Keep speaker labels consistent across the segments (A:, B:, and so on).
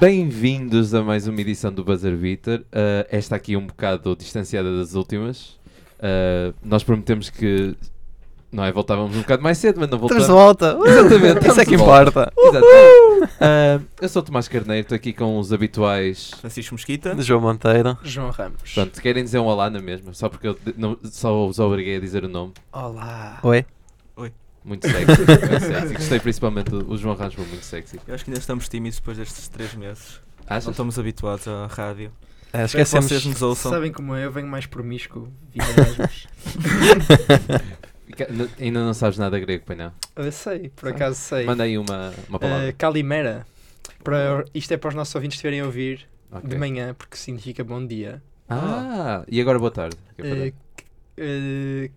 A: Bem-vindos a mais uma edição do Buzzer Beater. Uh, esta aqui um bocado distanciada das últimas. Uh, nós prometemos que não é, voltávamos um bocado mais cedo, mas não
B: Estamos
A: voltamos.
B: de volta!
A: Exatamente,
B: Isso é que
A: estamos de
B: importa!
A: volta. Exatamente. Uh, eu sou o Tomás Carneiro, estou aqui com os habituais.
C: Francisco Mesquita.
B: João Monteiro.
D: João Ramos.
A: Pronto, se querem dizer um olá na mesma, só porque eu de- não- só os obriguei a dizer o nome.
D: Olá.
B: Oi?
A: Muito sexy, muito sexy. Gostei principalmente do o João Ramos, foi muito sexy.
E: Eu acho que ainda estamos tímidos depois destes três meses. Não
A: Achas?
E: estamos habituados à rádio.
B: Ah,
E: Espero que
B: esquecemos.
E: vocês nos ouçam.
D: Sabem como é? Eu venho mais promíscuo. via mesmos.
A: Fica- n- Ainda não sabes nada grego, pois não?
D: Eu sei, por acaso sei.
A: Manda aí uma, uma
D: Ah,
A: palavra.
D: Calimera. Para, isto é para os nossos ouvintes estiverem a ouvir
A: Ok.
D: de manhã, porque significa bom dia.
A: Ah, e agora boa tarde. Que é para-
D: Ah, c- ah,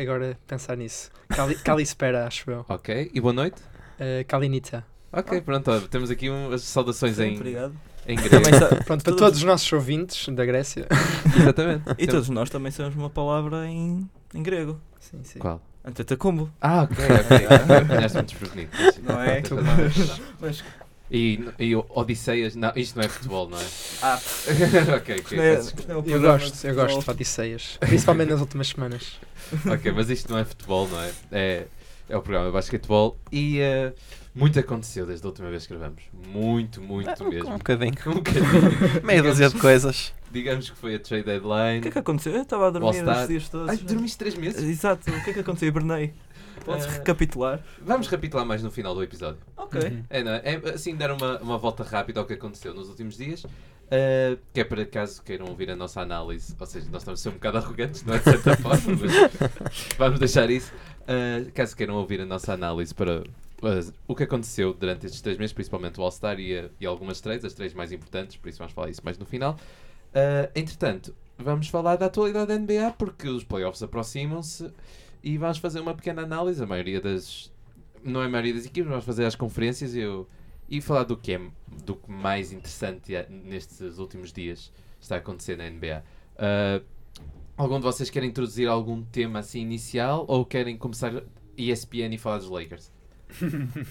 D: agora pensar nisso. Cali, Calispera, acho eu.
A: Ok, e boa noite.
D: Ah, Calinita.
A: Ok, pronto, olha, temos aqui um, as saudações
E: Sim,
A: em,
E: Ah. obrigado.
A: em
E: Também
A: grego.
E: sa-
D: Pronto, para
E: Tudo-
D: todos os nossos ouvintes da Grécia.
A: Exatamente.
E: E
A: Temos-
E: todos nós também sabemos uma palavra em, em grego.
D: Sim, sim.
A: Qual?
E: Antetacumbo.
A: Ah, ok, ok. Apanhaste-me desprevenido. Tens-
E: Não é?
A: tens razão.
E: Mas, mas
A: E, e o Odisseias, não, isto não é futebol, não é?
E: Ah,
A: ok, ok.
E: não é-
A: peço
E: não é o
D: Eu
E: programa
D: gosto,
E: de
D: eu gosto de
E: futebol.
D: Odisseias. Principalmente nas últimas semanas.
A: desculpa. ok, mas isto não é futebol, não é? É, é o programa de basquetebol e eh, muito aconteceu desde a última vez que gravamos. Muito,
E: Ah,
A: muito
B: Um
A: mesmo.
B: bocadinho.
A: Um bocadinho.
B: Meia dúzia de coisas.
A: Digamos que foi a trade
E: O que é
A: deadline.
E: que aconteceu? Eu estava a dormir
A: All-Star.
E: estes dias todos.
A: Ai, dormiste 3 meses?
E: Exato. O que é que aconteceu? Hibernei. Podes
A: Eh,
E: recapitular?
A: Vamos recapitular mais no final do episódio.
E: Ok.
D: Uhum.
A: É, não é? É, assim, dar uma, uma volta rápida ao que aconteceu nos últimos dias. eh, que é para caso queiram ouvir a nossa análise, ou seja, nós estamos a ser um bocado arrogantes, não é de certa forma, mas vamos deixar isso. Eh, caso queiram ouvir a nossa análise para eh, o que aconteceu durante estes três meses, principalmente o All-Star e, a- e algumas trades, as três mais importantes, por isso vamos falar isso mais no final. Eh, entretanto, vamos falar da atualidade da NBA porque os playoffs aproximam-se e vamos fazer uma pequena análise. A maioria das. Não é a maioria das equipes, vamos fazer as conferências e, eu, e falar do que é do que mais interessante é- nestes últimos dias está a acontecer na NBA. Ah, algum de vocês quer introduzir algum tema assim inicial ou querem começar ESPN e falar dos Lakers?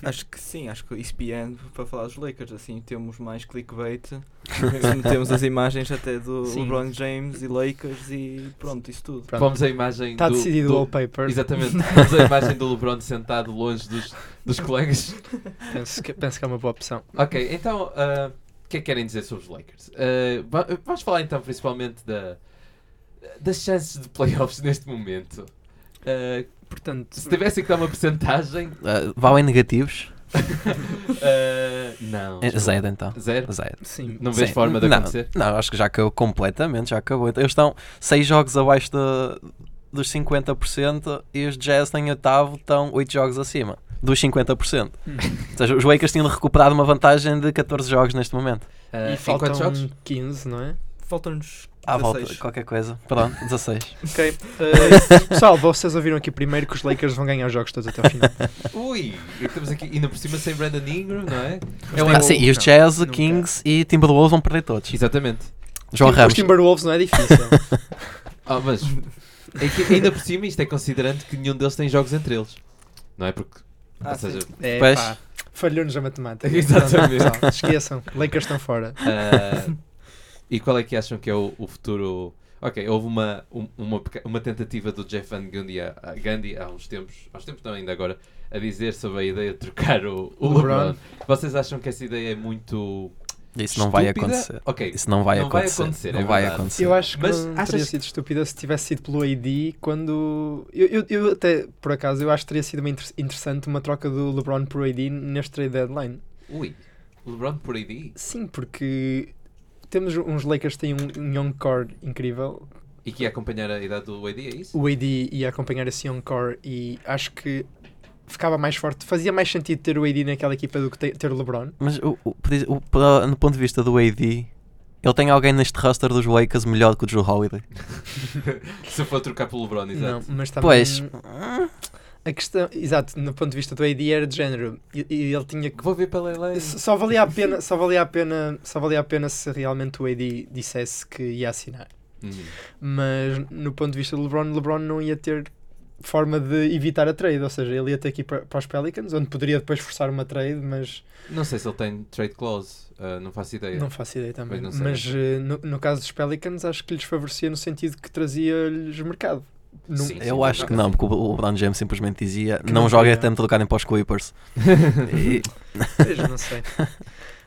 E: Acho que sim, acho que o ESPN para falar dos Lakers, assim temos mais clickbait. Se metemos as imagens até do
D: Sim.
E: LeBron James e Lakers e pronto, isso tudo.
D: Pronto.
A: Vamos à imagem
D: Está
A: do,
D: decidido o
A: do-
D: wallpaper.
A: Exatamente, vamos à imagem do LeBron sentado longe dos, dos colegas.
D: Penso que, penso que é uma boa opção.
A: Ok, então, ah, o que é que querem dizer sobre os Lakers? Ah, va- vamos falar então principalmente da, das chances de playoffs neste momento. Ah,
D: Portanto,
A: se tivessem que dar uma porcentagem,
B: Ah, valem negativos?
A: ah, não.
B: Eh, Zero então.
A: Zero?
B: Zero.
D: sim.
A: Não vês
B: Sim.
A: forma de
B: não,
A: acontecer?
B: Não, acho que já acabou completamente, já acabou. Então, Eles estão 6 jogos abaixo de- dos 50% e os Jazz em oitavo estão 8 jogos acima dos 50%.
D: Hum.
B: Ou seja, os Lakers tinham recuperado uma vantagem de 14 jogos neste momento.
A: Ah,
D: E
A: em quantos
D: faltam
A: jogos?
D: 15, não é?
E: Faltam-nos
B: À volta,
E: 16.
B: qualquer coisa. Pronto, 16.
D: Ok.
E: eh,
D: Uh, pessoal, vocês ouviram aqui primeiro que os Lakers vão ganhar os jogos todos até ao final.
A: Ui, estamos aqui ainda por cima sem Brandon Ingram, não é? É
B: Ah, sim, e os
D: Não,
B: Jazz,
D: nunca.
B: Kings e Timberwolves vão perder todos.
A: Exatamente.
B: João
D: Os
B: Ramos.
D: Timberwolves não é difícil.
A: Ah, mas é que ainda por cima isto é considerando que nenhum deles tem jogos entre eles. Não é porque.
E: Ah,
A: ou seja,
D: É,
B: Pois.
D: pá, falhou-nos a matemática.
A: Exatamente.
D: Pronto, pessoal, esqueçam, Lakers estão fora.
A: Ah, e qual é que acham que é o, o futuro? Ok, houve uma, um- uma, peca- uma tentativa do Jeff Van Gundy, a- a Gandhi há uns tempos, há uns tempos não, ainda agora, a dizer sobre a ideia de trocar o, o
D: LeBron.
A: LeBron. Vocês acham que essa ideia é muito.
B: Isso não vai
A: estúpida?
B: acontecer.
A: Ok,
B: Isso não vai
A: Não vai
B: acontecer.
A: acontecer,
B: não
A: é
B: vai
A: verdade.
B: acontecer.
D: Eu acho que
A: Mas
D: não
A: achas
D: teria
A: que-
D: sido estúpida se tivesse sido pelo AD quando. Eu, eu, eu até, por acaso, eu acho que teria sido uma inter- interessante uma troca do LeBron por AD neste trade deadline.
A: Ui, LeBron por AD?
D: Sim, porque temos uns Lakers que têm um um young core incrível.
A: E que ia acompanhar a idade do AD, é isso?
D: O AD ia acompanhar a Sioncor e acho que ficava mais forte. Fazia mais sentido ter o AD naquela equipa do que te- ter o LeBron.
B: Mas o, o- podia- o- pra- no ponto de vista do AD, ele tem alguém neste roster dos Lakers melhor que o Drew Holiday.
A: Se for trocar pelo LeBron, exato.
D: Não, mas também
B: Pois,
D: a questão, exato, no ponto de vista do AD era de género e, e ele tinha que
A: É Vou ver pela lei.
D: S- Só valia a pena, só valia a pena, só valia a pena se realmente o AD dissesse que ia assinar.
A: Uhum.
D: Mas no ponto de vista do LeBron, LeBron não ia ter forma de evitar a trade, ou seja, ele ia ter que ir para, para os Pelicans, onde poderia depois forçar uma trade, mas
A: Não sei se ele tem trade clause, ah, não faço ideia.
D: não faço ideia também.
A: Pois não sei.
D: Mas eh, no, no caso dos Pelicans, acho que lhes favorecia no sentido que trazia-lhes mercado. Não-
A: Sim, sim,
B: eu acho que não, porque o LeBron James simplesmente dizia não
D: não
B: joga
D: queria."
B: até me trocarem para os Clippers. E-
D: Pois, não sei.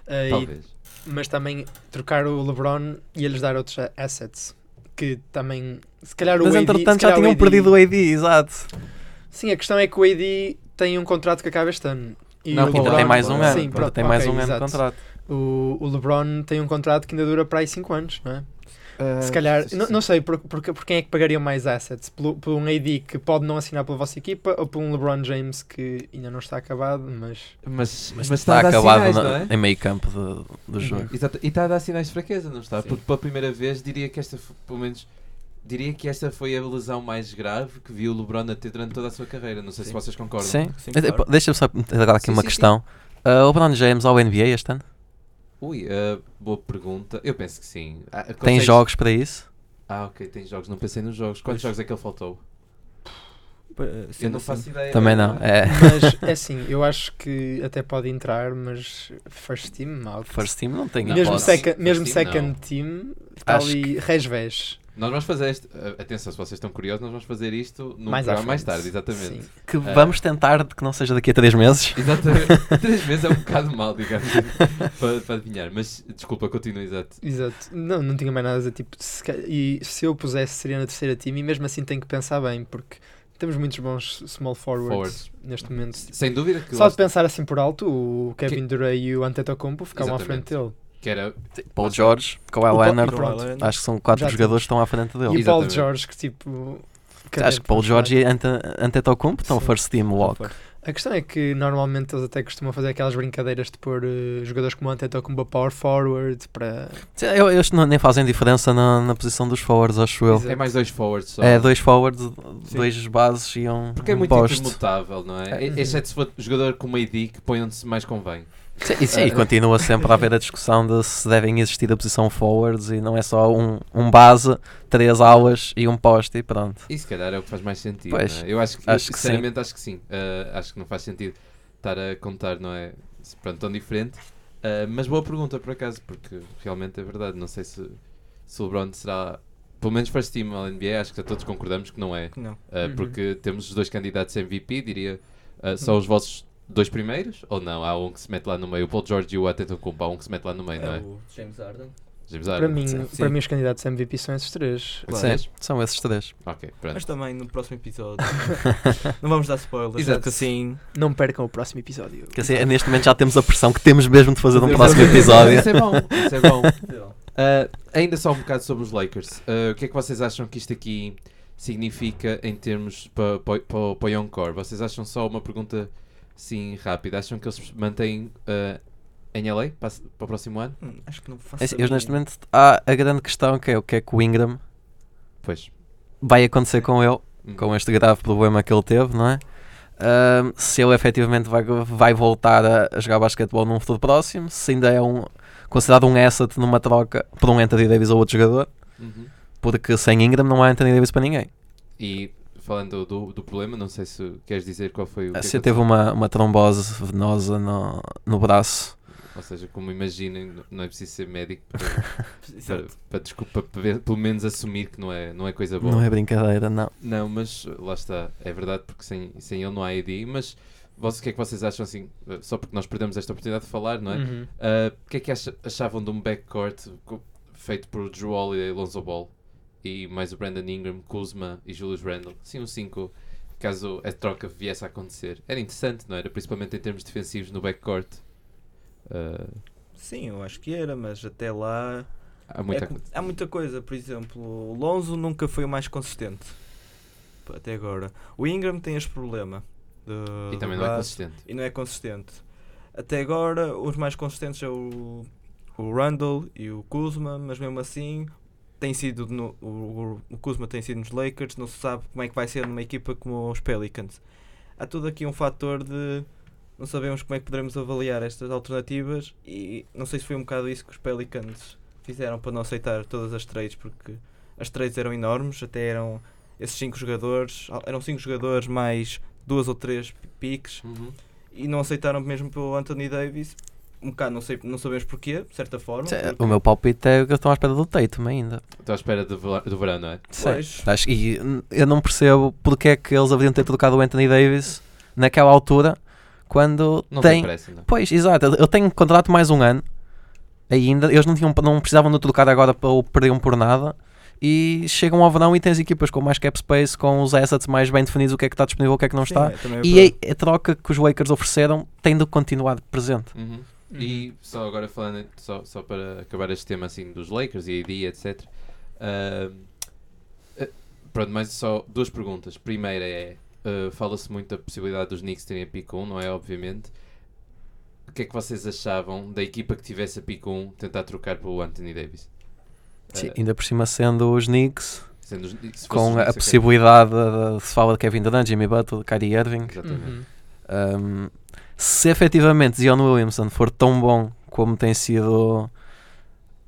D: Eh, e
A: Talvez.
D: mas também trocar o LeBron e eles dar outros a- assets que também se calhar o
B: mas
D: AD, se
B: entretanto já
D: calhar
B: tinham
D: AD
B: perdido o AD, exato.
D: Sim, a questão é que o AD tem um contrato que acaba este ano. E
A: Não,
D: o
B: Ainda
A: ainda
D: LeBron-
B: tem mais um ano,
D: Sim,
B: ainda
D: pronto,
B: tem mais
D: ok,
B: um ano de
D: exato.
B: contrato.
D: O, o LeBron tem um contrato que ainda dura para aí 5 anos, não é? Se calhar,
A: sim,
D: não,
A: sim.
D: não sei, por, por, por quem é que pagariam mais assets? Pelo- Por, um AD que pode não assinar pela vossa equipa ou por um LeBron James que ainda não está acabado, mas
A: Mas, mas,
B: Está acabado
A: sinais,
B: na-
A: não é?
B: em meio campo de- do jogo.
A: Exato. E está a dar sinais de fraqueza, não está?
E: Sim.
A: Porque pela primeira vez diria que esta, fo- pelo menos, diria que esta foi a lesão mais grave que viu o LeBron a ter durante toda a sua carreira. Não sei se
E: Sim.
A: vocês concordam.
B: Sim.
E: Sim,
B: Eh,
E: claro.
B: pá, Deixa-me só meter agora aqui
A: Sim,
B: uma
A: sim,
B: questão. Ah, o LeBron James ao NBA este ano?
A: Ui, ah, boa pergunta. Eu penso que sim. Ah,
B: Tem
A: consegues-
B: jogos para isso?
A: Ah, ok, tem jogos. Não pensei nos jogos.
E: Pois.
A: Quantos jogos é que ele faltou?
E: Eh,
A: Eu
E: sendo
A: não faço
E: assim,
A: ideia.
B: Também não. É.
D: mas é assim, eu acho que até pode entrar, mas first team out.
B: First team não tem
A: Não,
D: mesmo
A: pode.
B: hipótese.
D: second,
A: First
D: mesmo
A: team,
D: second
A: não.
D: team, está
B: Acho
D: ali resvés.
A: Nós vamos fazer isto. ah, atenção, se vocês estão curiosos, nós vamos fazer isto num
D: Mais à
A: programa mais
D: frente.
A: tarde, exatamente.
D: Sim.
B: Que
A: É.
B: vamos tentar de que não seja daqui a 3 meses.
A: Exatamente. Três meses é um bocado mal, digamos, para, para adivinhar. Mas, desculpa, continua, exato.
D: Exato. Não, não tinha mais nada a dizer. Tipo, se ca- e se eu pusesse, seria na terceira time. E mesmo assim tenho que pensar bem, porque temos muitos bons small forwards
A: Forwards.
D: neste momento.
A: Sem dúvida que,
D: Só
A: lá
D: de pensar assim por alto, o Kevin Durant e o Antetokoumpo ficavam à
A: Exatamente.
D: frente dele.
A: está- que era
B: Paul George, Kawhi
D: O Paul-
B: Leonard.
D: pronto.
E: Leonard.
B: Acho que são quatro
D: Já
B: jogadores que estão à frente
D: E
B: dele.
D: o Paulo
A: Exatamente.
D: George, que tipo...
B: Acho que Paul George e Ante- Antetokounmpo estão
D: Sim.
B: first team walk.
D: A questão é que normalmente eles até costumam fazer aquelas brincadeiras de pôr eh, jogadores como o Antetokounmpo a power forward para...
B: Sim, Eu, eles não, nem fazem diferença na, na posição dos forwards, acho eu.
D: Exato.
A: É mais dois forwards só.
B: É dois forwards, dois bases e um,
A: Porque é
B: um
A: muito
B: poste.
A: imutável, não é?
D: É.
B: uhum.
A: E- Exceto se for jogador com uma ID que põe onde se mais convém.
B: Sim, e, sim, e continua sempre a haver a discussão de se devem existir a posição forwards e não é só um, um base, três alas e um poste e pronto.
A: E se calhar é o que faz mais sentido.
B: Pois,
A: não é? Eu acho que,
B: acho
A: eu,
B: que
A: sinceramente, acho que sim. Ah, acho que não faz sentido estar a contar, não é? Se- Pronto, tão diferente. Ah, mas boa pergunta, por acaso, porque realmente é verdade. Não sei se, se o LeBron será. Pelo menos first team ao NBA, acho que todos concordamos que não é.
E: que Não.
A: Uh,
D: Uhum.
A: porque temos os dois candidatos MVP, diria, uh, são os vossos dois primeiros, ou não? Há um que se mete lá no meio, o Paul George e o Atentocumpo, há um que se mete lá no meio, não é?
E: o James Harden.
A: James Harden.
D: Para mim,
E: sim.
D: para mim os candidatos a MVP são esses três.
A: Claro.
B: Sim, são esses três.
A: Ok, pronto.
E: Mas também no próximo episódio. não vamos dar spoilers.
A: Exato.
E: porque assim.
D: Não percam o próximo episódio.
B: Que assim, neste momento já temos a pressão que temos mesmo de fazer num
E: Mas
B: próximo
E: eu-
B: episódio.
A: Isso é bom, isso é bom. Uh, ainda só um bocado sobre os Lakers. Uh, o que é que vocês acham que isto aqui significa em termos para pa, pa, Yonkor? Vocês acham só uma pergunta assim rápida? Acham que eles se mantêm uh, em LA para, para o próximo ano?
E: hum, Acho que não faço.
B: É assim,
E: a
B: eu,
E: mínima.
B: neste momento há a grande questão que é o que é que o Ingram
A: Pois.
B: vai acontecer com ele,
A: Hum.
B: com este grave problema que ele teve, não é? Ahm, se ele efetivamente vai, vai voltar a, a jogar basquetebol num futuro próximo, se ainda é um considerado um asset numa troca por um Anthony Davis ou outro jogador,
A: Uhum.
B: porque sem Ingram não há Anthony Davis para ninguém.
A: E falando do, do problema, não sei se queres dizer qual foi o. que
B: Se
A: aconteceu.
B: ele teve uma, uma trombose venosa no, no braço,
A: Ou seja, como imaginem, n- não é preciso ser médico para, para,
E: Exato.
A: para- desculpa, para ver- pelo menos assumir que não é, não é coisa boa.
B: não é brincadeira, não.
A: Não, mas uh, lá está, é verdade, porque sem, sem ele não há ID. Mas vocês, o que é que vocês acham assim? uh, Só porque nós perdemos esta oportunidade de falar, não é?
D: Uhum.
A: Uh, o que é que acha- achavam de um backcourt co- feito por Drew Holiday e Lonzo Ball e mais o Brandon Ingram, Kuzma e Julius Randle? Sim, um 5, caso a troca viesse a acontecer. Era interessante, não era? Principalmente em termos defensivos no backcourt. Uh,
E: Sim, eu acho que era, mas até lá.
A: Há muita
E: É que-
A: coisa.
E: há muita coisa, por exemplo, o Lonzo nunca foi o mais consistente p- até agora. O Ingram tem este problema. de-
A: E também
E: do
A: não é
E: base,
A: consistente.
E: E não é consistente. Até agora, os mais consistentes é o, o Randall e o Kuzma, mas mesmo assim, tem sido no- o, o- o Kuzma tem sido nos Lakers, não se sabe como é que vai ser numa equipa como os Pelicans. Há tudo aqui um fator de não sabemos como é que poderemos avaliar estas alternativas e não sei se foi um bocado isso que os Pelicans fizeram para não aceitar todas as trades, porque as trades eram enormes, até eram esses cinco jogadores, al- eram cinco jogadores mais duas ou três piques
A: Uhum.
E: e não aceitaram mesmo pelo Anthony Davis. Um bocado, não, sei, não sabemos porquê, de certa forma.
B: Sim,
E: porque-
B: O meu palpite é que eles estão à espera do Tatum ainda.
A: Estou à espera do, ver- do verão, não é?
E: Pois.
B: Acho- E hum, eu não percebo porque é que eles haveriam ter trocado o Anthony Davis naquela altura quando
A: Não tem
B: tem.
A: pressa, não. é?
B: Pois, exato. Eu tenho contrato mais um ano ainda. Eles não, tinham, não precisavam de trocar agora ou perdiam por nada. E chegam ao verão e tens equipas com mais cap space, com os assets mais bem definidos, o que é que está disponível, o que é que não está.
E: Sim, é, também é
B: E a, a troca que os Lakers ofereceram tem de continuar presente.
A: Uhum. E só agora falando, só, só para acabar este tema assim dos Lakers e AD, etc. ahm, eh, pronto, mais só duas perguntas. Primeira é: eh, fala-se muito da possibilidade dos Knicks terem a pick 1, não é? Obviamente. O que é que vocês achavam da equipa que tivesse a pick 1 tentar trocar pelo Anthony Davis?
B: Sim,
A: Eh,
B: ainda por cima sendo os Knicks,
A: sendo os Knicks- se fosse os
B: com a
A: Knicks, ok.
B: possibilidade de, de- se fala de Kevin Durant, Jimmy Butler, Kyrie Irving.
A: Exatamente.
D: Uhum.
B: Um, se efetivamente Zion Williamson for tão bom como tem sido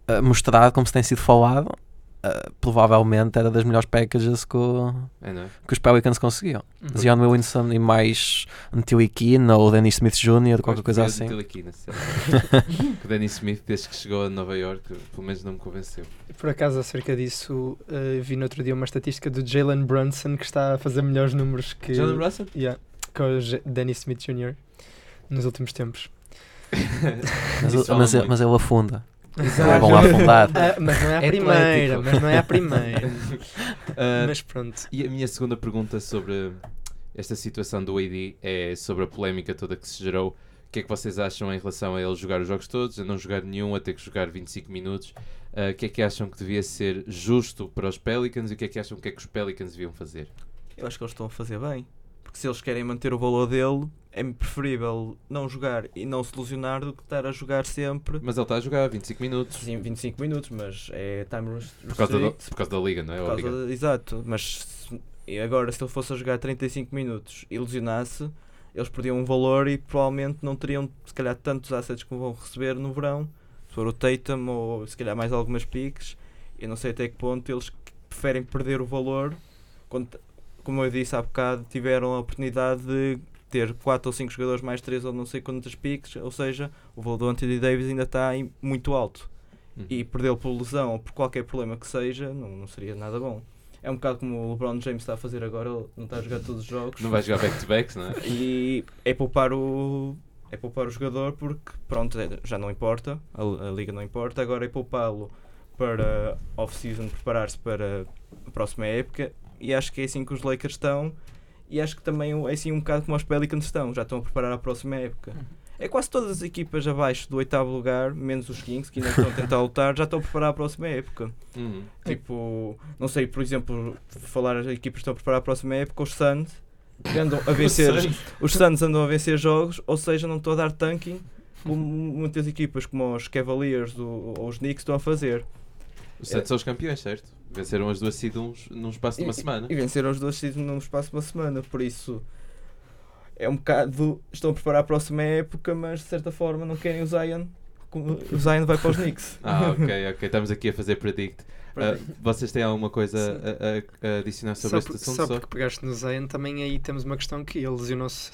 B: uh, mostrado, como se tem sido falado, uh, provavelmente era das melhores packages que, o-
A: É, não é?
B: que os Pelicans conseguiam.
D: uhum.
B: Zion Williamson e mais um Tilly Keane ou Dennis Smith Jr., qualquer
A: Gosto
B: coisa
A: mesmo
B: assim.
A: dele aqui, né, sei lá. que o Danny Smith, desde que chegou a Nova York, pelo menos não me convenceu.
D: Por acaso, acerca disso, eh, vi no outro dia uma estatística do Jalen Brunson que está a fazer melhores números que,
A: Jalen Russell?
D: Yeah, que o J- Denny Smith Jr. nos últimos tempos.
B: Mas,
A: Isso
B: ele-
A: fala
B: mas ele-
A: muito.
B: mas ele afunda.
D: Exato.
B: É bom afundar.
D: Ah, mas não é a
A: Atlético.
D: primeira, mas não é a primeira.
A: Ah,
D: mas pronto.
A: E a minha segunda pergunta sobre esta situação do AD é sobre a polémica toda que se gerou. O que é que vocês acham em relação a ele jogar os jogos todos, a não jogar nenhum, a ter que jogar 25 minutos? Ah, O que é que acham que devia ser justo para os Pelicans e o que é que acham que é que os Pelicans deviam fazer?
E: Eu acho que eles estão a fazer bem. Porque se eles querem manter o valor dele, é preferível não jogar e não se ilusionar do que estar a jogar sempre.
A: Mas ele está a jogar 25 minutos
E: Sim, 25 minutos, mas é time rest-
A: por causa, do-
E: restrict,
A: por causa da liga, não é?
E: por
A: A liga.
E: causa- Exato, mas se- e agora se ele fosse a jogar 35 minutos e lesionasse, eles perdiam um valor e provavelmente não teriam, se calhar, tantos assets como vão receber no verão. Se for o Tatum ou se calhar mais algumas piques. Eu não sei até que ponto eles preferem perder o valor quando t- como eu disse há bocado, tiveram a oportunidade de ter 4 ou 5 jogadores mais 3 ou não sei quantas piques, ou seja, o valor do Anthony Davis ainda está em- muito alto.
A: Uhum.
E: E perdê-lo por lesão ou por qualquer problema que seja, não, não seria nada bom. É um bocado como o LeBron James está a fazer agora, ele não está a jogar todos os jogos.
A: Não vai jogar back-to-backs, não é?
E: E é poupar o. É poupar o jogador porque, pronto, é- já não importa, a, a liga não importa, agora é poupá-lo para off-season, preparar-se para a próxima época e acho que é assim que os Lakers estão e acho que também é assim um bocado como os Pelicans estão, já estão a preparar a próxima época. É quase todas as equipas abaixo do oitavo lugar, menos os Kings, que ainda estão a tentar lutar, já estão a preparar a próxima época.
A: Uhum.
E: Tipo, não sei, por exemplo, falar as equipas que estão a preparar a próxima época, os Suns que andam a vencer, os Suns andam a vencer jogos, ou seja, não estão a dar tanking como muitas equipas como os Cavaliers ou, ou os Knicks estão a fazer.
A: Os Santos são os campeões, certo? Venceram as duas seeds num espaço de uma
E: E-
A: semana.
E: E venceram os dois títulos num espaço de uma semana, por isso é um bocado. Estão a preparar a próxima época, mas de certa forma não querem o Zion. como- O Zion vai para os Knicks.
A: Ah, ok, ok. Estamos aqui a fazer predict. Ah, vocês têm alguma coisa a, a- a adicionar sobre
D: só,
A: este
D: por-
A: assunto?
D: só porque pegaste no Zayn, também aí temos uma questão que ele lesionou-se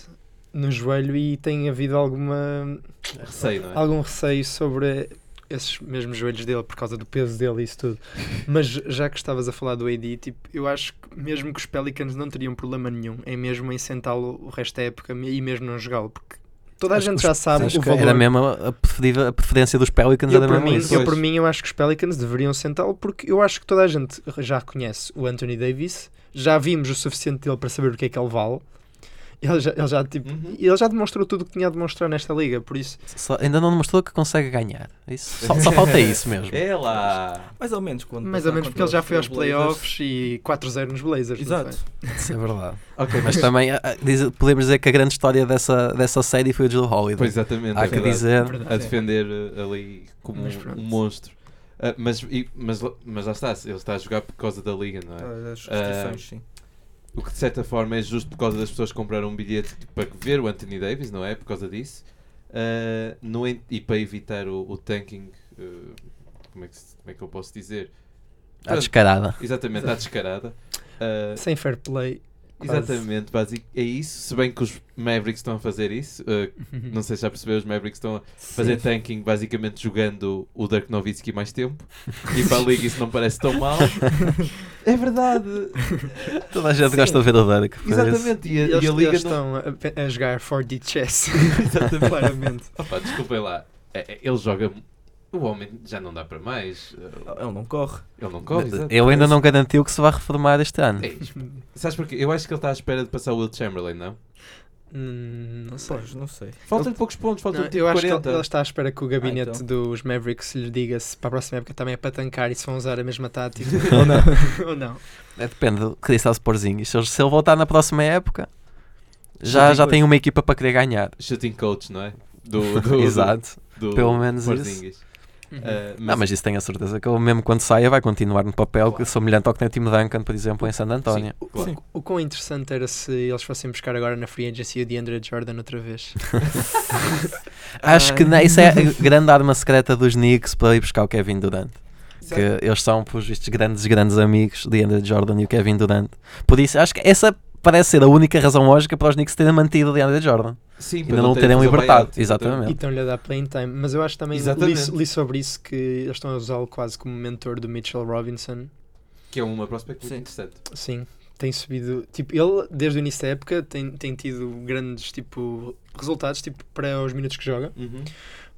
D: no joelho e tem havido alguma,
A: Receio, não é?
D: algum receio sobre esses mesmos joelhos dele por causa do peso dele e isso tudo. Mas já que estavas a falar do AD, tipo, eu acho que mesmo que os Pelicans não teriam problema nenhum é mesmo em sentá-lo o resto da época e mesmo não jogá-lo, porque toda a
B: Acho que
D: gente
B: os-
D: já sabe
B: acho
D: o
B: que
D: valor.
B: Era mesmo a, a preferível- a preferência dos Pelicans
D: Eu,
B: era
D: por
B: mesmo
D: mim,
B: isso.
D: eu, por
A: Pois.
D: mim, eu acho que os Pelicans deveriam sentá-lo porque eu acho que toda a gente já reconhece o Anthony Davis, já vimos o suficiente dele para saber o que é que ele vale Ele já, ele já, tipo,
A: Uhum.
D: ele já demonstrou tudo o que tinha a demonstrar nesta liga, por isso
B: Só- ainda não demonstrou que consegue ganhar. é Isso, só, só falta isso mesmo.
A: É lá.
E: Mais ou menos quando.
D: Mais
E: passar
D: ou menos porque
E: contra
D: ele já
E: os
D: foi aos
E: Trailblazers.
D: playoffs e 4-0 nos Blazers. não
E: Exato.
D: foi?
B: Isso é verdade.
A: Ok,
B: Mas também ah, ah, diz- podemos dizer que a grande história dessa, dessa série foi o Jill Holiday.
A: Pois exatamente.
B: Há
A: é
B: que
A: verdade.
B: dizer.
A: a defender uh, ali como
D: Mas
A: um,
D: pronto.
A: um monstro. Ah, mas, e- mas, lá- mas lá está, ele está a jogar por causa da liga, não é?
E: Ah, As restrições, sim.
A: O que de certa forma é justo por causa das pessoas que compraram um bilhete para ver o Anthony Davis, não é? Por causa disso. Ah, no en- e para evitar o, o tanking, ah, como, é que, se- como é que eu posso dizer?
B: À descarada.
A: Exatamente, à descarada.
E: é
A: Ah,
D: Sem fair play. quase.
A: Exatamente, basic, é isso. Se bem que os Mavericks estão a fazer isso, ah,
B: Uhum.
E: Uhum.
A: não sei se já percebeu, os Mavericks estão a É, fazer tanking basicamente jogando o Dirk Nowitzki mais tempo e para a Liga isso não parece tão mal. é verdade,
B: Toda a gente
A: Sim.
B: gosta de ver o Derek. por isso.
A: exatamente. E a, e a
D: Eles,
A: Liga
D: eles
A: não.
D: estão a, a jogar 4D chess.
A: Exatamente.
D: Claramente.
A: Opa, desculpem lá, É- é- ele joga. O homem já não dá para mais, ah, ele
E: Ele não corre.
A: não corre. exato.
B: Ele ainda não garantiu que se vai reformar este ano.
A: É isso. Sabes porquê? Eu acho que ele está à espera de passar o Will Chamberlain, não?
D: Hum, não sei.
E: Pois, não sei.
A: Faltam-lhe poucos pontos,
D: Não,
A: faltam-lhe tipo
D: eu acho que ele,
A: 40.
D: ele está à espera que o gabinete
E: então.
D: dos Mavericks lhe diga se para a próxima época também é para tancar e se vão usar a mesma tática
B: Ou não.
D: ou não.
B: É, depende do que disse ao Sporzinho. Se ele, se ele voltar na próxima época, já, já tem uma equipa para querer ganhar.
A: Shooting coach, não é? Do, do,
B: Exato.
A: do- do
B: Pelo menos isso.
A: Porzingis.
D: Eh,
A: Ah,
B: Não, mas isso tenho a certeza que ele, mesmo quando saia, vai continuar no papel
A: Claro.
B: que semelhante ao que tem o time Duncan, por exemplo, em Santo António.
D: O,
A: Claro.
D: o- o quão interessante era se eles fossem buscar agora na free agency o DeAndre Jordan outra vez.
B: Acho que
E: Ai.
B: na- isso é a grande arma secreta dos Knicks para ir buscar o Kevin Durant.
A: Exato.
B: Que eles são, por vistos, grandes, grandes amigos de Andrew Jordan e o Kevin Durant. Por isso, acho que essa parece ser a única razão lógica para os Knicks terem mantido o DeAndre Jordan.
A: Sim,
B: Ainda
A: para
B: não
A: terem
B: terem
A: que fazer
B: libertado.
A: buyout,
B: Exatamente.
D: e estão-lhe a dar playing time. Mas eu acho também, li,
A: É. Exatamente.
D: li sobre isso, que eles estão a usá-lo quase como mentor do Mitchell Robinson.
A: Que é uma prospect muito
E: Sim.
A: interessante.
D: Sim, tem subido. Tipo, ele, desde o início da época, tem, tem tido grandes tipo, resultados tipo, para os minutos que joga,
E: Uhum.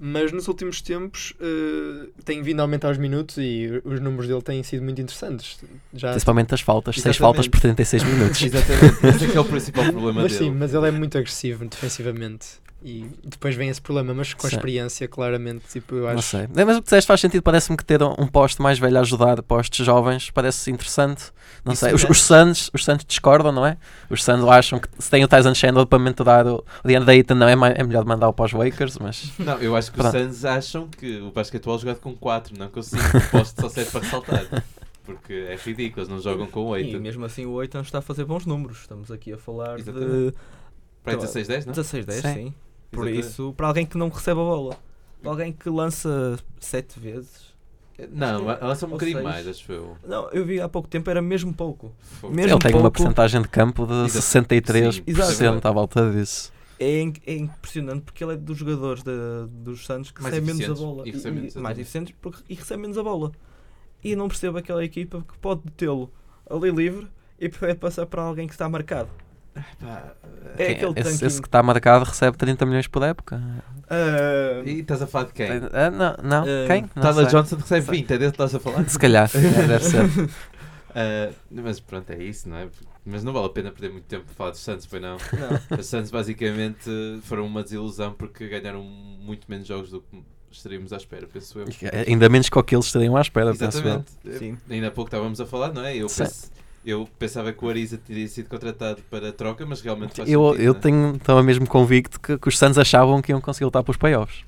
D: mas nos últimos tempos eh, tem vindo a aumentar os minutos e os números dele têm sido muito interessantes. Já,
B: Principalmente as faltas. seis
A: Exatamente.
B: faltas por 36 minutos.
A: Exatamente. Esse é que é o principal problema
D: mas
A: dele.
D: sim, mas ele é muito agressivo defensivamente. E depois vem esse problema, mas com a
B: Sim.
D: experiência, claramente, tipo, eu
B: Não
D: acho.
B: sei. É, Mas o que disseste faz sentido. Parece-me que ter um um poste mais velho a ajudar postes jovens parece interessante. Não
A: Isso
B: sei. Os,
A: é.
B: os Suns os Suns discordam, não é? Os Suns acham que se tem o Tyson Chandler para mentorar o o DeAndre Ayton, não é, mai- é melhor mandar para os Lakers, mas
A: Não, eu acho que os
B: Pronto.
A: Suns acham que o basquetebol é jogado com 4, não com 5. O poste só serve para saltar. Porque é ridículo, eles não jogam com
E: E
A: 8.
E: mesmo assim o 8 está a fazer bons números. Estamos aqui a falar de
A: Exatamente. Para 16, 10, não? é?
E: 16, 10,
B: Sim.
E: Então, sim. Por isso, para alguém que não recebe a bola. Para alguém que lança 7 vezes.
A: Não, ela só um
E: Ou
A: bocadinho
E: seis.
A: mais, acho eu.
E: Não, eu vi há pouco tempo, era mesmo pouco.
A: Fogo.
E: Mesmo
B: ele tem uma
E: pouco.
B: porcentagem de campo de
A: um Exato.
B: 63%
A: Sim,
B: à volta disso.
E: É, in- é impressionante porque ele é dos jogadores da- dos Santos que
A: Mais
E: recebe menos a
A: eficientes.
E: bola.
A: E recebe menos,
E: mais
A: exatamente.
E: eficientes porque, e recebe menos a bola. E não percebo aquela equipa que pode detê-lo ali livre e prefere passar para alguém que está marcado.
A: Pá,
E: É
B: Quem-
E: aquele
B: esse,
E: tanque.
B: esse que está marcado recebe 30 milhões por época.
A: E estás a falar de quem? Eh,
B: Ah, não, não.
E: Ah,
B: quem? Não
A: Tyler
B: sei.
A: Johnson recebe 20, é desse que estás a falar?
B: Se calhar, é, deve ser.
A: Ah, mas pronto, é isso, não é? Mas não vale a pena perder muito tempo a falar dos Santos, pois não?
E: Não.
A: Os Santos basicamente foram uma desilusão porque ganharam muito menos jogos do que estaríamos à espera, penso eu.
B: Eh, Ainda menos que o que eles estariam à espera, penso eu.
A: Exatamente. Eh,
E: Sim.
A: Ainda há pouco estávamos a falar, não é? Eu,
B: Sim.
A: pense- eu pensava que o Ariza teria sido contratado para troca, mas realmente faz
B: Eu,
A: sentido,
B: eu
A: não é?
B: tenho então mesmo convicto que, que os Suns achavam que iam conseguir lutar pelos playoffs.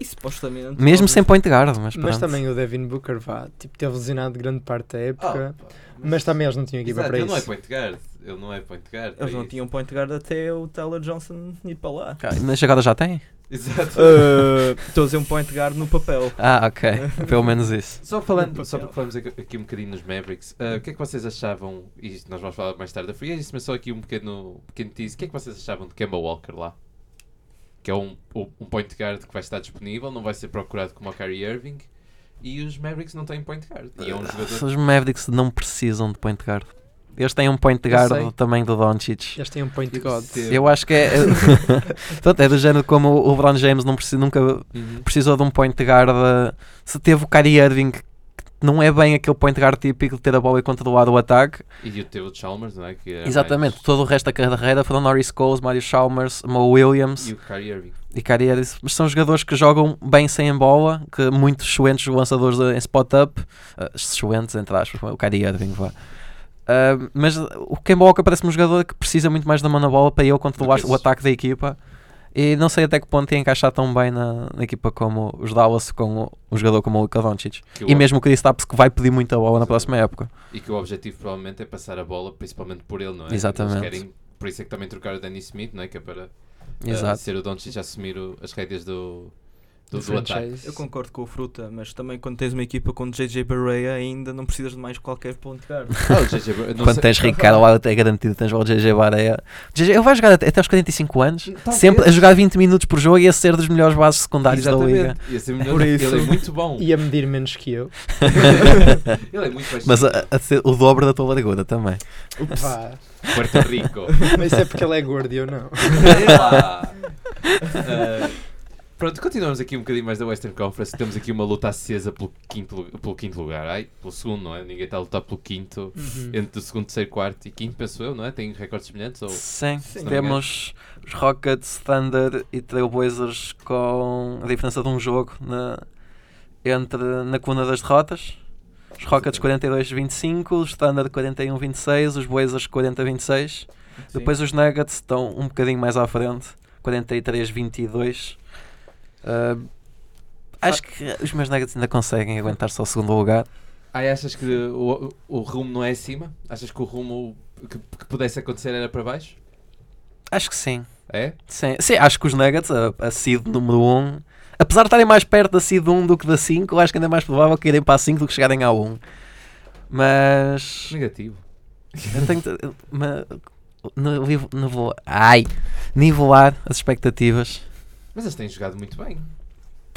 E: E supostamente.
B: Mesmo
E: pode-
B: sem point guard, mas,
D: Mas
B: pronto.
D: também o Devin Booker, vá, tipo, teve lesionado grande parte da
A: Ah,
D: época,
A: pá,
D: mas também eles não tinham equipa
A: Exato,
D: para
A: ele
D: isso.
A: não é point guard. Ele não é point guard. para
E: Eles não
A: isso.
E: tinham point guard até o Tyler Johnson ir para lá.
B: Ah, Mas agora já tem?
A: Exato.
E: Ah, Estou a dizer um point guard no papel.
B: Ah, ok. Pelo menos isso.
A: Só, falando, só porque falamos aqui aqui um bocadinho nos Mavericks, ah, o que é que vocês achavam? E nós vamos falar mais tarde da Free Agency, mas só aqui um pequeno, pequeno tease. O que é que vocês achavam de Kemba Walker lá? Que é um, um um point guard que vai estar disponível, não vai ser procurado como o Kyrie Irving. E os Mavericks não têm point guard. E é um jogador.
B: Os Mavericks não precisam de point guard. Eles têm um point
A: Eu sei.
B: guard também do Doncic.
D: Eles têm um point god.
A: Sim.
B: Eu acho que é. Portanto, é do género como o LeBron James não precisa, nunca
A: Uhum.
B: eh, precisou de um point guard. Se teve o Kyrie Irving, que não é bem aquele point guard típico de ter a bola e controlar o ataque.
A: E o teu Chalmers, não é? Que era
B: Exatamente, todo o resto da carreira foram Norris Coles, Mario Chalmers, Mo Williams
A: mais- E o Kyrie Irving.
B: e Kyrie Irving. Mas são jogadores que jogam bem sem a bola, que muitos excelentes lançadores de- em spot-up, eh, excelentes entre aspas, o Kyrie Irving, vá. Ah, mas o Ken Walker parece-me um jogador que precisa muito mais da mão na bola para ele controlar
A: Do que
B: o
A: isso.
B: ataque da equipa. E não sei até que ponto ia encaixar tão bem na, na equipa como os Dallas com o- um jogador como o Luka Doncic.
A: Que
B: E
A: o-
B: mesmo o Chris Tapps que vai pedir muita bola na próxima época.
A: E que o objetivo provavelmente é passar a bola, principalmente por ele, não é?
B: Exatamente.
A: Eles querem, por isso é que também trocaram o Danny Smith, não é? Que é para eh,
B: Exato.
A: ser o Doncic a assumir o- as rédeas do, do,
D: do
A: do ataque.
D: franchise.
E: Eu concordo com o Fruta, mas também quando tens uma equipa com JJ Barea ainda não precisas de mais qualquer ponto de guarda.
A: Ah, o JJ Bra- não
B: Quando
A: sei-
B: tens Ricardo lá, é garantido, tens o GG Barea. GG, ele vai jogar até, até aos 45 anos,
A: Talvez.
B: sempre a jogar 20 minutos por jogo e a ser dos melhores bases secundários da liga.
A: Exatamente. Ia ser melhor.
D: Por
A: Ele
D: isso.
A: é muito bom.
D: Ia medir menos que eu.
A: Ele é muito baixinho.
B: Mas a- a ser o dobro da tua largura também.
D: Vá.
A: Puerto Rico.
D: Mas isso é porque ele é gordo e eu não.
A: Sei lá. Ah, pronto, continuamos aqui um bocadinho mais da Western Conference. Temos aqui uma luta acesa pelo quinto, lu- pelo quinto lugar. Ai, pelo segundo, não é? Ninguém está a lutar pelo quinto.
D: Uhum.
A: Entre o segundo, terceiro, quarto e quinto, penso eu, não é? Tem recordes semelhantes? Ou...
B: Sim,
E: Sim.
B: temos os Rockets, Thunder e Trailblazers com a diferença de um jogo na, entre, na coluna das derrotas. Os Rockets 42-25, os Thunder 41-26, os Blazers 40-26. Depois os Nuggets estão um bocadinho mais à frente, 43-22. Ah, acho que os meus Nuggets ainda conseguem aguentar só o segundo lugar.
A: Ai, achas que o, o rumo não é acima? Achas que o rumo que, que pudesse acontecer era para baixo?
B: Acho que sim.
A: É?
B: Sim, sim, acho que os Nuggets, a, a seed número 1, apesar de estarem mais perto da seed 1 do que da 5, acho que ainda é mais provável que irem para a 5 do que chegarem à 1. Mas.
A: Negativo.
B: Eu tenho. que- ma- ne- livo- nevo- ai, nivelar as expectativas.
A: Mas eles têm jogado muito bem.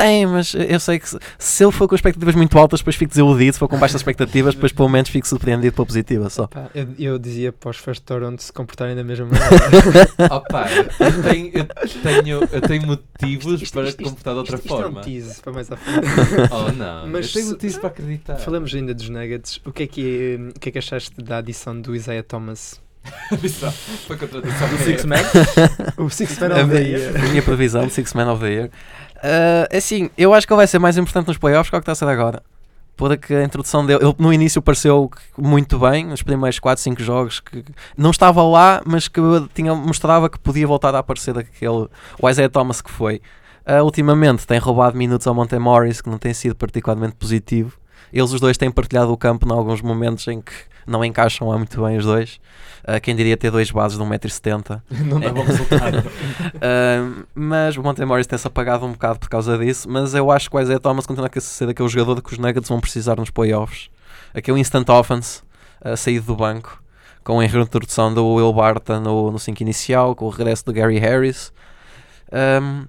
B: Tem, mas eu sei que se, se eu for com expectativas muito altas, depois fico desiludido. Se for com baixas expectativas, depois pelo menos fico surpreendido pela positiva só.
D: Pá, eu, eu dizia para os fãs de Toronto se comportarem da mesma maneira.
A: Opa, eu tenho, eu tenho, eu tenho motivos para comportar de outra
D: Isto- Isto é
A: forma.
D: um tease para mais à frente.
A: oh não,
D: Mas
A: eu tenho
D: se-
A: motivos para acreditar.
D: Falamos ainda dos Nuggets. O que é que, o que, é que achaste da adição do Isaiah Thomas?
A: Só- Foi contratação
E: Do Six
A: é.
E: Man?
D: O Six Man
B: A
D: of the
B: minha,
D: Year.
B: a É minha previsão de Six Man of the Year. Ah, assim, eu acho que ele vai ser mais importante nos playoffs que o que está a ser agora. Porque a introdução dele, ele no início pareceu que muito bem, nos primeiros 4, 5 jogos, que não estava lá, mas que tinha, mostrava que podia voltar a aparecer aquele o Isaiah Thomas que foi. Ah, ultimamente tem roubado minutos ao Monte Morris, que não tem sido particularmente positivo. Eles os dois têm partilhado o campo em alguns momentos em que não encaixam lá muito bem os dois. Ah, quem diria ter dois bases de 1,70m
A: Não dá bom resultado.
B: um, mas o Monte Morris tem-se apagado um bocado por causa disso. Mas eu acho que o Isaiah Thomas continua a ser aquele jogador que os Nuggets vão precisar nos playoffs. Aquele instant offense uh, saído do banco, com a introdução do Will Barton no, no 5 inicial, com o regresso do Gary Harris. Um,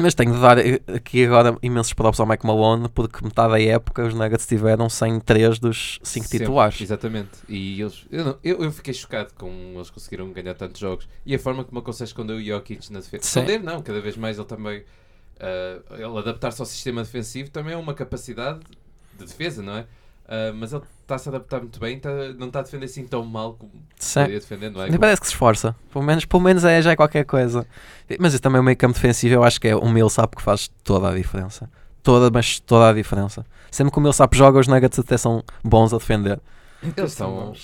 B: mas tenho de dar eh, aqui agora imensos props ao Mike Malone, porque metade da época os Nuggets tiveram sem 3 dos 5
A: Sempre,
B: titulares.
A: Exatamente. E eles, eu, não- eu, eu fiquei chocado com eles conseguiram ganhar tantos jogos e a forma como ele consegue esconder o Jokic na defesa.
B: Sim.
A: Esconder, não, cada vez mais ele também. ah, ele adaptar-se ao sistema defensivo também é uma capacidade de defesa, não é? Ah, mas ele está-se a adaptar muito bem, tá- não está a defender assim tão mal como
B: Sim.
A: poderia defender, não é?
B: Nem parece que se esforça. Pelo menos, pelo menos é, já é qualquer coisa. Mas isso também o meio campo defensivo, eu acho que é o Millsap que faz toda a diferença. Toda, mas toda a diferença. Sempre que o Millsap joga, os Nuggets até são bons a defender.
A: Eles estão.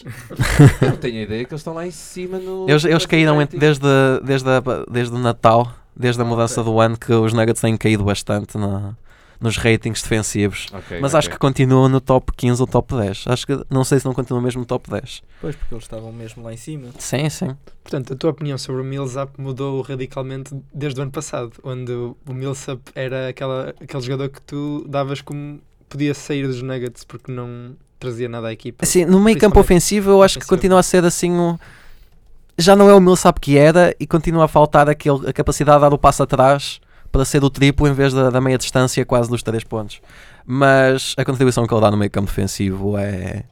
A: eu tenho a ideia que eles estão lá em cima no.
B: Eles, eles
A: no
B: caíram
A: Atlético.
B: entre- desde, desde, a- desde o Natal, desde a mudança do ano, que os Nuggets têm caído bastante na- nos ratings defensivos.
A: Ok,
B: Mas
A: ok.
B: acho que continuam no top 15 ou top 10. Acho que não sei se não continuam mesmo no top 10.
E: Pois, porque eles estavam mesmo lá em cima.
B: Sim, sim.
D: Portanto, a tua opinião sobre o Millsap mudou radicalmente desde o ano passado, onde o o Millsap era aquela, aquele jogador que tu davas como podia sair dos Nuggets porque não trazia nada à equipa.
B: Assim, no meio campo
D: Principalmente
B: ofensivo, eu acho que
D: ofensivo.
B: continua a ser assim um. Já não é o Millsap que era e continua a faltar aquele, a capacidade de dar o passo atrás para ser do triplo em vez da, da meia distância, quase dos 3 pontos. Mas a contribuição que ele dá no meio campo defensivo é.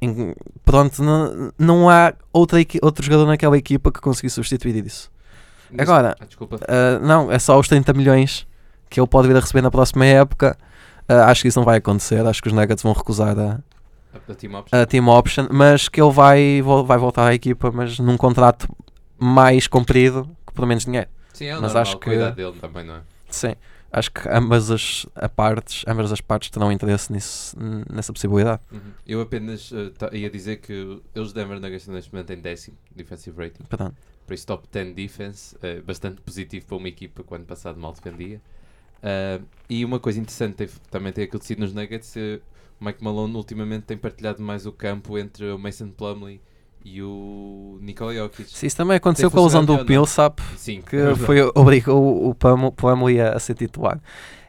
B: in- Pronto, não, não há outra, equi- outro jogador naquela equipa que consiga substituir isso.
A: Mas-
B: agora-
A: Ah, desculpa.
B: Ah, não, é só os 30 milhões que ele pode vir a receber na próxima época. Ah, acho que isso não vai acontecer. Acho que os Nuggets vão recusar a,
A: A, a team option.
B: a team option, mas que ele vai, vol- vai voltar à equipa, mas num contrato mais comprido, que pelo menos dinheiro.
A: Sim, é o
B: mas
A: normal,
B: acho
A: com a
B: que-
A: idade dele também, não é?
B: Sim, acho que ambas as a partes, ambas as partes terão interesse nisso, n- nessa possibilidade.
A: Uhum. Eu apenas eh, ta- ia dizer que eles Denver Nuggets neste momento em décimo defensive rating.
B: Portanto,
A: por isso top 10 defense, eh, bastante positivo para uma equipa que o ano passado mal defendia. Ah, e uma coisa interessante teve- também tem acontecido nos Nuggets, eh, o Mike Malone ultimamente tem partilhado mais o campo entre o Mason Plumlee e o Nikola Jokic.
B: se isso também aconteceu
A: Tem
B: com a lesão do
A: funcionado melhor, não? é?
B: Millsap,
A: Sim,
B: que foi, obrigou o Pam- Plumlee a, a ser titular.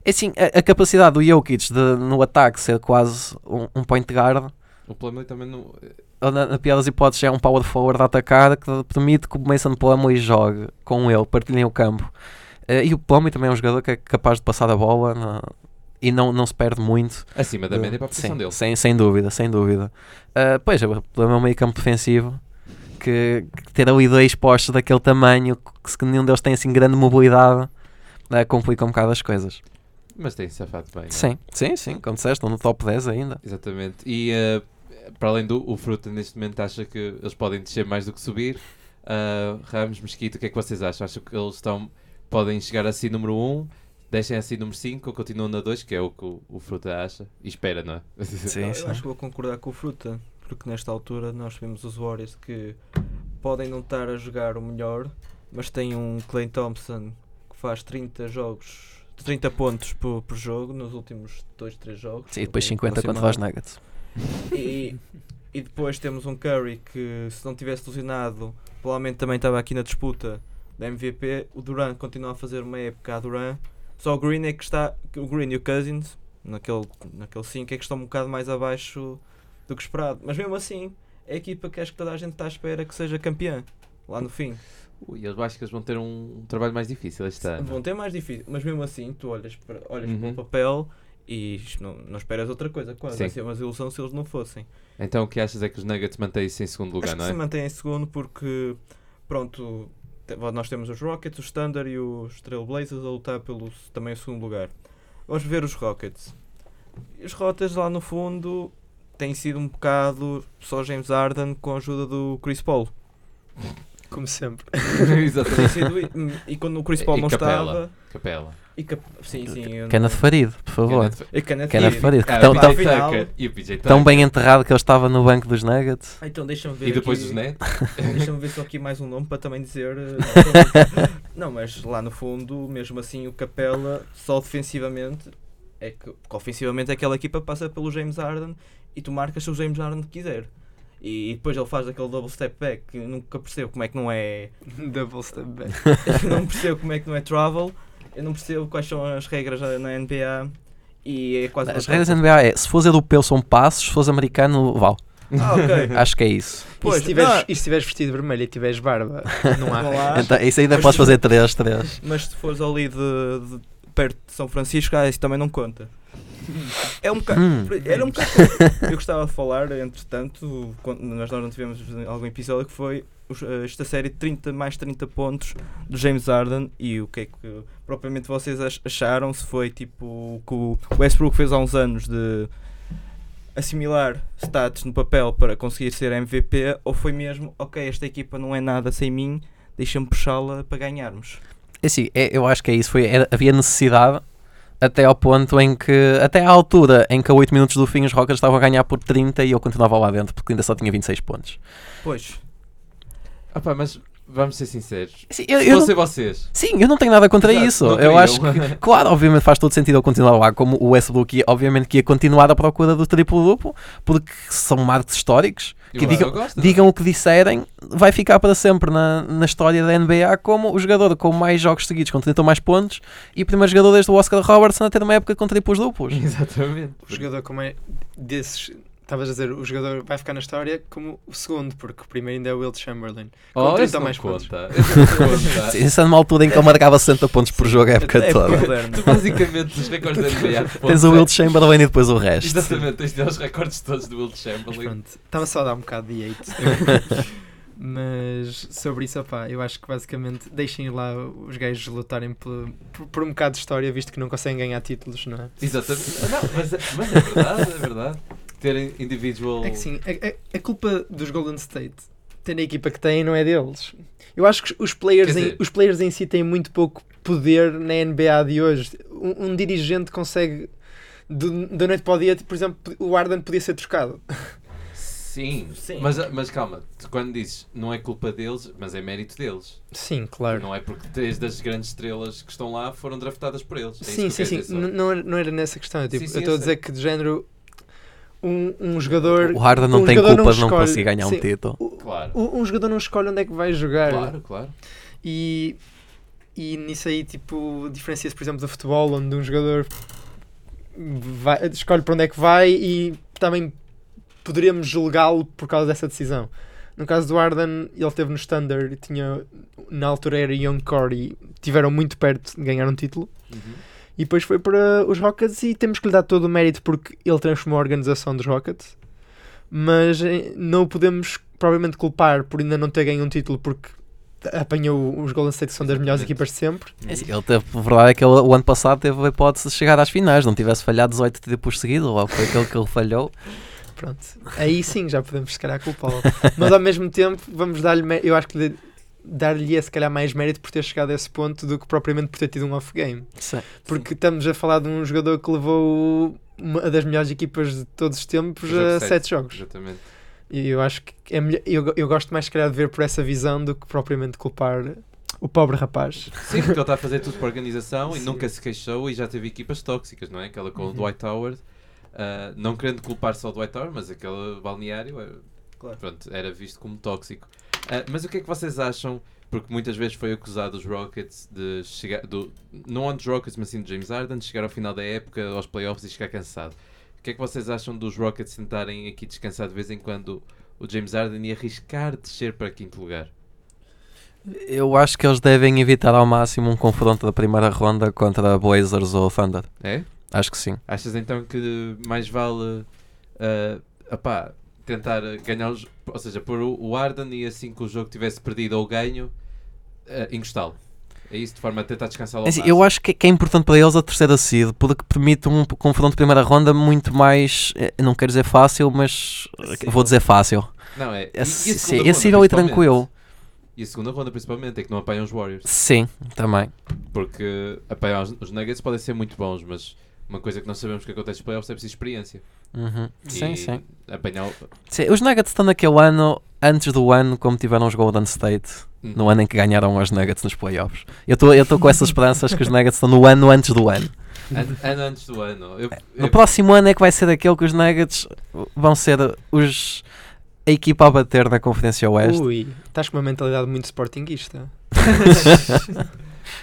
B: É Assim, a, a capacidade do Jokic de, no ataque ser quase um, um point guard,
A: o Plumlee também não... eh,
B: ou na, na pior das hipóteses é um power forward a atacar, que permite que o Mason Plumlee jogue com ele, partilhem o campo. Eh, e o Plumlee também é um jogador que é capaz de passar a bola na- e não, não se perde muito.
A: Acima É da
B: Do-
A: média para a posição
B: sim,
A: dele.
B: Sem, sem dúvida, sem dúvida. Ah, pois, o problema é o meio campo defensivo. Que, que ter ali dois postos daquele tamanho, que se nenhum deles tem assim grande mobilidade, ah, complica um bocado as coisas.
A: Mas tem safado bem. não é?
B: Sim, sim, sim, como disseste, estão no top 10 ainda.
A: Exatamente. E eh, para além do o Fruta, neste momento acha que eles podem descer mais do que subir. Ah, Ramos, Mesquita, o que é que vocês acham? Acham que eles estão, podem chegar assim número 1, deixem assim número 5 ou continuam na 2, que é o que o, o Fruta acha? E espera, não é?
B: Sim,
E: Eu
B: sim.
E: acho que vou concordar com o Fruta, porque nesta altura nós vemos os Warriors que podem não estar a jogar o melhor, mas tem um Clay Thompson que faz 30 jogos, 30 pontos por, por jogo nos últimos 2, 3 jogos.
B: Sim, e depois
E: ok,
B: 50 contra os
E: aproximadamente.
B: Nuggets.
E: E, e depois temos um Curry que, se não tivesse lesionado, provavelmente também estava aqui na disputa da MVP. O Duran continua a fazer uma época a Duran. Só o Green é que está. O Green e o Cousins, naquele 5, naquele cinco, é que estão um bocado mais abaixo do que esperado. Mas mesmo assim, é a equipa que acho que toda a gente está à espera que seja campeã. Lá no fim.
A: Ui, eu acho que eles vão ter um, trabalho mais difícil este ano.
E: Vão ter mais difícil. Mas mesmo assim, tu olhas para, olhas para
A: Uhum.
E: o papel e isto não, não esperas outra coisa. Quase. Vai
A: Sim.
E: ser uma ilusão se eles não fossem.
A: Então o que achas é que os Nuggets mantêm-se em segundo lugar,
E: Acho que
A: não é?
E: se mantém em segundo porque, pronto, te- nós temos os Rockets, os Thunder e os Trailblazers a lutar pelo s- também o segundo lugar. Vamos ver os Rockets. Os Rockets lá no fundo têm sido um bocado só James Harden com a ajuda do Chris Paul.
D: Como sempre.
E: Tem
A: Exatamente.
E: sido i- hum, e quando o Chris
A: E-
E: Paul
A: e
E: não
A: Capela.
E: estava...
A: Capela.
E: E cap, sim, sim. eu
B: Kenneth
E: não-
B: Farid, por favor.
A: Kenneth-
E: E Kenneth
B: Kenneth
E: Farid.
B: Farid, que
A: Ah,
B: tão,
A: o
E: pá,
B: tão-
A: PJ
E: final.
A: Tucker e o PJ
B: tão
A: Tucker.
B: bem enterrado que ele estava no banco dos Nuggets.
E: Ah, Então deixa-me ver
A: E depois
E: aqui-
A: os Nets.
E: Então, Deixa-me ver só aqui mais um nome para também dizer. eh, não, mas lá no fundo, mesmo assim, o Capela, só defensivamente, é que, porque ofensivamente aquela equipa passa pelo James Harden e tu marcas se o James Harden te quiser. E, depois ele faz aquele double step back que eu nunca percebo como é que não é.
D: Double step back.
E: eu não percebo como é que não é travel. Eu não percebo quais são as regras na- na NBA. E é quase.
B: As
E: uma
B: regras da
E: troca.
B: NBA é, se fores europeu são passos, se fores americano, vale.
E: Ah, ok.
B: Acho que é isso.
D: e,
E: Pois,
D: se tiveres,
E: não.
D: e se tiveres vestido vermelho e tiveres barba, não há.
E: Vão
D: regra.
E: lá.
B: Então, isso ainda
E: Mas-
B: podes fazer 3, 3.
E: Mas se fores ali de, de perto de São Francisco, ah, isso também não conta. É um bocado.
B: Hum.
E: Era um bocado. Eu gostava de falar, entretanto, quando nós nós não tivemos algum episódio que foi os- eh, esta série de 30 mais 30 pontos do James Harden e o que é que propriamente vocês ach- acharam se foi tipo o que o Westbrook fez há uns anos de assimilar status no papel para conseguir ser MVP ou foi mesmo, ok, esta equipa não é nada sem mim, deixa-me puxá-la para ganharmos.
B: É Assim, é- eu acho que é isso. Foi, era- havia necessidade até ao ponto em que, até à altura em que a 8 minutos do fim os Rockets estavam a ganhar por 30 e eu continuava lá dentro porque ainda só tinha 26 pontos.
E: Pois,
A: Ah, pá, mas vamos ser sinceros.
B: Assim, eu-
A: Se
B: eu não-
A: fossem vocês.
B: sim, eu não tenho nada contra
A: Exato,
B: isso.
A: não
B: Eu
A: queriam.
B: acho que, claro, obviamente faz todo sentido eu continuar lá, como o Westbrook, ia- obviamente que ia continuar à procura do triplo-duplo porque são marcos históricos.
A: E o
B: Que
A: Lázaro
B: digam,
A: gosta, não é?
B: digam o que disserem, vai ficar para sempre na, na história da NBA como o jogador com mais jogos seguidos, com 30 ou mais pontos, e o primeiro jogador desde o Oscar Robertson a ter uma época com triplos duplos.
A: Exatamente.
D: O jogador como é desses. Estavas a dizer, o jogador vai ficar na história como o segundo, porque o primeiro ainda é o Will Chamberlain.
A: Oh,
D: Conta
A: isso
D: então
A: não
D: mais pontos.
A: conta. Isso não conta.
B: Sim, Isso é numa altura em que ele marcava 60 pontos por jogo a época
E: é
B: toda.
E: moderno.
A: Tu basicamente os recordes da NBA. de pontos,
B: Tens o Will
A: é-
B: Chamberlain e depois o resto.
A: Exatamente, tens de dar os recordes todos do Will
D: Mas
A: Chamberlain.
D: pronto, estava só a dar um bocado de hate. Mas sobre isso, opá, eu acho que basicamente deixem lá os gajos lutarem por, por, por um bocado de história, visto que não conseguem ganhar títulos, não é?
A: Exatamente. Não, mas, é- mas é verdade, é verdade. Terem individual.
D: É que sim, a, a- a culpa dos Golden State, tendo a equipa que têm, não é deles. Eu acho que os players,
A: Quer
D: em,
A: dizer-
D: os players em si têm muito pouco poder na NBA de hoje. Um, um dirigente consegue, do- da noite para o dia, por exemplo, o Arden podia ser trocado.
A: Sim.
E: Sim.
A: Mas, mas calma, tu quando dizes não é culpa deles, mas é mérito deles.
D: Sim, claro.
A: Não é porque três das grandes estrelas que estão lá foram draftadas por eles. É isso
D: Sim,
A: que
D: sim,
A: eu quero
D: sim.
A: dizer só.
D: N- Não, era- não era nessa questão. Eu, tipo,
A: Sim, sim, eu
D: eu estou a
A: sei.
D: dizer que, de género, um, um jogador.
B: O Harden não
D: um
B: tem
D: jogador
B: culpa de não
D: escolhe-
B: conseguir ganhar
D: sim,
B: um título.
D: o-
A: Claro.
D: o- um jogador não escolhe onde é que vai jogar.
A: Claro, claro.
D: E, e nisso aí, tipo, diferencia-se, por exemplo, do futebol, onde um jogador vai- escolhe para onde é que vai e também poderíamos julgá-lo por causa dessa decisão. No caso do Arden, ele teve no Standard e tinha, na altura era Young Core e tiveram muito perto de ganhar um título.
A: Uhum.
D: E depois foi para os Rockets e temos que lhe dar todo o mérito porque ele transformou a organização dos Rockets. Mas eh, não o podemos provavelmente culpar por ainda não ter ganho um título porque apanhou os Golden State que são das melhores
A: Exatamente.
D: equipas de sempre.
B: É assim, Ele teve, a verdade é que ele, o ano passado teve a hipótese de chegar às finais, não tivesse falhado 18 tipos seguidos, ou foi aquele que ele falhou.
D: Pronto. Aí sim já podemos se calhar culpá-lo. Mas ao mesmo tempo vamos dar-lhe mé- eu acho que lhe- dar-lhe se calhar mais mérito por ter chegado a esse ponto do que propriamente por ter tido um off game. Porque estamos a falar de um jogador que levou uma das melhores equipas de todos os tempos
A: Jogo
D: a
A: sete.
D: uh, sete jogos.
A: Exatamente.
D: E eu acho que é melhor, eu, go- eu gosto mais, se calhar, de ver por essa visão do que propriamente culpar o pobre rapaz.
A: Sim, porque ele está a fazer tudo para a organização e
D: Sim.
A: nunca se queixou e já teve equipas tóxicas, não é? Aquela com
D: Uhum.
A: o Dwight Howard. ah, não querendo culpar só o Dwight Howard, mas aquele balneário eh,
E: Claro.
A: pronto, era visto como tóxico. Ah, mas o que é que vocês acham? Porque muitas vezes foi acusado os Rockets de chegar. Do, não dos Rockets, mas sim do James Harden, de chegar ao final da época, aos playoffs e chegar cansado. O que é que vocês acham dos Rockets tentarem aqui descansar de vez em quando o James Harden e arriscar descer para quinto lugar?
B: Eu acho que eles devem evitar ao máximo um confronto da primeira ronda contra Blazers ou Thunder.
A: É?
B: Acho que sim.
A: Achas então que mais vale ah, apá, tentar ganhar os. Ou seja, pôr o- o Arden e assim que o jogo tivesse perdido ou ganho, ah, encostá-lo? É isso, de forma a tentar
B: É
A: descansar logo.
B: assim, eu acho que, que é importante para eles a terceira seed, porque permite um p- confronto de primeira ronda muito mais. eh, Não quero dizer fácil, mas eh,
E: Acessível.
B: vou dizer fácil.
A: Não, é.
B: É
A: e- e a segunda
B: acessível
A: ronda,
B: e, acessível e
A: principalmente?
B: tranquilo.
A: E a segunda ronda, principalmente, é que não apanham os Warriors.
B: Sim, também.
A: Porque apanhar os, os Nuggets podem ser muito bons, mas uma coisa que nós sabemos que acontece nos playoffs é preciso experiência.
B: Uhum. Sim,
A: E
B: sim.
A: Apanhar. o-
B: Sim, Os Nuggets estão naquele ano, antes do ano, como tiveram os Golden State, no ano em que ganharam os Nuggets nos playoffs. Eu estou com essas esperanças que os Nuggets estão no ano antes do ano.
A: An- ano antes do ano. Eu,
B: No
A: eu-
B: próximo ano é que vai ser aquele que os Nuggets vão ser os a equipa a bater na Conferência Oeste.
D: Ui, estás com uma mentalidade muito sportinguista.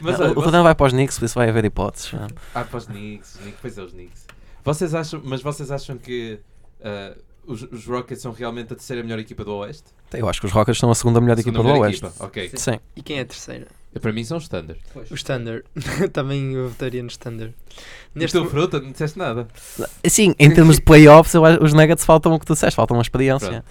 A: mas
B: Não,
A: olha,
B: o Rodan vai para os Knicks, por isso vai haver hipóteses. não é?
A: Ah, para os Knicks, os Knicks, pois é, os Knicks. Vocês acham, mas vocês acham que ah, os, os Rockets são realmente a terceira melhor equipa do Oeste?
B: Eu acho que os Rockets são a segunda melhor
A: Segunda
B: equipa do
A: melhor
B: Oeste.
A: equipa, Ok.
E: Sim.
B: Sim.
D: E quem é a terceira?
A: Para mim são os Thunder.
D: O Standard. Também eu votaria no Standard.
A: Neste
D: Neste
A: tu, fruta, não disseste nada.
B: Assim, em termos de playoffs, eu acho- os Nuggets faltam o que tu disseste, faltam uma experiência.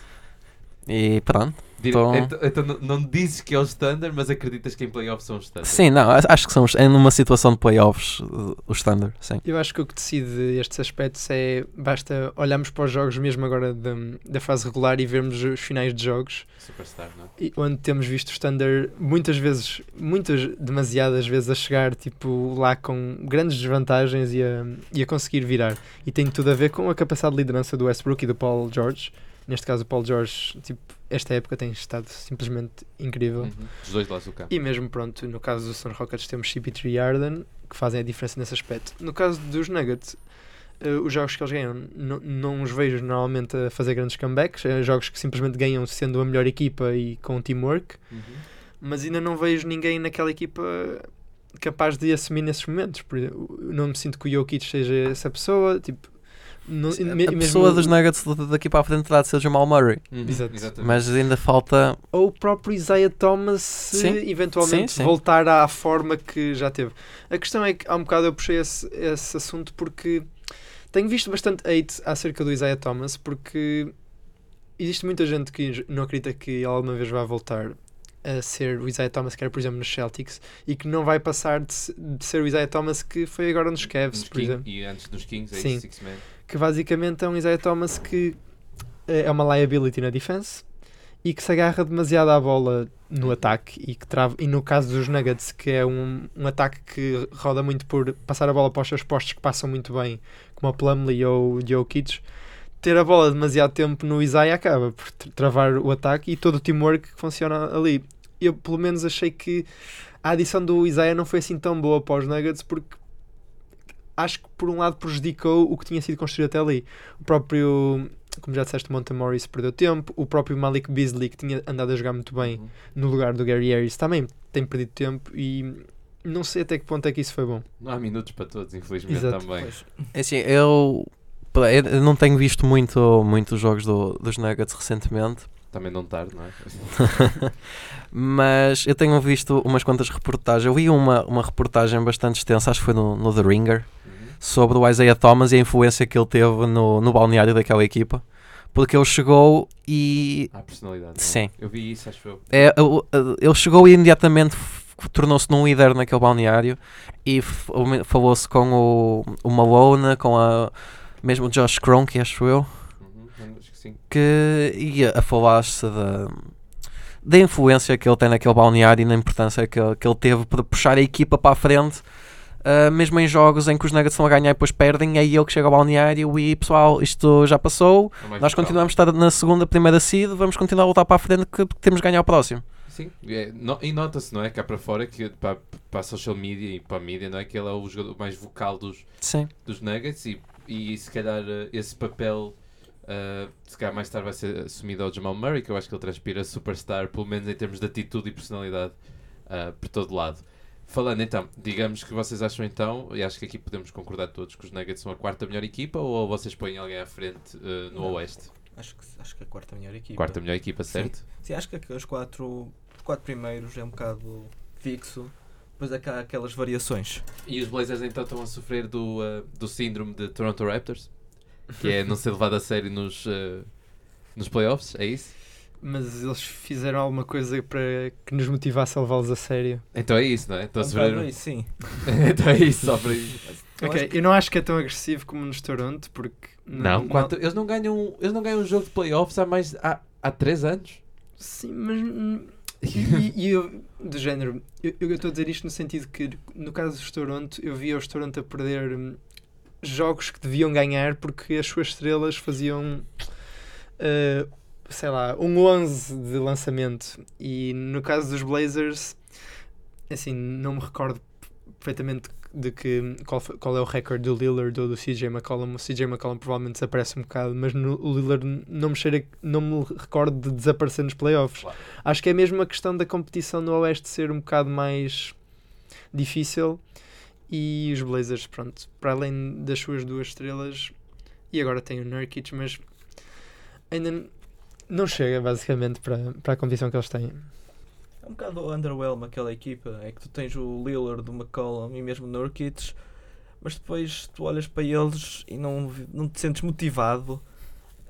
B: E pronto.
A: Dire-
B: Então-
A: Então, então não- não dizes que é os Thunder, mas acreditas que em playoffs são os Thunder.
B: Sim, não, a- acho que são os- em uma situação de playoffs, uh, os Thunder, sim.
D: eu acho que o que decide estes aspectos é basta olharmos para os jogos mesmo agora da, da fase regular e vermos os finais de jogos
A: Superstar, não é?
D: e onde temos visto o Standard muitas vezes, muitas, demasiadas vezes a chegar tipo, lá com grandes desvantagens e a, e a conseguir virar. E tem tudo a ver com a capacidade de liderança do Westbrook e do Paul George. Neste caso, o Paul George, tipo, esta época tem estado simplesmente incrível.
A: Uhum. Dos dois lados do campo.
D: E mesmo, pronto, no caso do Sun Rockets temos CP3 e Arden, que fazem a diferença nesse aspecto. No caso dos Nuggets, eh, os jogos que eles ganham, n- não os vejo normalmente a fazer grandes comebacks, é jogos que simplesmente ganham sendo a melhor equipa e com teamwork,
A: Uhum.
D: mas ainda não vejo ninguém naquela equipa capaz de assumir nesses momentos. Por exemplo, não me sinto que o Jokic seja essa pessoa, tipo... Não, e me-
B: A
D: mesmo-
B: pessoa dos Nuggets da- daqui para a frente terá de ser o Jamal Murray,
A: Uhum,
D: Exato.
A: Exatamente.
B: mas ainda falta
D: ou o próprio Isaiah Thomas se
B: Sim,
D: eventualmente
B: sim, sim.
D: voltar à forma que já teve. A questão é que há um bocado eu puxei esse, esse assunto porque tenho visto bastante hate acerca do Isaiah Thomas porque existe muita gente que j- não acredita que ele alguma vez vai voltar a ser o Isaiah Thomas que era, por exemplo, nos Celtics e que não vai passar de, se- de ser o Isaiah Thomas que foi agora nos Cavs,
A: Nos
D: por
A: King,
D: exemplo.
A: e antes dos Kings, é
D: Sim.
A: isso, Six Man.
D: Que basicamente é um Isaiah Thomas que eh, é uma liability na defense e que se agarra demasiado à bola no ataque e que trava, e no caso dos Nuggets que é um, um ataque que roda muito por passar a bola para os seus postos que passam muito bem como o Plumlee ou o Jokic ter a bola demasiado tempo no Isaiah acaba por tra- travar o ataque e todo o teamwork que funciona ali eu pelo menos achei que a adição do Isaiah não foi assim tão boa para os Nuggets porque acho que por um lado prejudicou o que tinha sido construído até ali o próprio como já disseste, o Monta Morris perdeu tempo. O próprio Malik Beasley, que tinha andado a jogar muito bem
A: Uhum.
D: no lugar do Gary Harris, também tem perdido tempo. E não sei até que ponto é que isso foi bom.
A: Não há minutos para todos, infelizmente,
D: Exato.
A: também.
E: Pois.
B: É Assim, eu, pá, eu não tenho visto muito, muito os jogos do- dos Nuggets recentemente,
A: Também não tarde, não é?
B: mas eu tenho visto umas quantas reportagens. Eu vi uma, uma reportagem bastante extensa, acho que foi no, no The Ringer,
A: Uhum.
B: sobre o Isaiah Thomas e a influência que ele teve no, no balneário daquela equipa, porque ele chegou e
A: Há personalidade. não é?
B: Sim.
A: Eu vi isso, acho eu.
B: É, o- o- ele chegou e imediatamente f- tornou-se num líder naquele balneário e f- o- falou-se com o, o Malone, com a, mesmo o Josh Kroenke, acho eu,
A: Uhum. Acho que sim.
B: que ia a falar-se da, da influência que ele tem naquele balneário e na importância que, ele- que ele teve para puxar a equipa para a frente. ah, mesmo em jogos em que os Nuggets estão a ganhar e depois perdem, é ele que chega ao balneário e pessoal, isto já passou,
A: Não É mais
B: nós
A: vocal.
B: continuamos a estar na segunda, primeira seed, vamos continuar a lutar para a frente que temos de ganhar o próximo.
A: Sim, é, no- e nota-se, não é? Cá para fora, que para, para a social media e para a mídia, não é? Que ele é o jogador mais vocal dos,
B: Sim.
A: dos Nuggets e, e se calhar eh, esse papel, eh, se calhar mais tarde vai ser assumido ao Jamal Murray, que eu acho que ele transpira superstar, pelo menos em termos de atitude e personalidade, eh, por todo lado. Falando então, digamos que vocês acham então, e acho que aqui podemos concordar todos, que os Nuggets são a quarta melhor equipa ou vocês põem alguém à frente eh, no
E: Não.
A: Oeste?
E: Acho que, acho que a quarta melhor equipa.
A: Quarta melhor equipa,
E: Sim.
A: certo?
E: Sim, acho que os quatro, os quatro primeiros é um bocado fixo. Depois é que há aquelas variações.
A: E os Blazers então estão a sofrer do, eh, do síndrome de Toronto Raptors, que é não ser levado a sério nos, eh, nos playoffs, é isso?
D: Mas eles fizeram alguma coisa para que nos motivasse a levá-los a sério.
A: Então é isso, não é? Estão a
E: Um
A: sofrer.
E: bocado isso, Sim.
A: então é isso, só para isso.
E: Eu
D: ok,
E: acho
D: eu não acho que é tão agressivo como nos Toronto, porque.
A: Não, quatro- eles, não ganham, eles não ganham um jogo de playoffs há mais há, há 3 anos.
D: Sim, mas. hum, E, e eu, do género, eu eu estou a dizer isto no sentido que, no caso dos Toronto, eu via os Toronto a perder hum, jogos que deviam ganhar porque as suas estrelas faziam, eh, sei lá, um 11 de lançamento. E no caso dos Blazers, assim, não me recordo perfeitamente de que qual, foi- qual é o recorde do Lillard ou do CJ McCollum. O CJ McCollum provavelmente desaparece um bocado, mas no, o Lillard não me, cheira, não me recordo de desaparecer nos playoffs.
A: Claro.
D: Acho que é mesmo a questão da competição no Oeste ser um bocado mais difícil e os Blazers, pronto, para além das suas duas estrelas, e agora tem o Nurkic, mas ainda n- não chega basicamente para, para a competição que eles têm.
E: É um bocado underwhelm aquela equipa. É que tu tens o Lillard, o McCollum e mesmo o Nurkic, mas depois tu olhas para eles e não, vi- não te sentes motivado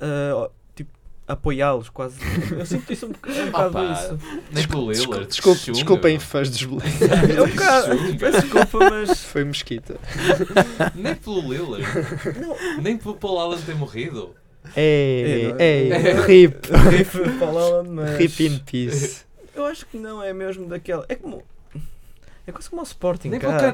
E: a ó, tipo, apoiá-los quase. Eu sinto isso um boca- é um bocado,
A: Opa,
E: isso.
A: Nem com o Lillard.
D: Desculpe, desculpe,
A: chunga,
D: desculpem,
A: mano.
D: fãs dos Blazers.
E: É um bocado.
A: Chunga.
E: Peço desculpa, mas
D: Foi Mesquita.
A: assim, Nem pelo Lillard. Nem pelo Paul Allen ter morrido.
D: Ei,
E: É,
D: ei,
A: é.
D: rip,
E: Riff falava, mas
D: rip in peace.
E: eu acho que não é mesmo daquela. É como é quase como o Sporting,
A: Nem pelo
E: cara.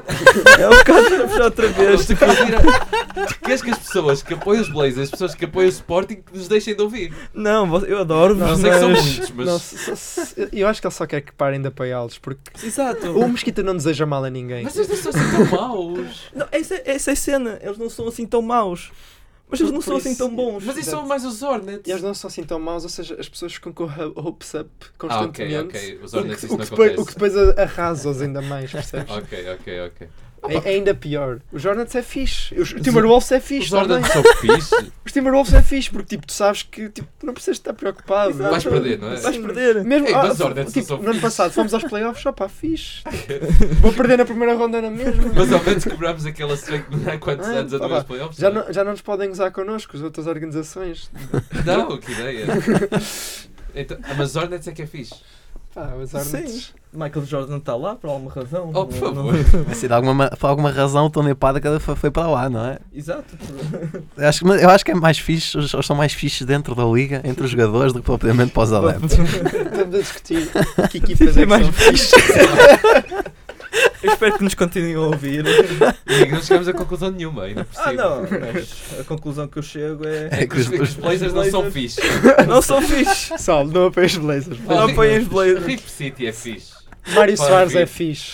A: Cat-
E: É um bocado outra vez.
A: Tu queres ir a- tu queres que as pessoas que apoiam os Blazers, as pessoas que apoiam o Sporting, que nos deixem de ouvir.
E: Não, vo- eu adoro,
A: Não
E: mas
A: sei é que são muitos, mas.
D: Não, só- só- eu acho que ele só quer que parem de apoiá-los, porque
E: Exato.
D: o Mesquita não deseja mal a ninguém.
A: Mas vocês não são assim tão maus.
E: Não, essa, essa é a cena. Eles não são assim tão maus. Mas eles não
D: Por
E: são assim
D: isso-
E: tão bons.
A: Mas isso são mais os Hornets.
D: E eles não são assim tão maus, ou seja, as pessoas ficam com ho- hopes up
A: Ah, ok,
D: constantemente.
A: ok. Os
D: O que-
A: Hornets isso
D: o
A: não
D: que depois- O que
A: acontece.
D: depois arrasa-os ainda mais, percebes?
A: Ok, ok, ok.
D: É, é ainda pior. Os Hornets é fixe. Os Timberwolves é fixe
A: Os Jordan
D: também.
A: são fixe.
D: Os Timberwolves é fixe porque tipo, tu sabes que tipo, não precisas estar preocupado.
A: Vais
D: Não, não-
A: perder, não é?
E: Vais perder.
D: Mesmo,
A: Ei,
D: ah,
A: mas os Hornets
D: tipo,
A: não são
D: no ano passado fomos aos playoffs, só pá, fixe. Vou perder na primeira ronda na mesma.
A: Mas ao menos cobramos aquela swing de não há quantos
D: Ah,
A: anos a
D: tá
A: duas
D: bem.
A: playoffs.
D: Já não, já não nos podem usar connosco, as outras organizações.
A: Não, que ideia. Então, mas Hornets é que é fixe.
D: Pá, os Hornets.
E: Michael Jordan está lá por alguma razão.
A: Oh, por
E: Não- não-
A: favor.
B: Assim, de alguma, ma- por alguma razão o Tony Padre foi, foi para lá, não é?
E: Exato.
B: Eu acho, que- mas eu acho que é mais fixe, os, eles são mais fixes dentro da liga, entre os jogadores, do que propriamente para os adeptos.
D: Estamos a discutir que equipas é
E: Tem
D: que são
E: mais
D: fixe.
E: Eu espero que nos continuem a ouvir.
A: E não chegamos a conclusão nenhuma, ainda por cima.
E: Ah, não. Mas a conclusão que eu chego é.
B: É
A: Que os, que os Blazers não são fixe.
E: Não são fixe.
D: Pessoal, não apoies Blazers.
E: Não apoiem os Blazers.
A: Rip City é fixe.
D: Mário
A: Pá,
D: Soares é fixe.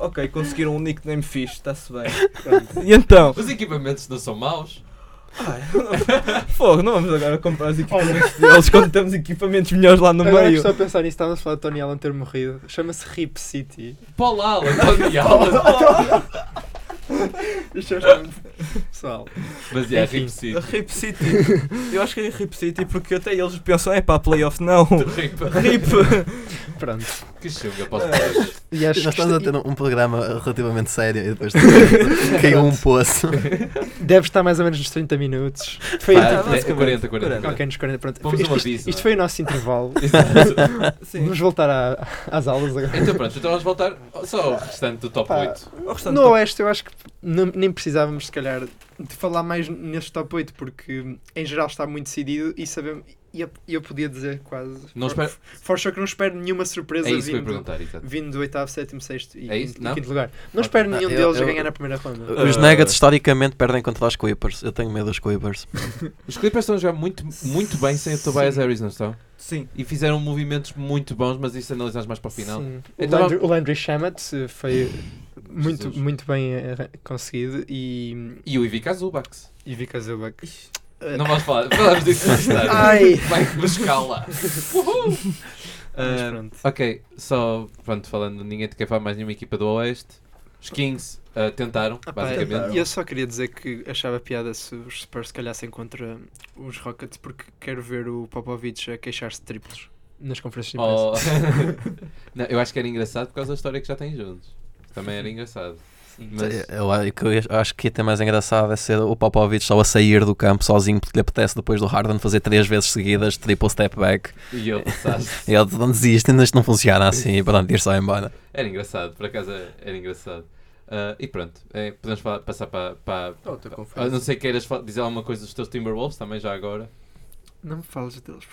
E: Ok, conseguiram um nickname fixe, está-se bem. E então?
A: Os equipamentos não são maus.
E: Fogo, não vamos agora comprar os equipamentos deles quando temos equipamentos melhores lá no
D: Agora que
E: meio.
D: estou a pensar nisso, estávamos a falar de Tony Allen ter morrido. Chama-se Rip City.
A: Paul Allen, Tony Allen.
D: Isto é excelente. Pessoal,
A: Mas é, Rip City.
E: Rip City. Eu acho que é Rip City porque até eles pensam, é pá, playoff não.
A: Rip.
E: Rip. É.
D: pronto.
A: Que chunga para os Blazers.
D: E acho
B: Nós
D: que
B: estamos a
D: isto-
B: ter um programa relativamente sério e depois caiu um poço.
D: deve estar mais ou menos nos 30 minutos. Foi
A: Pá,
D: então-
E: tá, basicamente.
A: 40, 40, 40.
D: Ok, nos 40, pronto.
A: Vamos
D: isto,
A: um
D: isto-
A: aviso,
D: isto
A: não é?
D: foi o nosso intervalo.
A: Exato.
E: Sim.
D: Vamos voltar à- às aulas agora.
A: Então pronto, então vamos voltar só ao restante do top
D: Pá,
A: 8.
E: O restante
D: No
E: top-
D: Oeste, eu acho que nem nem precisávamos, se calhar, de falar mais neste top 8, porque em geral está muito decidido e sabemos. E eu, eu podia dizer quase.
A: Não
D: for,
A: espero-
D: for sure que não espero nenhuma surpresa
A: É isso que eu ia
D: vindo,
A: perguntar, exato.
D: vindo do oitavo, sétimo, sexto e
A: É isso?
D: quinto,
A: Não?
D: quinto lugar. Não espero
B: Não,
D: nenhum
B: eu-
D: deles a
B: eu-
D: ganhar na primeira ronda.
B: Os
A: Uh,
B: Nuggets historicamente perdem contra os Clippers. Eu tenho medo dos Clippers.
A: Os Clippers estão a jogar muito, muito bem sem o Tobias Harris, não estão?
E: Sim.
A: E fizeram movimentos muito bons, mas isso analisamos mais para o final.
D: Sim.
A: Então
D: o, Landry, o Landry Shamet eh, foi muito,
A: Jesus.
D: muito bem eh, conseguido e,
A: E o Ivica Zubax.
D: e Vika Zubak.
A: Não vamos falar, falamos disso mais tarde.
D: É. Ai.
A: Vai que nos cala. Uhul. Ah,
D: pronto.
A: ok, só pronto, falando, ninguém te quer falar mais nenhuma equipa do Oeste. Os Kings ah, tentaram,
D: Ah, pá,
A: basicamente.
D: Eu só queria dizer que achava piada se os Spurs se calhassem contra os Rockets porque quero ver o Popovich a queixar-se de triplos nas conferências de imprensa.
A: Oh. Não, eu acho que era engraçado por causa da história que já têm juntos. Também era engraçado. Mas,
B: Eu, eu- eu acho que até mais engraçado é ser o Popovich só a sair do campo sozinho porque lhe apetece depois do Harden fazer três vezes seguidas triple step back.
A: e eu pensaste.
B: E ele não desiste, ainda isto não funciona assim e pronto, ir só embora.
A: Era engraçado, por acaso era era engraçado. Ah, e pronto, é, podemos falar- passar para. para
D: Outra
A: a Ah, não sei queiras fa- dizer alguma coisa dos teus Timberwolves também já agora.
D: Não me fales deles.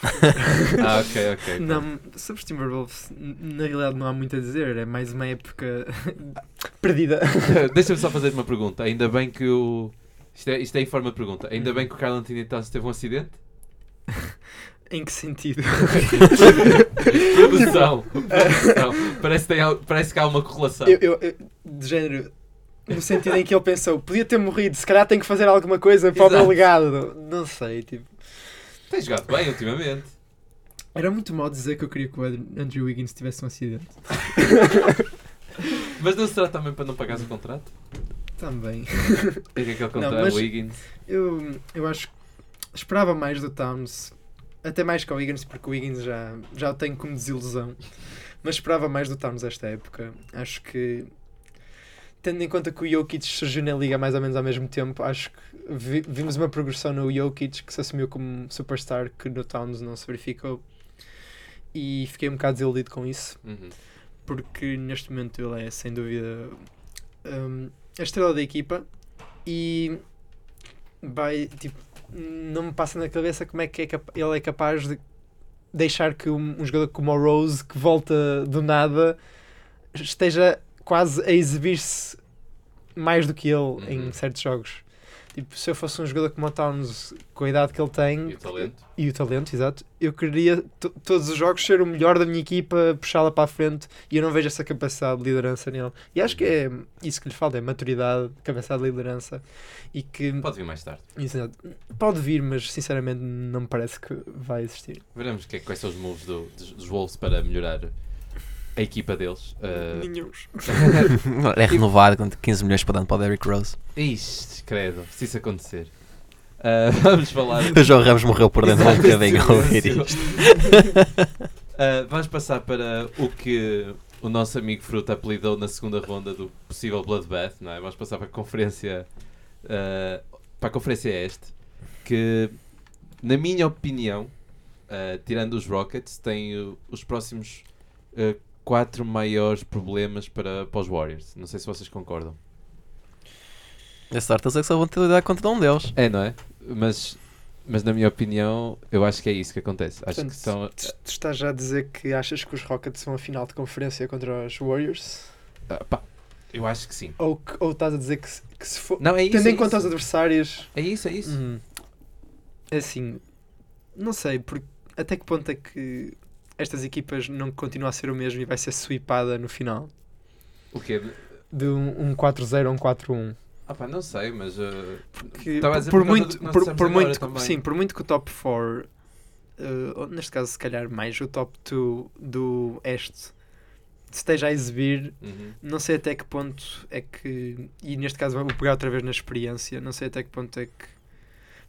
A: Ah, ok, ok.
D: Não, sobre os Timberwolves, n- na realidade não há muito a dizer. É mais uma época perdida.
A: Deixa-me só fazer uma pergunta. Ainda bem que o. Isto é, isto é em forma de pergunta. Ainda bem que o Carl Anthony Towns teve um acidente?
D: em que sentido?
A: Produção! produção. Parece, que tem al- parece que há uma correlação.
D: Eu, eu- eu- de género, no sentido em que ele pensou, podia ter morrido, se calhar tenho que fazer alguma coisa para o
A: Exato.
D: meu legado. Não sei, tipo.
A: Tem jogado bem ultimamente.
D: Era muito mal dizer que eu queria que o Andrew- Andrew Wiggins tivesse um acidente.
A: Mas não será também para não pagares o contrato?
D: Também.
A: É que aquele contrato
D: Não, mas-
A: Wiggins.
D: Eu, eu acho que esperava mais do Towns, até mais que o Wiggins, porque o Wiggins já, já o tenho como desilusão. Mas esperava mais do Towns esta época. Acho que, tendo em conta que o Jokic surgiu na liga mais ou menos ao mesmo tempo, acho que vi- vimos uma progressão no Jokic que se assumiu como superstar que no Towns não se verificou. E fiquei um bocado desiludido com isso,
A: Uhum.
D: porque neste momento ele é sem dúvida hum, a estrela da equipa e vai tipo não me passa na cabeça como é que é capa- ele é capaz de deixar que um, um jogador como o Rose que volta do nada esteja quase a exibir-se mais do que ele
A: Uhum.
D: em certos jogos tipo se eu fosse um jogador como o Towns com a idade que ele tem
A: E o talento?
D: e o talento, exato. Eu queria to- todos os jogos ser o melhor da minha equipa, puxá-la para a frente e eu não vejo essa capacidade de liderança nele. E acho que é isso que lhe falta: é maturidade, capacidade de liderança e que
A: Pode vir mais tarde.
D: exato, pode vir, mas sinceramente não me parece que vai existir.
A: Veremos que é, quais são os moves do- dos, dos Wolves para melhorar a equipa deles.
D: Eh,
A: Uh,
D: Ninhos.
B: é renovado com 15 milhões para dar para o Derrick Rose.
A: Ixi, credo, se isso acontecer. Uh, vamos falar.
B: O João Ramos morreu por dentro um bocadinho ao ouvir isto.
A: Uh, vamos passar para o que o nosso amigo Fruta apelidou na segunda ronda do possível Bloodbath, não é? Vamos passar para a conferência. uh, para a conferência este, que, na minha opinião, uh, tirando os Rockets, tem uh, os próximos uh, quatro maiores problemas para, para os Warriors. Não sei se vocês concordam.
B: As tortas é que só vão ter de lidar contra um deles.
A: É, não é? Mas, mas na minha opinião, eu acho que é isso que acontece. Acho
D: Portanto,
A: que são.
D: Tu, tu estás já a dizer que achas que os Rockets são a final de conferência contra os Warriors?
A: ah, pá, eu acho que sim.
D: Ou, que- ou estás a dizer que se, que se for.
A: Não, é isso.
D: Tendo
A: é
D: em conta os
A: isso.
D: adversários.
A: É isso, é isso.
D: Hum. Assim, não sei, porque até que ponto é que estas equipas não continuam a ser o mesmo e vai ser sweepada no final?
A: O quê?
D: De um, um 4-0 a um 4-1.
A: Ah, pá, não sei, mas. ah,
D: Que,
A: Estava a
D: por,
A: dizer
D: por
A: por causa
D: muito,
A: do que nós
D: por,
A: dissemos
D: por
A: agora
D: muito que-
A: também.
D: sim, por muito que o top 4, ou neste caso, se calhar mais o top 2 do Este, esteja a exibir
A: uhum.
D: não sei até que ponto é que, e neste caso vou pegar outra vez na experiência, não sei até que ponto é que,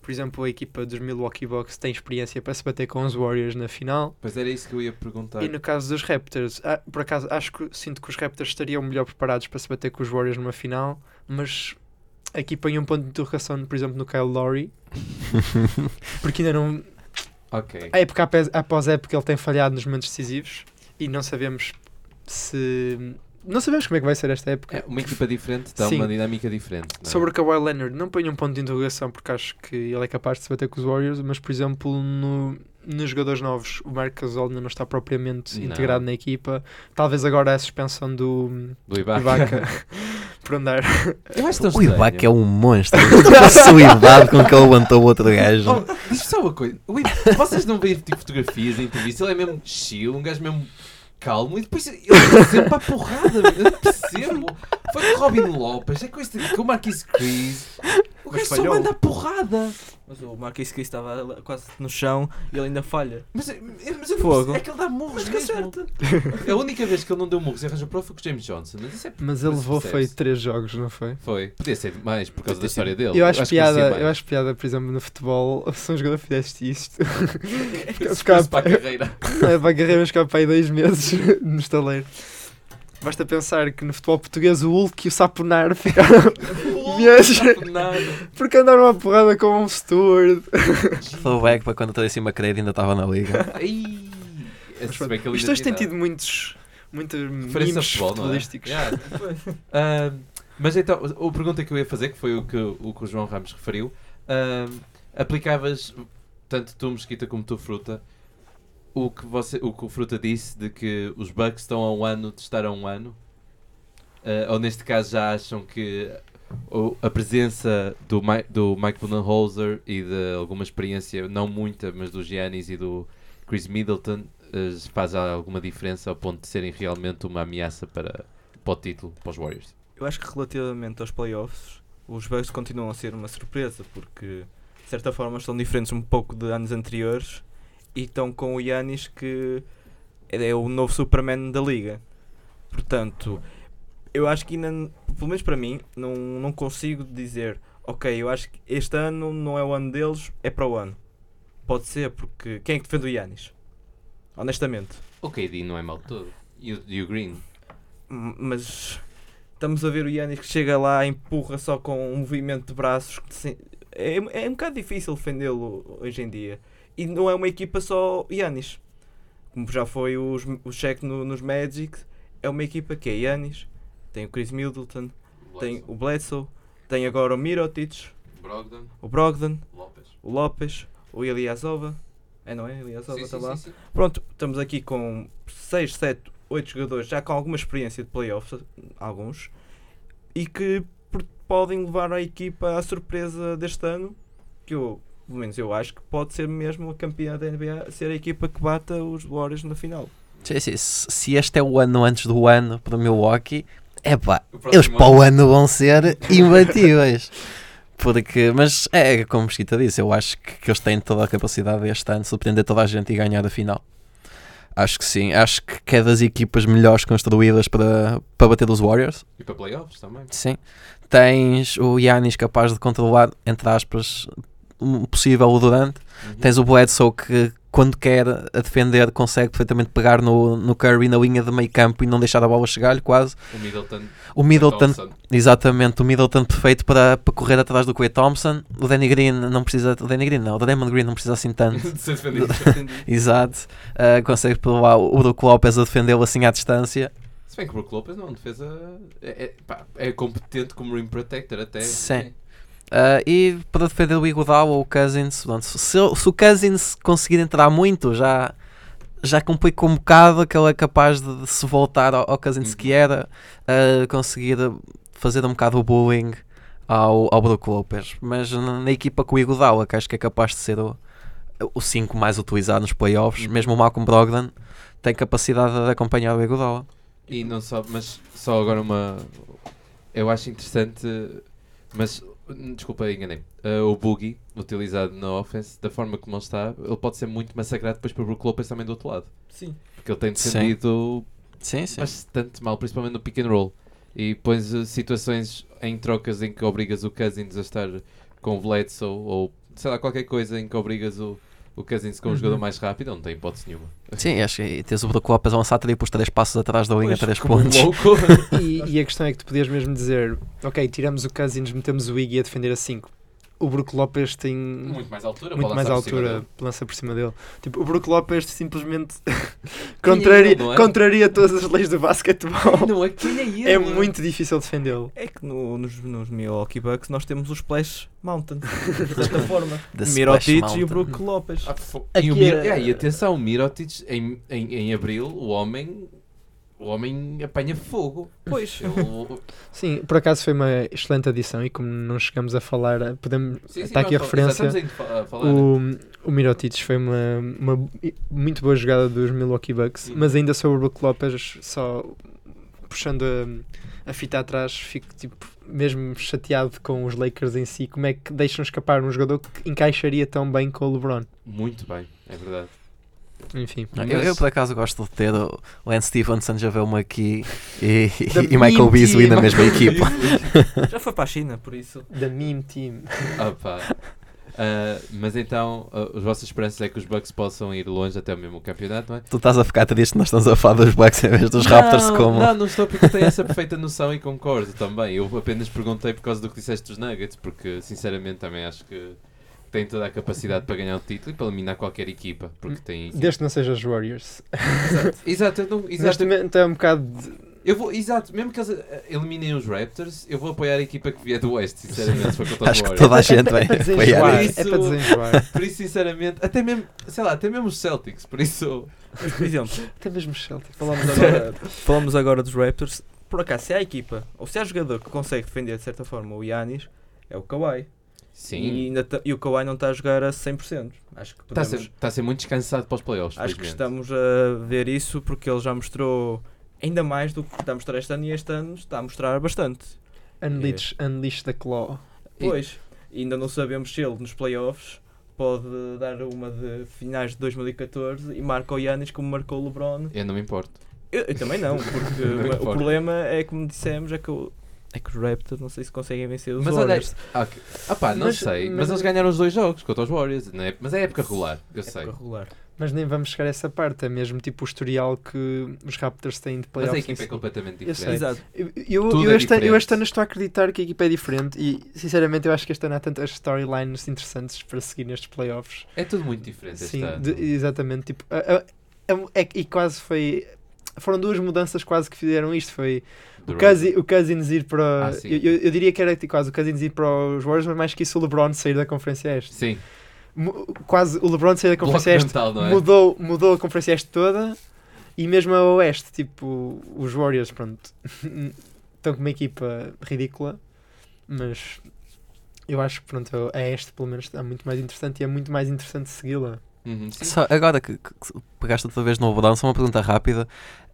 D: por exemplo, a equipa dos Milwaukee Bucks tem experiência para se bater com os Warriors na final.
A: Pois era isso que eu ia perguntar.
D: E no caso dos Raptors, ah, por acaso acho que sinto que os Raptors estariam melhor preparados para se bater com os Warriors numa final, mas aqui ponho um ponto de interrogação, por exemplo, no Kyle Lowry, porque ainda não,
A: Ok.
D: a época apes- após época ele tem falhado nos momentos decisivos e não sabemos se. Não sabemos como é que vai ser esta época.
A: É, uma equipa diferente dá
D: Sim.
A: uma dinâmica diferente. não é?
D: Sobre o Kawhi Leonard, não ponho um ponto de interrogação porque acho que ele é capaz de se bater com os Warriors, mas por exemplo, no, nos jogadores novos, o Marc Gasol ainda não está propriamente
A: Não.
D: integrado na equipa. Talvez agora a suspensão do
A: Do Ibaka.
D: Ibaka por andar.
A: Eu acho tão
B: O
A: estranho.
B: Ibaka é um monstro. A suidade com que ele levantou o outro gajo.
A: Oh, Diz-me só uma coisa. O Ibaka- Vocês não veem tipo, fotografias, entrevistas. Ele é mesmo chill, um gajo mesmo calmo. E depois ele é sempre à porrada. meu, Eu não percebo. Foi com o Robin Lopes, é com, este, com o Marquis Chris. O
E: Mas
A: gajo só
E: falhou.
A: manda a porrada.
E: Mas o Marquis Chris estava lá quase no chão e ele ainda falha.
A: Mas, é- mas eu não
E: Fogo.
A: percebo, é que ele dá murros mesmo. A única vez que ele não deu murros e arranjou prova foi com o James Johnson. Mas isso é...
D: Mas ele
A: Mas
D: levou foi
A: percebe-se.
D: três jogos, não foi?
A: Foi. Podia ser mais por causa da história dele.
D: Eu acho,
A: que merecia
D: piada,
A: mais.
D: eu acho piada, por exemplo, no futebol, se um jogador fizeste isto,
A: Isso
D: ficava-
A: fosse para a carreira.
D: É, para a carreira mas cá para aí dois meses no estaleiro. Basta pensar que no futebol português o Hulk e o Saponar ficaram. Viagem.
A: Não sabe nada.
D: Porque andaram à porrada com um Stewart.
B: Throwback para quando eu estava em cima credo ainda estava na liga.
A: Ai. É, se bem que ele
D: Os
A: ainda
D: dois têm
A: tinha
D: tido muitos. Muitos
A: referência a
D: memes
A: futebol, não é?
D: futebolísticos.
A: Yeah. Ah, mas então, a pergunta que eu ia fazer, que foi o que o, que o João Ramos referiu, ah, aplicavas, tanto tu, Mesquita, como tu, Fruta, o que, você, o que o Fruta disse de que os Bucks estão a um ano de estar a um ano? Ah, ou neste caso já acham que o- a presença do, Mi- do Mike Budenholzer e de alguma experiência, não muita, mas do Giannis e do Chris Middleton eh, faz alguma diferença ao ponto de serem realmente uma ameaça para, para o título, para os Warriors.
E: Eu acho que relativamente aos playoffs, os Bucks continuam a ser uma surpresa, porque de certa forma estão diferentes um pouco de anos anteriores e estão com o Yanis que é o novo Superman da liga. Portanto, eu acho que ainda, n- pelo menos para mim, não, não consigo dizer, ok, eu acho que este ano não é o ano deles, é para o ano. Pode ser, porque quem é que defende o Yanis? Honestamente.
A: O KD não é mal todo. E o, e o Green?
E: M- mas estamos a ver o Yannis que chega lá, empurra só com um movimento de braços. que se- É, é um bocado difícil defendê-lo hoje em dia. E não é uma equipa só Yannis. Como já foi os, o cheque no- nos Magic, é uma equipa que é Yannis, tem o Chris Middleton, tem o Bledsoe, tem agora o Mirotic,
A: Brogdon,
E: o Brogdon,
A: Lopes.
E: o Lopes, o Eliasova. É, não é? Eliasova está lá. Pronto, estamos aqui com 6, 7, 8 jogadores já com alguma experiência de playoffs, alguns, e que por- podem levar a equipa à surpresa deste ano, que eu, pelo menos eu acho que pode ser mesmo a campeã da NBA, ser a equipa que bata os Warriors na final.
B: Sim, sim, Se se este é o ano antes do ano para o Milwaukee, é pá, eles para o ano vão ser imbatíveis. Porque, mas é como o Mesquita disse, eu acho que, que eles têm toda a capacidade este ano de surpreender toda a gente e ganhar a final. Acho que sim. Acho que que é das equipas melhores construídas para, para bater os Warriors.
A: E para playoffs também.
B: Sim. Tens o Yanis capaz de controlar, entre aspas, um possível o Durant.
A: Uhum.
B: Tens o Bledsoe que, quando quer a defender, consegue perfeitamente pegar no, no Curry na linha de meio campo e não deixar a bola chegar-lhe quase.
A: O Middleton.
B: O Middleton,
A: Thompson.
B: exatamente, o Middleton perfeito para, para correr atrás do Clay Thompson. O Danny Green não precisa. O Danny Green não, o Draymond Green não precisa assim tanto.
A: Sem defender.
E: é
B: Exato. Ah, consegue provar o Brook Lopez a defendê-lo assim à distância.
A: Se bem que o Brook Lopez não é um defesa. É, é, pá, é competente como rim protector até.
B: Sim. Ah, e para defender o Iguodala ou o Cousins, pronto, se, o- se o Cousins conseguir entrar muito, já, já complica um bocado que ele é capaz de, de se voltar ao, ao Cousins
A: Uhum.
B: que era, ah, conseguir fazer um bocado o bullying ao, ao Brook Lopez. Mas na, na equipa com o Iguodala, que acho que é capaz de ser o o 5 mais utilizado nos playoffs,
A: Uhum.
B: mesmo o Malcolm Brogdon tem capacidade de acompanhar o Iguodala.
A: E não só, mas só agora uma. Eu acho interessante, mas hum, desculpa, enganei. Ah, o Boogie, utilizado na offense, da forma como ele está, ele pode ser muito massacrado depois pelo Brook Lopez também do outro lado.
E: Sim.
A: Porque ele tem
B: Sim.
A: defendido
B: Sim, sim.
A: bastante mal, principalmente no pick and roll. E pões eh, situações em trocas em que obrigas o Cousins a estar com o Bledsoe ou sei lá, qualquer coisa em que obrigas o, o Cousins com um jogador mais rápido, não tem hipótese nenhuma.
B: Sim, acho que tens o Brook Lopez a lançar triplos 3 passos atrás da linha
E: Pois,
B: 3
E: como um
B: pontos.
A: Louco!
D: E, e a questão é que tu podias mesmo dizer: Ok, tiramos o Cousins, metemos o Iggy a defender a 5. O Brook Lopes tem
A: muito mais altura,
D: muito
A: bola
D: mais
A: lançar por cima
D: altura,
A: dele.
D: lança por cima dele. Tipo, o Brook Lopes simplesmente contraria,
A: não é?
D: contraria todas as leis do basquetebol.
A: Não, aquilo é ele.
D: É muito difícil defendê-lo.
E: É que no- nos, nos Milwaukee Bucks nós temos o Splash Mountain, de certa forma.
B: The Splash
E: Mirotic e
B: Mountain.
E: o Brook Lopes.
A: Ah, fo-
D: Aqui
A: e, o Mir-
D: era-
A: é, e atenção, o Mirotic em, em, em abril, o homem, o homem apanha fogo.
E: Pois,
A: Ele-
D: Sim, por acaso foi uma excelente adição e como não chegamos a falar, eh, podemos,
A: sim, sim,
D: está aqui a
A: nós fal- já
D: referência.
A: estamos a fa- a falar.
D: O, o Mirotic foi uma, uma muito boa jogada dos Milwaukee Bucks,
A: Sim.
D: mas ainda sobre o Brook Lopez, só puxando a, a fita atrás, fico tipo mesmo chateado com os Lakers em si. Como é que deixam escapar um jogador que encaixaria tão bem com o LeBron?
A: Muito bem, é verdade.
D: Enfim,
B: Não,
D: mas-
B: Eu, eu, por acaso gosto de ter o Lance Stevenson, Javel McKee e,
D: Da
B: e Michael
D: meme
B: Beasley na
D: team.
B: mesma equipa.
E: Ah, já foi para a China, por isso.
D: da meme team.
A: Ah, pá. Ah, mas então, ah, as vossas esperanças é que os Bucks possam ir longe até mesmo o campeonato, não é?
B: tu estás a ficar triste, nós estamos a falar dos Bucks em vez dos Raptors
A: não,
B: como.
A: Não, não estou porque tenho essa perfeita noção e concordo também. Eu apenas perguntei por causa do que disseste dos Nuggets, porque sinceramente também acho que tem toda a capacidade para ganhar o título e para eliminar qualquer equipa, porque tem.
D: Desde que não seja os Warriors.
A: Exato, eu não-
D: Neste
A: exato,
D: momento é um bocado. de-
A: eu vou, exato, mesmo que eles eh, eliminem os Raptors, eu vou apoiar a equipa que vier do Oeste, sinceramente, se for contra os
B: Acho que
A: Warriors.
B: toda a
D: é
B: gente
D: para-
B: vai
D: é para
B: apoiar.
D: desenjoar.
B: isso.
D: É para desenjoar.
A: Por isso, sinceramente, até mesmo, sei lá, até mesmo os Celtics, por isso.
E: Mas, por exemplo,
D: Até mesmo os Celtics.
E: falamos agora, falamos agora dos Raptors. Por acaso, se há equipa, ou se há jogador que consegue defender de certa forma o Yanis, é o Kawhi. E,
A: Sim,
E: ainda ta- e o Kawhi não está a jogar a 100%. Acho que
A: está a,
E: podemos,
A: ser, tá a ser muito descansado para os playoffs.
E: acho que
A: felizmente.
E: estamos a ver isso porque ele já mostrou ainda mais do que está a mostrar este ano e este ano está a mostrar bastante.
D: Unleash, unleash the claw.
A: E-
E: Pois, ainda não sabemos se ele nos playoffs pode dar uma de finais de 2014 e marca o Yanis como marcou o LeBron.
A: Eu não me importo.
E: Eu, eu também não, porque
A: Não
E: o- o
A: importa.
E: problema é, como dissemos, é que, o, é que os Raptors não sei se conseguem vencer os
A: Mas olha-
E: Warriors.
A: Ah, ok. Ah pá, não
D: Mas-
A: sei. Mas,
D: mas-
A: eles ganharam os dois jogos contra os Warriors. não é? Mas é época regular, eu sei.
E: Época regular.
D: Mas nem vamos chegar a essa parte, é mesmo tipo o historial que os Raptors têm de
A: Mas a
D: playoffs. em
A: equipa é
D: si.
A: completamente
D: Eu sei.
A: diferente.
E: Exato.
D: Eu, eu,
A: Tudo
D: eu
A: é
D: este, eu
A: diferente.
D: este ano estou a acreditar que a equipa é diferente e sinceramente eu acho que este ano há tantas storylines interessantes para seguir nestes playoffs.
A: É tudo muito diferente este
D: Sim,
A: ano.
D: de- exatamente. Tipo, a- a- a- é que- e quase foi. Foram duas mudanças quase que fizeram isto. Foi
A: Do
D: o, Cousi- o Cousins ir para.
A: Ah, sim.
D: eu, eu- eu diria que era tipo, quase o Cousins ir para os Warriors, mas mais que isso o LeBron sair da Conferência Este.
A: Sim,
D: Mu- Quase o LeBron sair da
A: bloco
D: Conferência Este
A: mental, não é?
D: mudou, mudou a Conferência Este toda e mesmo a Oeste, tipo, os Warriors, pronto, estão com uma equipa ridícula, mas eu acho que, pronto, a Este pelo menos é muito mais interessante e é muito mais interessante segui-la.
A: Uhum, sim.
B: Só agora que, que- que pegaste outra vez no LeBron, só uma pergunta rápida.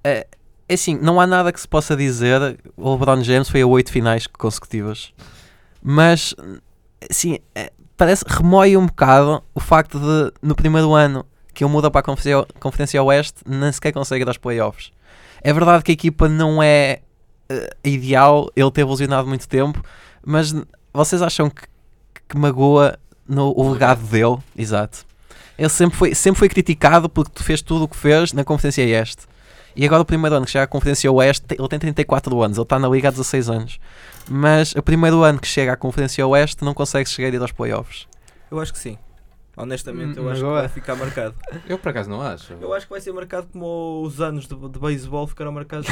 B: É, é assim, não há nada que se possa dizer. O LeBron James foi a oito finais consecutivas, mas assim, é, parece remoe um bocado o facto de no primeiro ano que ele muda para a Conferência, Conferência Oeste, nem sequer consegue ir aos playoffs. É verdade que a equipa não é eh, ideal, ele teve lesionado muito tempo, mas n- vocês acham que, que magoa no, o legado dele? Exato. Ele sempre foi, sempre foi criticado porque tu fez tudo o que fez na Conferência Este. E agora o primeiro ano que chega à Conferência Oeste, te- ele tem 34 anos, ele está na Liga há 16 anos. Mas o primeiro ano que chega à Conferência Oeste não consegue chegar a ir aos playoffs.
E: Eu acho que sim. Honestamente, eu
D: Hum,
E: acho que
D: magoa.
E: vai ficar marcado.
A: Eu por acaso não acho.
E: Eu acho que vai ser marcado como os anos de, de beisebol ficaram marcados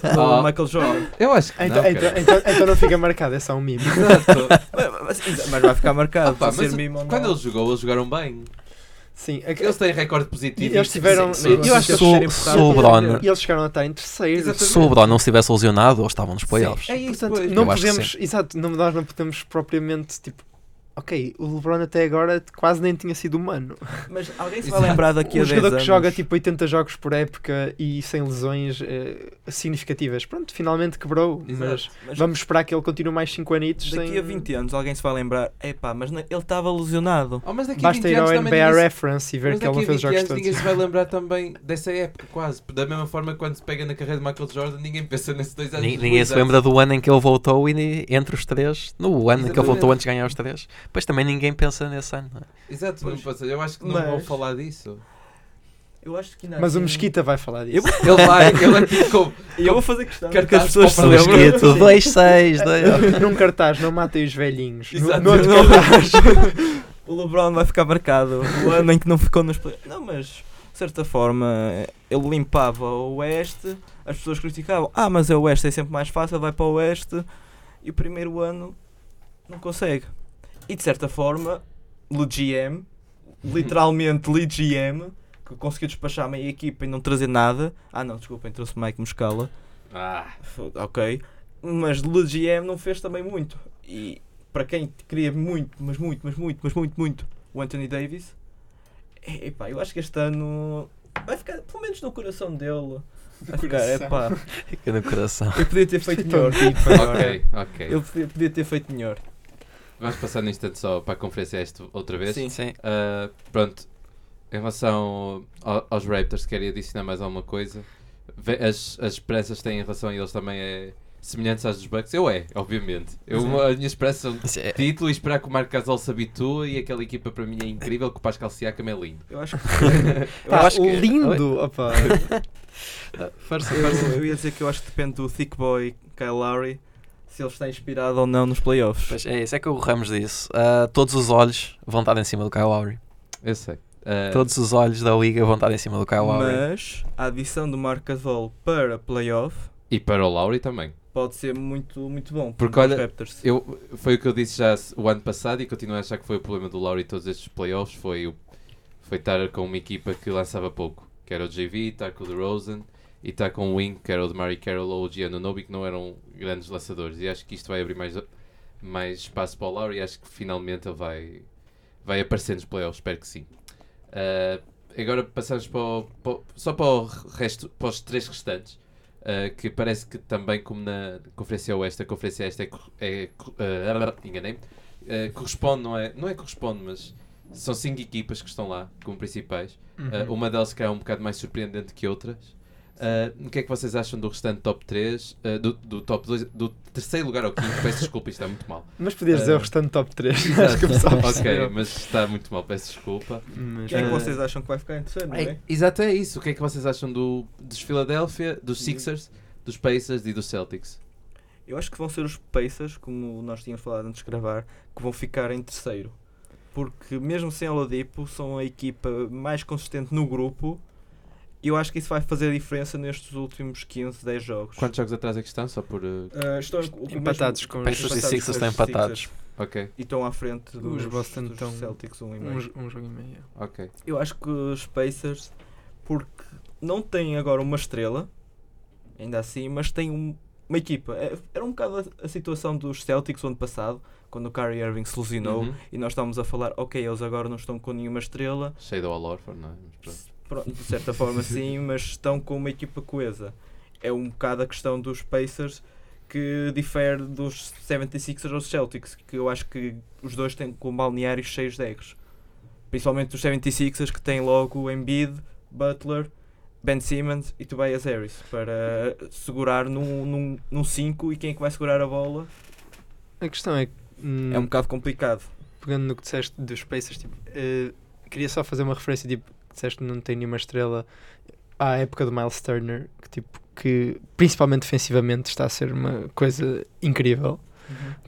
E: pelo
A: Ah.
E: Michael Jordan.
A: Eu acho que
D: Então,
A: não.
D: então,
A: cara.
D: então, então não fica marcado, é só um mimo.
A: Exato.
E: mas, mas- mas vai ficar marcado.
A: Opa,
E: vai ser
A: mas
E: mimo ou não.
A: Quando ele jogou, eles jogaram bem.
D: Sim, a-
A: Eles têm recorde positivo. é
D: Eles tiveram-
A: Sim, sim, sim.
D: Eu acho que-
B: Sou, sou o Bron.
D: e eles chegaram a estar em terceiro.
A: Exatamente.
B: Se o Bron não estivesse lesionado, eles estavam nos playoffs.
A: Sim, É isso,
D: Portanto,
A: pois.
D: não
B: Eu acho que
D: podemos, exato, não, nós não podemos propriamente, tipo, ok, o LeBron até agora quase nem tinha sido humano.
E: Mas alguém se vai
A: Exato.
E: lembrar daqui a
D: um
E: 10
D: jogador
E: anos.
D: que joga tipo 80 jogos por época e sem lesões eh, significativas. Pronto, finalmente quebrou, mas
A: Exato.
E: Mas
D: vamos esperar que ele continue mais 5 anitos.
E: daqui
D: sem...
E: a 20 anos alguém se vai lembrar. Epá, mas na- ele estava lesionado.
A: Oh, mas daqui a 20
D: Basta ir ao
A: anos também
D: NBA
A: ninguém se-
D: Reference e ver
A: mas
D: que ele não
A: daqui a
D: fez
A: 20
D: os jogos
A: anos
D: todos.
A: ninguém se vai lembrar também dessa época, quase. Da mesma forma que quando se pega na carreira de Michael Jordan, ninguém pensa nesses dois anos.
B: Ni-
A: dos
B: Ninguém
A: dois
B: se
A: anos.
B: lembra do ano em que ele voltou e ni- entre os três, no ano em que ele voltou antes de ganhar os três, pois também ninguém pensa nesse ano. não é?
A: Exato, não
E: Pois.
A: passa. Eu acho que não
E: Mas-
A: vão falar disso.
E: Eu acho que
D: Mas o Mesquita vai falar disso.
A: Ele vai, ele é tipo como.
E: Eu vou fazer questão.
A: Quero que as
E: Tá,
A: pessoas se
E: só para
A: lembrem.
E: lembrar.
B: Escrito 2, 6,
D: Num cartaz, não matem os velhinhos. No-
A: Exato.
D: no outro
A: Não.
D: cartaz.
E: O LeBron vai ficar marcado. O ano em que não ficou nos play- Não, mas de certa forma ele limpava o Oeste. As pessoas criticavam. Ah, mas é o Oeste, é sempre mais fácil, vai para o Oeste. E o primeiro ano não consegue. E de certa forma, Le GM, literalmente Le GM, que conseguiu despachar a meia equipa e não trazer nada. Ah, não, desculpem, trouxe Mike Muscala.
A: Ah,
E: Foda- Ok. Mas Le GM não fez também muito. E para quem queria muito, mas muito, mas muito, mas muito, muito o Anthony Davis, é, epá, eu acho que este ano vai ficar, pelo menos no coração dele. Vai ficar, epá,
B: Fica no coração.
E: eu podia ter feito melhor. tipo,
A: ok, ok.
E: Eu podia, podia ter feito melhor.
A: Vamos passar no instante só para a conferência este outra vez.
E: Sim.
B: Sim.
A: Ah, pronto, em relação ao- aos Raptors, queria adicionar mais alguma coisa. Ve- As, as esperanças que têm em relação a eles também é semelhantes às dos Bucks? Eu é, obviamente. Eu, a minha esperança é um
B: Isso é-
A: título e esperar que o Marco Gasol se habitue e aquela equipa para mim é incrível, que o Pascal Siakam é lindo.
E: Eu acho que. eu
B: Tá.
D: Pá,
E: acho que-
D: lindo! opa.
E: eu, eu ia dizer que eu acho que depende do Thick Boy Kyle Lowry se ele está inspirado ou não nos playoffs.
B: Pois é, isso é que o Ramos disse. Ah, todos os olhos vão estar em cima do Kyle Lowry.
A: Eu sei.
E: É.
A: Ah,
B: Todos os olhos da liga vão estar em cima do Kyle Lowry.
E: Mas a adição do Marc Gasol para playoff
A: E para o Lowry também.
E: pode ser muito, muito bom
A: Porque
E: para os
A: olha,
E: Raptors.
A: Eu, foi o que eu disse já s- o ano passado e continuo a achar que foi o problema do Lowry todos estes playoffs, foi, o, foi estar com uma equipa que lançava pouco, que era o JV, estar com o DeRozan e estar com o Wing, que era o de Mary Carroll ou o Giannunobi, que não eram grandes lançadores. E acho que isto vai abrir mais, mais espaço para o Lowry e acho que finalmente ele vai, vai aparecer nos playoffs, espero que sim. Ah, agora passamos para o- para o- só para, o resto, para os três restantes. Uh, que parece que também, como na Conferência Oeste, a Conferência Este é, cor- é cor- uh, enganei-me, uh, corresponde, não é? Não é corresponde, mas são cinco equipas que estão lá como principais.
D: Uhum.
A: Uh, uma delas que é um bocado mais surpreendente que outras. Uh, o que é que vocês acham do restante top 3? do, do top 2, do terceiro lugar ao quinto? Peço desculpa, isto está muito mal.
D: Mas podias dizer
E: uh,
A: Eh,
D: o restante top 3. Acho que o pessoal
A: ok,
D: percebeu.
A: mas está muito mal, peço desculpa.
D: Mas-
E: Quem é que
A: Eh,
E: vocês acham que vai ficar em terceiro, não é?
A: É, exato, é isso. O que é que vocês acham do, dos Philadelphia,
D: Uhum.
A: dos Sixers, dos Pacers e dos Celtics?
E: Eu acho que vão ser os Pacers, como nós tínhamos falado antes de gravar, que vão ficar em terceiro. Porque mesmo sem Oladipo, são a equipa mais consistente no grupo. E eu acho que isso vai fazer a diferença nestes últimos 15, 10 jogos.
A: Quantos jogos atrás é que estão? Só por. uh,
E: Eh, estão o- o
D: Empatados
E: mesmo-
D: com os-
B: Pacers e
E: empatados
B: Sixers
E: com os
B: estão empatados.
E: Sixers.
A: Ok,
E: E estão à frente dos,
D: Boston
E: dos
D: estão-
E: Celtics um e meio.
D: Um, jo- um jogo e meio.
A: ok.
E: Eu acho que os Pacers, porque não têm agora uma estrela, ainda assim, mas têm um- uma equipa. É- Era um bocado a, a situação dos Celtics o ano passado, quando o Kyrie Irving se lesionou,
A: Uhum.
E: e nós estávamos a falar, ok, eles agora não estão com nenhuma estrela,
A: Cheio do All Orford, não é? Mas pronto.
E: Pronto, de certa forma sim, mas estão com uma equipa coesa. É um bocado a questão dos Pacers que difere dos 76ers ou Celtics, que eu acho que os dois têm com balneários cheios de egos. Principalmente os 76ers que têm logo Embiid, Butler, Ben Simmons e Tobias Harris para segurar num- num num 5 e quem é que vai segurar a bola
D: A questão é que, hum,
E: é um bocado complicado.
D: pegando no que disseste dos Pacers, tipo, eh, queria só fazer uma referência, tipo, que disseste que não tem nenhuma estrela à época do Miles Turner, que tipo, que principalmente defensivamente está a ser uma coisa incrível.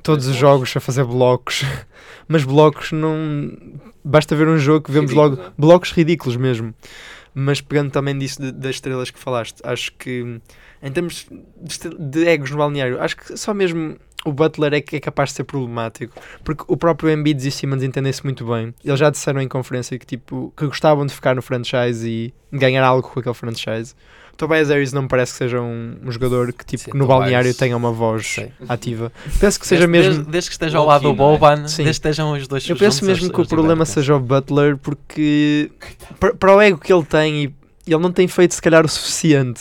D: Todos os jogos a fazer blocos, mas blocos não. Basta ver um jogo que vemos
A: Ridículos, não
D: logo.
A: é?
D: Blocos ridículos mesmo. Mas pegando também disso de- das estrelas que falaste, acho que em termos de, estre- de egos no balneário, acho que só mesmo o Butler é que é capaz de ser problemático. Porque o próprio Embiid e Simmons entendem-se muito bem. Eles já disseram em conferência que, tipo, que gostavam de ficar no franchise e ganhar algo com aquele franchise. O Tobias Harris não me parece que seja um, um jogador que, tipo,
B: Sim,
D: no
B: Tobias.
D: balneário tenha uma voz
B: Sim.
D: ativa. Penso que seja
B: é. desde,
D: mesmo...
B: Desde, desde que esteja ao
A: Low-key,
B: lado do
A: não é?
B: Boban, desde
D: Sim.
B: que estejam os dois
D: Eu penso
B: juntos,
D: mesmo
B: eles-
D: que o
B: eles
D: problema
B: divertem-se.
D: seja o Butler, porque para, para o ego que ele tem, e ele não tem feito se calhar o suficiente,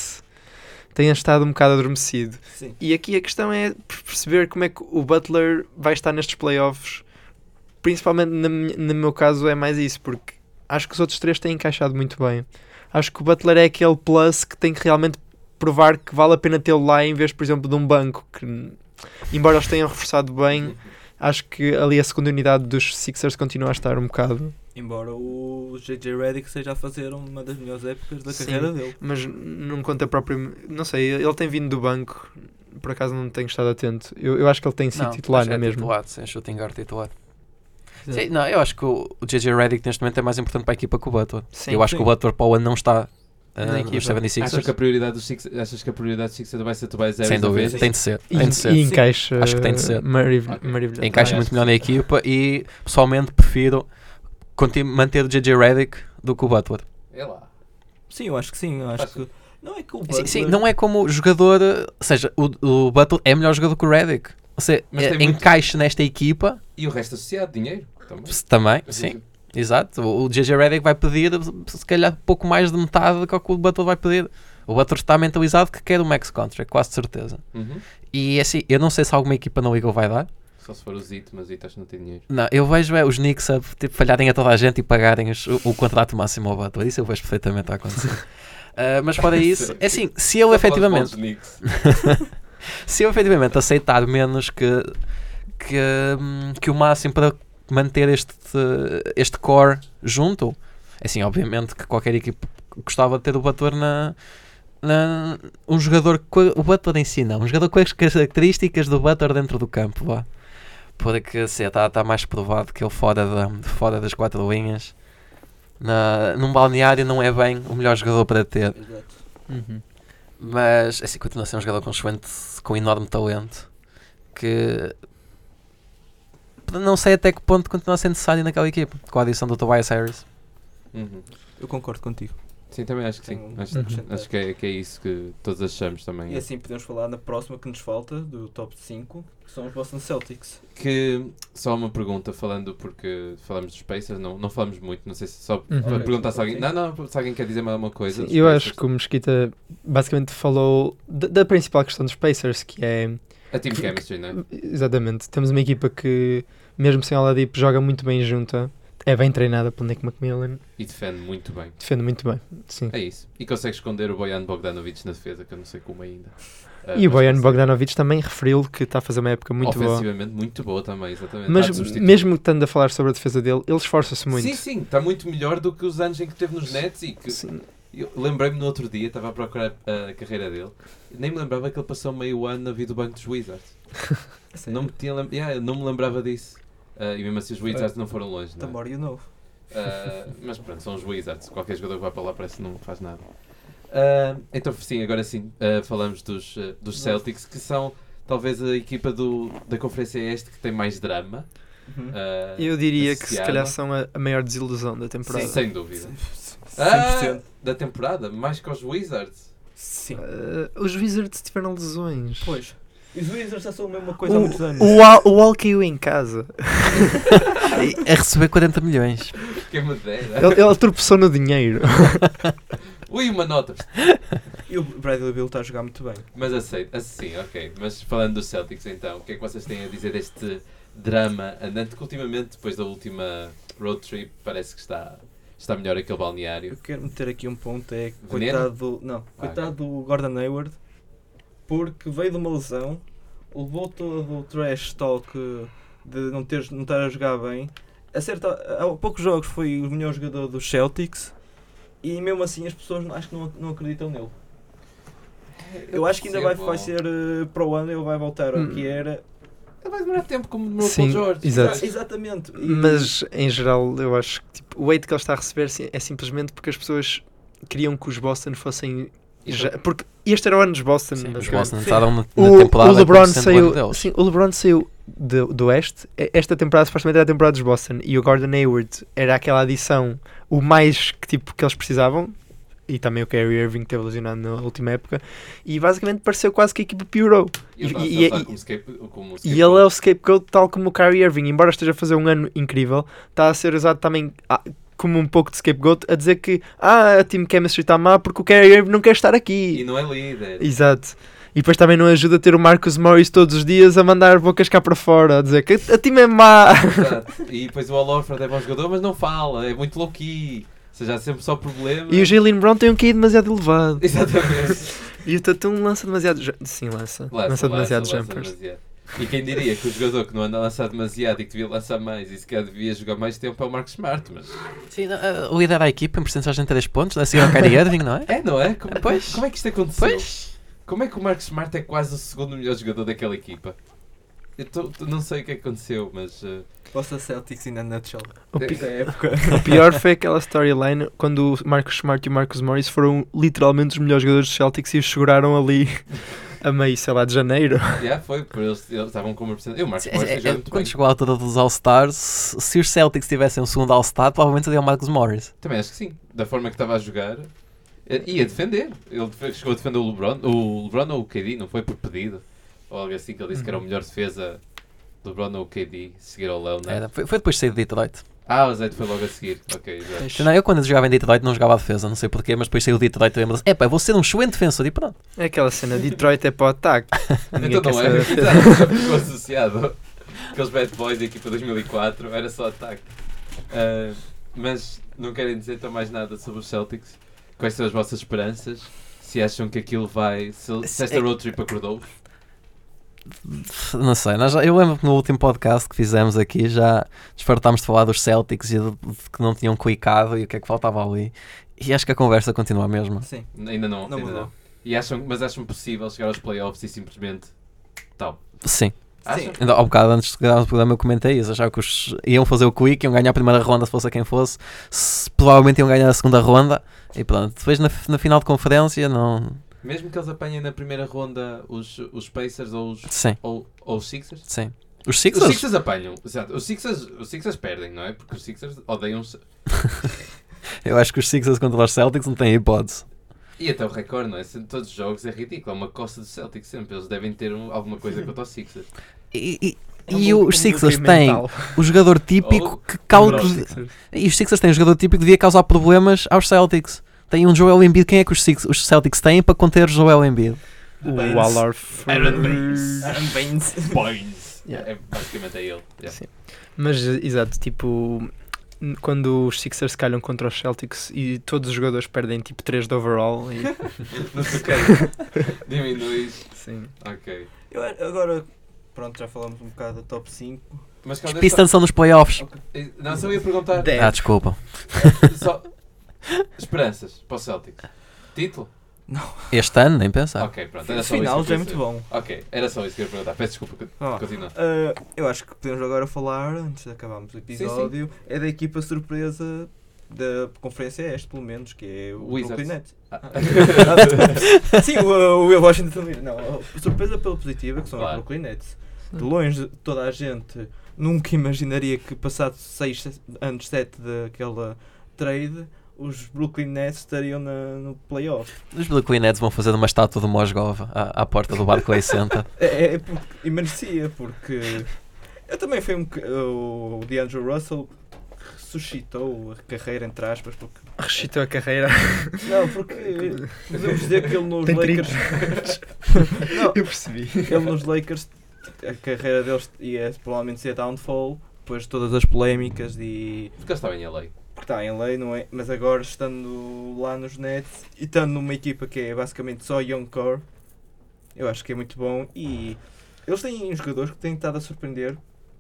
D: tem estado um bocado adormecido.
E: Sim.
D: E aqui a questão é per- perceber como é que o Butler vai estar nestes playoffs, principalmente na minha- no meu caso é mais isso, porque acho que os outros três têm encaixado muito bem. Acho que o Butler é aquele plus que tem que realmente provar que vale a pena tê-lo lá em vez, por exemplo, de um banco que, embora eles tenham reforçado bem, acho que ali a segunda unidade dos Sixers continua a estar um bocado.
E: Embora o JJ Redick seja a fazer uma das melhores épocas da
D: Sim.
E: carreira dele.
D: Mas não conta próprio. Não sei, ele tem vindo do banco. Por acaso não tenho estado atento. Eu, eu acho que ele tem sido
B: Não,
D: titular,
B: acho
D: não
B: que
D: é
B: é
D: mesmo?
B: Titular, sim, shooting guard titular.
D: Exato.
B: Sim, não, eu acho que o o JJ Redick neste momento é mais importante para a equipa que o Butler.
D: Sim,
B: eu acho
E: sim.
B: que o Butler para o ano não está ah,
D: Na equipa.
B: nos 76
A: Achas que a prioridade dos Sixers, achas que a prioridade dos Sixers vai ser Tobias Harris?
B: sem
A: outra
B: dúvida,
A: vez?
B: tem de ser,
D: é E,
B: tem de ser.
D: e encaixa.
B: Acho que tem de ser.
D: marav-
A: Ok.
D: maravilhoso.
B: Encaixa
A: acho
B: muito
A: que
B: melhor na
A: sim.
B: equipa e pessoalmente prefiro conti- manter o JJ Redick do que o Butler.
A: É lá.
E: Sim, eu acho que sim. Eu acho
A: Acho.
E: que. Não é que o
B: Sim, sim,
E: Butler-
B: não é como jogador, eh, ou seja, o, o Butler é melhor jogador que o Redick. Ou seja,
A: Mas
B: eh,
A: tem muito-
B: encaixa nesta equipa
A: E o resto associado, dinheiro? Também.
B: se- também, sim. Exato, o o JJ Redick vai pedir se calhar pouco mais de metade do que o Butler vai pedir. O Butler está mentalizado que quer o max contract, quase de certeza.
A: Uhum.
B: E assim, eu não sei se alguma equipa na Liga o vai dar.
A: Só se for o Zito, mas o Zito acho que não tem dinheiro.
B: Não, eu vejo é, os Knicks a tipo, falharem a toda a gente e pagarem os- o, o contrato máximo ao Butler. Isso eu vejo perfeitamente a acontecer. Ah, mas fora isso, é assim, se eu
A: Só para os
B: efetivamente
A: bons Knicks.
B: se eu efetivamente aceitar menos que, que, hum, que o máximo para manter este, este core junto, assim, obviamente que qualquer equipe gostava de ter o Butler na. na- um jogador com a- o Butler em si não, um jogador com as características do Butler dentro do campo vá. porque está tá mais provado que ele fora, da, fora das quatro linhas na, num balneário não é bem o melhor jogador para ter
E: é Exato.
D: Uhum.
B: mas assim continua a ser um jogador com excelente, com enorme talento que não sei até que ponto continua a ser necessário naquela equipa com a adição do Tobias Harris.
A: Uhum.
E: Eu concordo contigo.
A: Sim, também acho que sim.
E: Tenho
A: Acho,
D: um
E: porcento-
A: acho que, é, que é isso que todos achamos também.
E: E assim podemos falar na próxima que nos falta, do top 5, que são os Boston Celtics.
A: Que só uma pergunta, falando porque falamos dos Pacers, não, não falamos muito, não sei se só
D: Uhum.
A: para
E: Ok,
A: perguntar se alguém.
E: ok.
A: Não, não, se alguém quer dizer mais alguma coisa. dos
D: Eu
A: Pacers.
D: acho que o Mesquita basicamente falou da, da principal questão dos Pacers, que é.
A: A Team Chemistry, não é?
D: Exatamente. Temos uma equipa que, mesmo sem Oladipo, joga muito bem junta. É bem treinada pelo Nick McMillan.
A: E defende muito bem.
D: Defende muito bem. Sim.
A: É isso. E consegue esconder o Bojan Bogdanovic na defesa, que eu não sei como ainda.
B: É,
A: Ah,
D: E o
A: mas
D: Bojan
A: consegue.
D: Bogdanovic também referiu que está a fazer uma época muito boa.
A: Ofensivamente, muito boa também, exatamente. Há de
D: Mas
A: substituir.
D: mesmo estando a falar sobre a defesa dele, ele esforça-se muito.
A: Sim, sim, está muito melhor do que os anos em que teve nos Nets e que
D: Sim.
A: eu lembrei-me no outro dia, estava a procurar a carreira dele, nem me lembrava que ele passou meio ano na vida do banco dos Wizards. Não me, tinha lem- yeah, eu não me lembrava disso. Ah, e mesmo assim os Wizards não foram longe. não é?
E: Tambor, you know.
A: Ah, mas pronto, são os Wizards. Qualquer jogador que vai para lá parece que não faz nada. Ah, então sim, agora sim, ah, falamos dos, ah, dos Celtics, que são talvez a equipa do, da Conferência Este que tem mais drama.
E: Uhum.
A: ah,
D: Eu diria que se
A: associada.
D: calhar são a, a maior desilusão da temporada.
A: Sim, sem dúvida.
E: 100%.
A: Ah, da temporada, mais que os Wizards.
E: Sim.
D: Ah, os Wizards tiveram lesões.
E: Pois. Os Wizards já são a mesma coisa há muitos anos.
D: O, o, Al, o Al caiu em casa.
B: A receber 40 milhões.
A: Quem me dera.
D: Ele, ele tropeçou no dinheiro.
A: Ui, uma nota.
E: E o Bradley Bill está a jogar muito bem.
A: Mas aceito, assim, ok. Mas falando dos Celtics então, o que é que vocês têm a dizer deste drama andante que ultimamente, depois da última road trip parece que está, está melhor aquele balneário.
E: Eu quero meter aqui um ponto, é que
A: Veneno?
E: coitado do, não,
A: Ah,
E: coitado do Gordon Hayward, porque veio de uma lesão, levou todo o trash talk de não, ter, não estar a jogar bem, a certa, há poucos jogos foi o melhor jogador dos Celtics, e mesmo assim as pessoas não- acho que não, não acreditam nele. Eu acho que ainda vai, vai ser eh, para o ano, ele vai voltar ao
D: Hum.
E: que era.
A: Ele vai demorar tempo como demorou com
D: Sim,
A: o Jorge.
D: exato.
E: Ah, exatamente. E-
D: Mas em geral, eu acho que tipo, o hate que ele está a receber si- é simplesmente porque as pessoas queriam que os Boston fossem. já- porque este era o ano dos Boston.
B: Sim, os
D: basicamente.
B: Boston entraram na, na
D: o,
B: temporada
D: o LeBron
B: como sendo o ano
D: saiu,
B: deles.
D: sim, o LeBron saiu do, do Oeste. E- Esta temporada supostamente era a temporada dos Boston e o Gordon Hayward era aquela adição, o mais que, tipo, que eles precisavam. E também o Kyrie Irving que teve lesionado na última época. E basicamente pareceu quase que a equipa piorou.
A: Ele está a
D: e-
A: ser
D: e-
A: usado
D: e-
A: como escape- como
D: E
A: escape
D: ele é o scapegoat, tal como o Kyrie Irving. Embora esteja a fazer um ano incrível, está a ser usado também ah, como um pouco de scapegoat, a dizer que ah, a team chemistry está má porque o Kyrie Irving não quer estar aqui.
A: E não é líder.
D: Exato. E depois também não ajuda ter o Marcus Morris todos os dias a mandar bocas cá para fora, a dizer que a time é má.
A: Exato. E depois o Al Horford é bom jogador, mas não fala, é muito low key. Ou seja, há sempre só problemas.
D: E o Jalen Brown tem um QI demasiado elevado.
A: Exatamente.
D: E o Tatum lança demasiado. ju- Sim, lança.
A: Lança,
D: lança demasiado
A: lança, lança
D: jumpers.
A: demasiado. E quem diria que o jogador que não anda a lançar demasiado e que devia lançar mais e sequer devia jogar mais tempo é o Marcos Smart, mas
B: Sim, não, eh, o líder da equipa em porcentagem de 3 pontos, a seguir ao Kyrie Irving, não é?
A: é, não é? Como,
B: Pois.
A: como é que isto aconteceu?
B: Pois.
A: Como é que o Marcos Smart é quase o segundo melhor jogador daquela equipa? Eu tô- tô- não sei o que é que aconteceu, mas eh,
E: Boston Celtics in a nutshell.
D: O, pi-
E: Da época.
D: o pior foi aquela storyline quando o Marcus Smart e o Marcus Morris foram literalmente os melhores jogadores do Celtics e os seguraram ali a meio, sei lá, de janeiro.
A: já foi, por eles eles estavam com uma porcentagem. Eu, Marcos
B: É,
A: Smart,
B: é,
A: joga
B: é,
A: muito bem.
B: Quando chegou a altura dos All-Stars, se se os Celtics tivessem um segundo All-Star, provavelmente seria o Marcus Morris.
A: Também acho que sim, da forma que estava a jogar. eh, E a defender. Ele defe- chegou a defender o LeBron, o LeBron ou o KD, não foi por pedido. Ou algo assim que ele disse
B: Uhum.
A: que era a melhor defesa do LeBron ou o KD, seguir ao Leonard.
B: Era, foi, foi depois de sair de Detroit.
A: Ah, o Zé foi logo a seguir. Ok, exato.
B: Não, eu quando jogava em Detroit não jogava a defesa, não sei porquê, mas depois saiu de Detroit e lembro-me, epá, eu vou ser um excelente defensor e pronto.
D: É aquela cena, Detroit é para o ataque. Ninguém
A: então
D: quer
A: não
D: saber
A: é.
D: da defesa.
A: Exato, já ficou associado. Aqueles Bad Boys da equipa 2004, era só ataque. Ah, mas não querem dizer então mais nada sobre os Celtics. Quais são as vossas esperanças? Se acham que aquilo vai. Se, é se esta road trip acordou?
B: Não sei, nós já- eu lembro que no último podcast que fizemos aqui já despertámos de falar dos Celtics e de, de que não tinham clicado e o que é que faltava ali. E acho que a conversa continua a mesma.
E: Sim,
A: Ainda não.
E: não
A: ainda
E: mudou.
A: não. E acham, mas acham possível chegar aos playoffs e simplesmente tal?
B: Sim,
A: Acham?
B: ainda há um bocado antes de gravar o programa eu comentei isso. Achava que os, iam fazer o clique, iam ganhar a primeira ronda se fosse a quem fosse, se- provavelmente iam ganhar a segunda ronda e pronto. Depois na, na final de conferência, não.
A: Mesmo que eles apanhem na primeira ronda os, os Pacers ou os,
B: Sim,
A: ou, ou os Sixers?
B: sim. Os
A: Os
B: Sixers?
A: Sixers apanham, exato. Os Sixers, os Sixers perdem, não é? Porque os Sixers odeiam-se.
B: Eu acho que os Sixers contra os Celtics não têm hipótese.
A: E até o recorde, não é? Se- Todos os jogos é ridículo. É uma costa do Celtic sempre. Eles devem ter um- alguma coisa contra os Sixers.
B: E, e-
D: É um
B: e
D: bloqueio
B: os Sixers têm
D: mental.
B: o jogador típico
A: Oh,
B: que causa.
A: Brown
B: E os Sixers têm um jogador típico que devia causar problemas aos Celtics. Tem um Joel Embiid. Quem é que os, Six- os Celtics têm para conter Joel Embiid?
D: O Alorf.
E: Aaron Baines.
A: Boys!
D: Yeah.
A: É, basicamente é ele. Yeah.
D: Sim. Mas, eh, exato, tipo, n- quando os Sixers calham contra os Celtics e todos os jogadores perdem tipo 3 de overall, e,
A: Não sei o quê. Diminuis.
D: sim.
A: Ok.
E: Eu a- agora, pronto, já falamos um bocado do top 5.
A: Mas
B: Os
A: quando é
B: Pistons são nos playoffs.
A: só- Não, só ia perguntar.
D: Dez.
B: Ah, desculpa.
A: Só... Esperanças para o Celtic. Título?
B: Este ano, nem pensar.
A: Ok, pronto. Era
E: O
A: Ah, então
E: Ah.
A: só isso
E: final
A: que eu
E: já é muito
A: queria
E: bom.
A: saber. Ok, era só isso que eu ia perguntar. Peço desculpa. co-
E: Vá lá.
A: Continua.
E: Ah, eu acho que podemos agora falar, antes de acabarmos o episódio, é da equipa surpresa da Conferência Este, pelo menos, que é o
A: Wizards.
E: Brooklyn Nets.
A: Ah.
E: Sim, o, o Will Washington também. Não, a surpresa pela positiva, que são
A: Claro.
E: os Brooklyn Nets. De longe, de toda a gente nunca imaginaria que passado 6 anos, 7 daquela trade, os Brooklyn Nets estariam na, no playoff.
B: Os Brooklyn Nets vão fazer uma estátua do Mosgov à, à porta do Barclays Center.
E: É, é porque, e merecia, porque eu também fui um boc- o DeAndre Russell ressuscitou a carreira, entre aspas, porque
D: Reschitou a carreira.
E: não, porque podemos dizer que ele nos
D: Tem
E: Lakers Não.
D: Eu percebi.
E: ele nos Lakers a carreira deles ia provavelmente ser downfall depois de todas as polémicas e
A: Porque ele estava em LA.
E: porque está em lei, não é? Mas agora estando lá nos Nets e estando numa equipa que é basicamente só Young Core, eu acho que é muito bom e eles têm jogadores que têm estado a surpreender.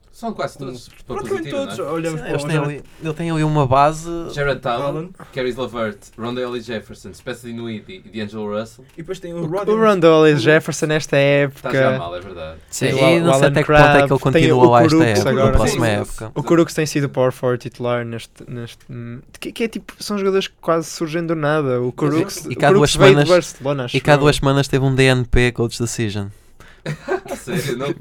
A: São quase todos. para
E: Hum. Praticamente
A: positivo,
E: todos,
A: não é?
E: olhamos para um
B: Eles
E: o
B: têm
E: Jared
B: ali, ele tem ali uma base.
A: Jared Allen,
E: Allen.
A: Caris Lavert, Rondale Jefferson, Spencer Inuit e D'Angelo Russell.
E: e depois tem o
D: O
E: Rodney.
D: Rondell e Jefferson nesta
A: Está já
D: época.
A: mal, é verdade.
B: Sim,
D: o Al-
B: e não
D: o
B: sei até
D: Alan
B: que ponto é que ele
D: Crabb, tem
B: continua
D: o
B: lá esta
D: Kurucs
B: época,
D: agora.
B: na próxima
A: Sim, sim.
B: época.
D: O Kuruks tem sido o power forward titular neste. neste hum, que, que é tipo. São jogadores que quase surgem do nada. O Kuruks,
B: E
D: o
B: cá há duas
D: Kuruks veio do
B: semanas-
D: Barcelona, acho
B: E cá há
D: eu.
B: duas semanas teve um DNP Coach Decision.
A: Sério, não.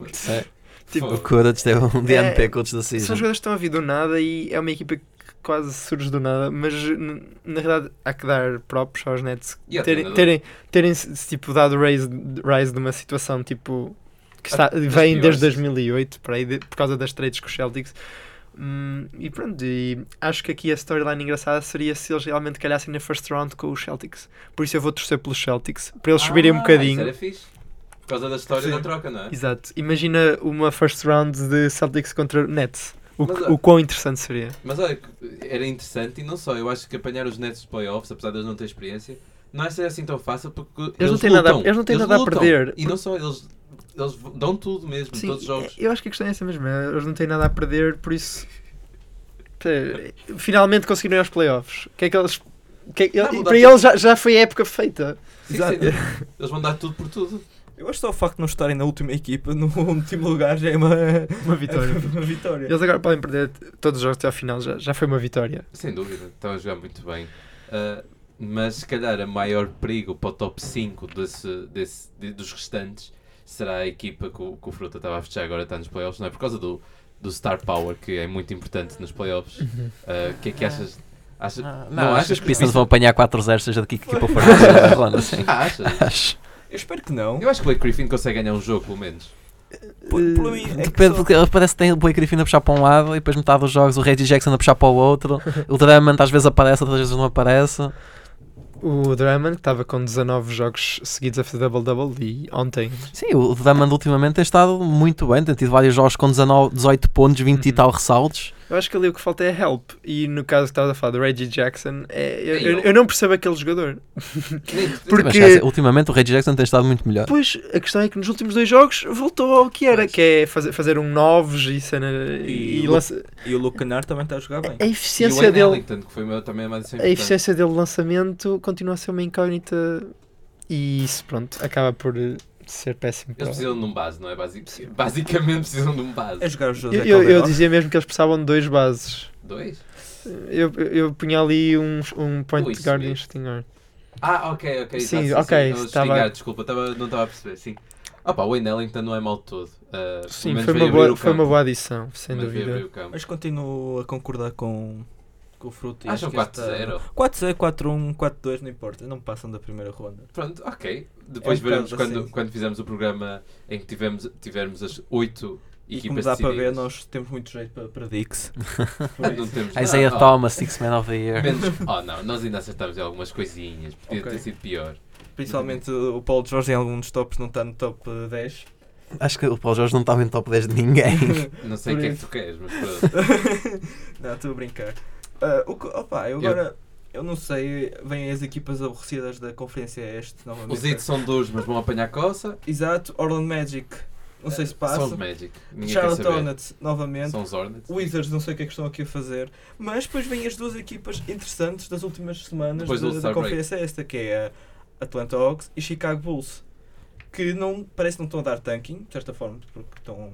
D: Tipo,
B: O Courage teve um DNP Coach
D: É. São
B: Decision.
D: jogadores que estão a vir do nada e é uma equipa que quase surge do nada, mas n- na realidade há que dar props aos Nets
A: E ao
D: terem,
A: treinador.
D: terem, terem se- tipo, dado rise, rise de uma situação tipo que está,
A: das
D: vem
A: piores.
D: desde 2008 por, aí, de- por causa das trades com os Celtics. Hum, e pronto, e acho que aqui a storyline engraçada seria se eles realmente calhassem na first round com os Celtics. Por isso eu vou torcer pelos Celtics, para eles subirem um
A: Ah, Isso
D: bocadinho.
A: era fixe. Por causa da história
E: Sim.
A: da troca, não é?
D: Exato. Imagina uma first round de Celtics contra Nets. O,
A: Mas,
D: que-
A: ó,
D: o quão interessante seria.
A: Mas olha, que era interessante e não só. Eu acho que apanhar os Nets de playoffs, apesar de eles não terem experiência, não é ser assim tão fácil porque eles,
D: não têm nada a-
A: lutam.
D: eles não têm nada a
A: lutam.
D: perder.
A: E não só, eles, eles dão tudo mesmo,
D: Sim,
A: todos os jogos.
D: eu acho que a questão é essa mesmo. é, Eles não têm nada a perder, por isso. Pá, Finalmente conseguiram ir aos playoffs. O que é que eles. o que é que-
A: Não, vão dar
D: para
A: tudo.
D: eles já, já foi a época feita.
A: Sim,
E: Exato.
A: sim. Eles vão dar tudo por tudo.
E: Eu acho que só o facto de não estarem na última equipa, no último lugar, já é uma,
D: Uma vitória.
E: uma vitória.
D: Eles agora podem perder todos os jogos até ao final, já, já foi uma vitória.
A: Sem dúvida, estão a jogar muito bem. Ah, mas se calhar a maior perigo para o top 5 desse, desse- de- dos restantes será a equipa que o, que o Fruta estava a fechar agora está nos playoffs, não é? Por causa do, do Star Power, que é muito importante nos playoffs. Ah, O que é que achas? achas-
B: Não,
A: não,
B: acho que
A: achas
B: os
A: que
B: Pistons vão apanhar 4-0, seja de que equipa for na primeira ronda. Sim.
A: Ah, achas?
B: Acho.
E: Eu espero que não.
A: Eu acho que o Blake Griffin consegue ganhar um jogo, pelo menos.
E: Por, por mim, é que
B: eh, Depende,
E: só-
B: porque parece que tem o Blake Griffin a puxar para um lado e depois metade dos jogos o Reggie Jackson a puxar para o outro. O Drummond às vezes aparece, outras vezes não aparece.
D: O Drummond que estava com 19 jogos seguidos a fazer double-double e ontem.
B: Sim, o Drummond ultimamente tem estado muito bem, tem tido vários jogos com 19, 18 pontos, 20 e
D: Uhum.
B: tal ressaltos.
D: Eu acho que ali o que falta é help. E no caso que estavas a falar do Reggie Jackson, é-
A: É
D: eu, eu-
A: ele.
D: eu não percebo aquele jogador.
B: Sim, mas,
D: Porque-
B: quer dizer, ultimamente o Reggie Jackson tem estado muito melhor.
D: Pois, a questão é que nos últimos dois jogos voltou ao que era,
A: Pois.
D: que é fazer, fazer um novos e cena. E,
E: E
D: e
E: o-
D: lança-
E: E o Luke Kennard também está a jogar bem.
D: A
A: E o
D: eficiência
A: Wayne
D: dele.
A: Ellington, que foi o meu, também é mais
D: A eficiência dele de lançamento continua a ser uma incógnita e isso, pronto, acaba por eh, ser péssimo. para
A: Eles
D: ela.
A: precisam de um base, não é? Basi- Basicamente precisam de um base.
E: É jogar o José
D: Eu, eu, eu
E: Caldeirão.
D: dizia mesmo que eles precisavam de dois bases.
A: Dois?
D: Eu, eu, eu punha ali um, um point
A: Ui,
D: guard e um
A: Smith.
D: shooting guard.
A: Ah, ok, ok.
D: Sim,
A: exato,
D: ok,
A: Sim,
D: estava-
A: Estava... Desculpa, estava- não estava a perceber. Sim. Ah, pá, o Wayne Ellington não é mal de todo. Ah, pelo
D: Sim,
A: menos
D: foi
A: veio
D: uma,
A: abrir
D: boa,
A: o
D: foi uma
A: campo.
D: boa adição, sem
A: Mas veio abrir
D: dúvida.
A: o campo.
E: Mas continuo a concordar com, com o Fruto. e
A: Acham
E: acho que esta-
A: 4-0.
E: 4-0, 4-1, 4-2, um, não importa. Não passam da primeira ronda.
A: Pronto, ok. Depois
E: É um
A: veremos
E: bocado
A: quando,
E: assim.
A: quando fizermos o programa em que tivemos, tivermos as oito
E: E
A: equipas
E: como dá para ver,
A: decididas.
E: nós temos muito jeito para predicts.
A: Ah, não temos nada.
B: Isaiah
A: Ah,
B: Thomas, Six Man of the Year.
A: menos- Oh, não, nós ainda acertámos em algumas coisinhas. Podia
E: Ok.
A: ter sido pior.
E: Principalmente o Paulo Jorge em algum dos tops não está no top eh, 10.
B: Acho que o Paulo Jorge não estava em top 10 de ninguém.
A: Não sei o
E: Por
A: que é que
E: isso.
A: tu queres, mas pronto.
E: não, estou a brincar. Ah, o que- opa, eu
A: Eu-
E: agora. Eu não sei, vêm as equipas aborrecidas da Conferência Este novamente.
A: Os hits são duros, mas vão apanhar coça.
E: Exato, Orlando Magic, não sei se
A: Ah, São os
E: passa.
A: Magic. Ninguém quer
E: Charlotte
A: saber.
E: Hornets, novamente.
A: São os Hornets.
E: Wizards, não sei o que é que estão aqui a fazer, mas depois vêm as duas equipas interessantes das últimas semanas
A: Depois do
E: da, da
A: All-Star break.
E: conferência esta, que é a Atlanta Hawks e Chicago Bulls, que não, parece que não estão a dar tanking, de certa forma, porque estão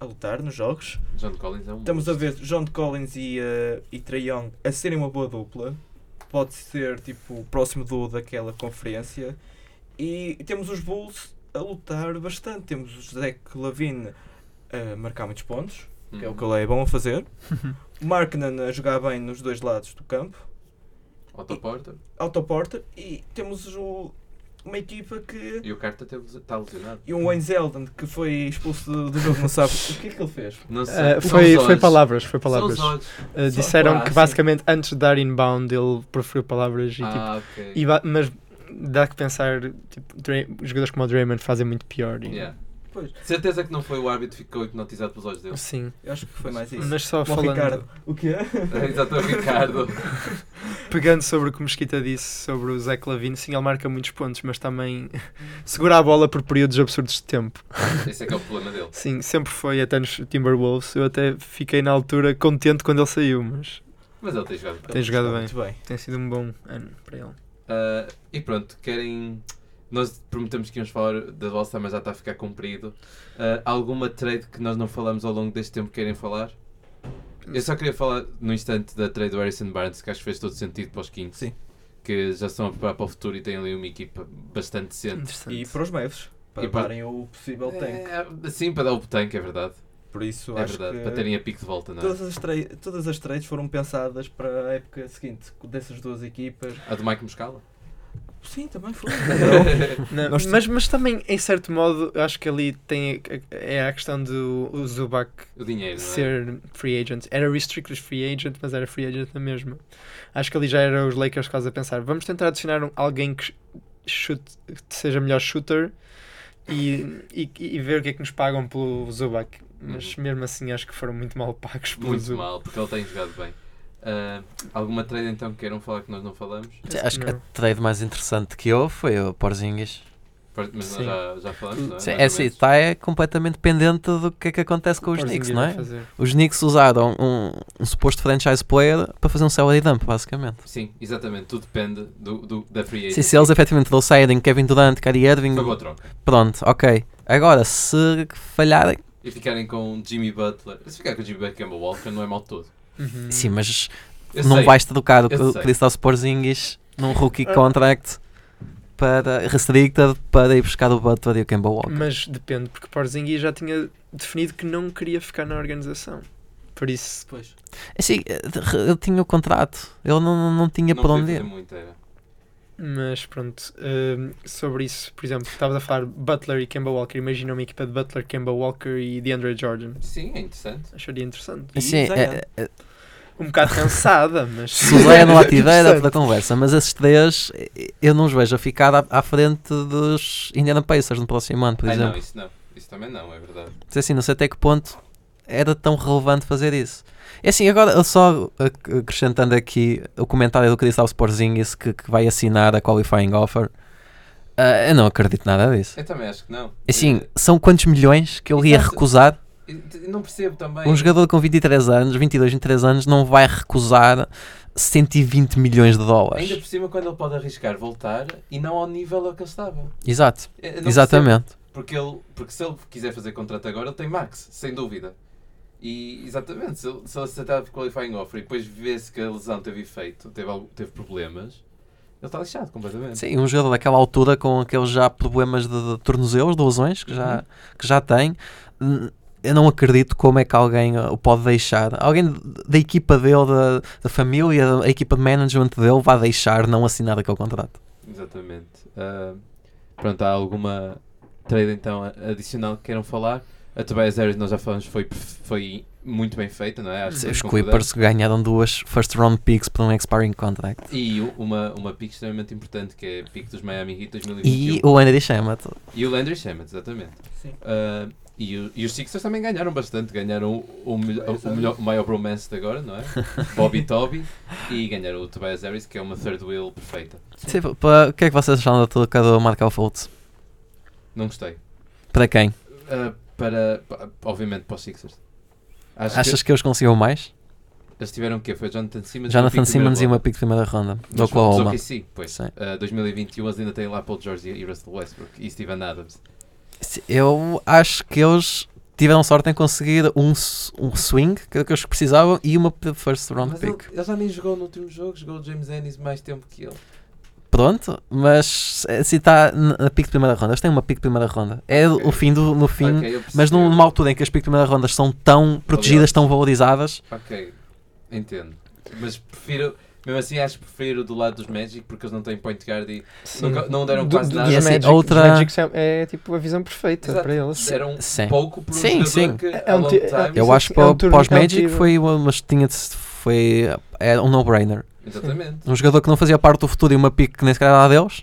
E: a lutar nos jogos.
A: John Collins é um
E: Estamos a
A: monstro.
E: ver John Collins e, eh, e Trae Young a serem uma boa dupla, pode ser tipo próximo do daquela conferência, e temos os Bulls a lutar bastante, temos o Zach Lavine a marcar muitos pontos, que é o que ele é bom a fazer. O Markkanen a jogar bem nos dois lados do campo.
A: Otto Porter
E: Autoporter e temos o- uma equipa que.
A: e o Carter está tá lesionado.
E: E o Wayne Zeldon que foi expulso do, do jogo, não sabe o que é que ele fez.
A: Não sei.
D: Eh,
A: São
D: foi,
A: os
D: foi
A: olhos.
D: palavras, foi
A: São
D: palavras.
A: os olhos.
D: Uh,
E: Só-
D: disseram
E: Ah,
D: que
E: sim.
D: basicamente antes de dar inbound ele preferiu palavras e tipo.
A: Ah, ok.
D: e ba- mas dá que pensar, tipo, Dray- jogadores como o Draymond fazem muito pior. e-
A: Yeah.
E: Pois,
A: De certeza que não foi o árbitro que ficou hipnotizado pelos olhos dele.
D: Sim,
E: eu acho que foi mais isso.
D: mas só
E: Como o
D: falando,
E: Ricardo. O quê?
A: Exato, o Ricardo.
D: pegando sobre o que o Mesquita disse sobre o Zé Clavino, sim, ele marca muitos pontos, mas também segura a bola por períodos absurdos de tempo.
A: Esse é que é o problema dele.
D: Sim, sempre foi, até nos Timberwolves. Eu até fiquei na altura contente quando ele saiu, mas
A: Mas ele tem jogado bem.
D: tem jogado bem.
E: Muito bem.
D: Tem sido um bom ano para ele.
A: Ah, e pronto, querem. Nós prometemos que íamos falar da bolsa, mas já está a ficar comprido. Ah, alguma trade que nós não falamos ao longo deste tempo querem falar? Eu só queria falar no instante da trade do Harrison Barnes, que acho que fez todo sentido para os Kings.
E: Sim.
A: Que já estão a preparar para o futuro e têm ali uma equipa bastante decente.
D: Interessante.
E: E para os Mavs, para
A: E para-
E: darem o possível tank.
A: É, sim, para dar o tanque, é verdade.
E: Por isso,
A: é
E: acho
A: verdade.
E: que
A: Para terem a pique de volta, não é?
E: todas, as tra- todas as trades foram pensadas para a época seguinte, dessas duas equipas.
A: A do Mike Muscala?
E: Sim, também foi.
D: Não,
E: Nós-
D: mas, mas também, em certo modo, eu acho que ali tem é a questão do o Zubac
A: o dinheiro, não é?
D: ser free agent. Era restricted free agent, mas era free agent na mesma. Acho que ali já eram os Lakers quase a pensar: vamos tentar adicionar um, alguém que, chute, que seja melhor shooter e, e, e ver o que é que nos pagam pelo Zubac. Mas
A: Uhum.
D: mesmo assim, acho que foram muito mal pagos pelo
A: Muito
D: Zubac.
A: mal, porque ele tem jogado bem. Ah, alguma trade então que queiram falar que nós não falamos?
B: Acho que a trade mais interessante que houve foi o Porzingis.
A: Mas nós
D: Sim.
A: já, já falamos, não é?
B: Sim,
A: Mais ou
B: Essa
A: menos.
B: está é completamente dependente do que é que acontece com os
D: Porzingis
B: Knicks, não
D: vai
B: é?
D: fazer.
B: Os Knicks usaram um, um suposto franchise player para fazer um salary dump, basicamente.
A: Sim, exatamente. Tudo depende do, do- da free agent.
B: Sim, se eles é efetivamente trouxerem Kevin Durant, Kyrie Irving,
A: Foi boa troca.
B: pronto, ok. Agora, se falharem,
A: E ficarem com um Jimmy Butler. Se ficar com Jimmy Beckham Walker não é mal todo.
D: Uhum.
B: sim, mas
A: Eu
B: não
A: sei.
B: vais trocar o
A: eu
B: o
A: sei.
B: Christoph Porzingis num rookie
D: Ah.
B: contract para restricted para ir buscar o Butler e o Kemba Walker.
D: Mas depende, porque Porzingis já tinha definido que não queria ficar na organização. Por isso,
E: Depois.
B: Assim, ele tinha o contrato, ele não, não, não tinha
A: não
B: para
A: podia
B: onde
A: fazer
B: ir.
A: muito, é. era.
D: mas pronto, hum, sobre isso, por exemplo, estavas a falar Butler e Kemba Walker. Imagina uma equipa de Butler, Kemba Walker e DeAndre Jordan.
A: Sim, é interessante.
D: Acharia interessante.
E: E
B: Assim,
E: Zion.
B: é- é-
D: Um bocado cansada, mas.
B: Suzé não é ativeira da
D: Interessante.
B: conversa, mas esses três eh, eu não os vejo a ficar à, à frente dos Indiana Pacers no próximo ano, por
A: Ah,
B: exemplo.
A: não, isso não. Isso também não, é verdade.
B: Mas, assim, não sei até que ponto era tão relevante fazer isso. É assim, agora eu só ac- acrescentando aqui o comentário do Cristal Porzingis que, que vai assinar a qualifying offer, ah, eu não acredito nada disso.
A: Eu também acho que não. Eh,
B: Assim, são quantos milhões que ele ia
A: Exato.
B: recusar?
A: Eu- eu não percebo também.
B: Um jogador com 23 anos, 22, 23 anos, não vai recusar 120 milhões de
A: Ainda
B: dólares.
A: por cima, quando ele pode arriscar voltar e não ao nível ao que ele estava.
B: Exato,
A: Eu- eu não percebo.
B: exatamente.
A: Porque, ele, porque se ele quiser fazer contrato agora, ele tem max, sem dúvida. E exatamente, se ele, se ele aceitar o qualifying offer e depois vê-se que a lesão teve efeito, teve, algo- teve problemas, ele está lixado completamente.
B: Sim, um jogador daquela altura com aqueles já problemas de, de tornozelos, de lesões que já, que já tem. Hum, Eu não acredito como é que alguém ah, o pode deixar. Alguém d- da equipa dele, da, da família, da equipa de management dele, vai deixar não assinar aquele contrato.
A: Exatamente. Ah, pronto, há alguma trade então a- adicional que queiram falar? A Tobias Harris, nós já falamos, foi, perf- foi muito bem feita, não é? Acho que
B: Os
A: concordamos.
B: Clippers ganharam duas first round picks por um expiring contract.
A: E u- uma, uma pick extremamente importante, que é a pick dos Miami Heat 2021.
B: E o Andy Shamet.
A: E o Landry Shamet, exatamente.
E: Sim.
A: Ah, e, o- e os Sixers também ganharam bastante. Ganharam o, o, melho- o, melhor- o maior romance de agora, não é? Bobby Toby. E ganharam o Tobias Harris, que é uma third wheel perfeita.
B: Sim, pa- pa- O que é que vocês acham da troca do Markel Fultz?
A: Não gostei.
B: Para quem?
A: Ah, para, pa- obviamente, para os Sixers. Acho
B: Achas que, eles conseguiam mais?
A: que eles tiveram o quê? Foi Jonathan Simmons
B: Jonathan Simmons e uma pick de primeira ronda do Oklahoma.
A: Sim, pois.
B: Sim.
A: Ah, 2021 eles ainda têm lá Paul George e Russell Westbrook e Steven Adams.
B: Se- Eu acho que eles tiveram sorte em conseguir um, s- um swing que que eles precisavam e uma p- first round
A: Mas ele,
B: pick.
A: ele já nem jogou no último jogo, jogou o James Ennis mais tempo que ele.
B: Pronto, mas eh, se está n- na pick de primeira ronda, eles têm uma pick de primeira ronda. É
A: Ok.
B: o fim do no fim,
A: Ok, eu
B: mas
A: percebi.
B: numa altura em que as pick de primeira ronda são tão protegidas, tão valorizadas.
A: Ok, entendo. Mas prefiro, mesmo assim, acho que prefiro do lado dos Magic porque eles não têm point guard e
D: Sim.
A: nunca, não deram
D: Do-
A: quase
D: do-
A: nada.
B: E
D: dos
B: assim,
D: Magic-
B: outra-
D: dos Magic são- é tipo a visão perfeita
A: Exato.
D: para eles.
A: Deram
B: Sim.
A: pouco por um
B: Sim,
A: jogador
B: sim.
A: que
D: É
A: a
D: um
A: long
D: ti-
A: time...
D: é-
B: Eu
D: Sim,
B: acho
D: sim,
B: que
D: é um
B: para,
D: turno
B: para os Magic
D: alternativo.
B: foi uma, mas tinha de se- foi era um no-brainer.
A: Exatamente.
B: Um jogador que não fazia parte do futuro e uma pick que nem sequer era a deles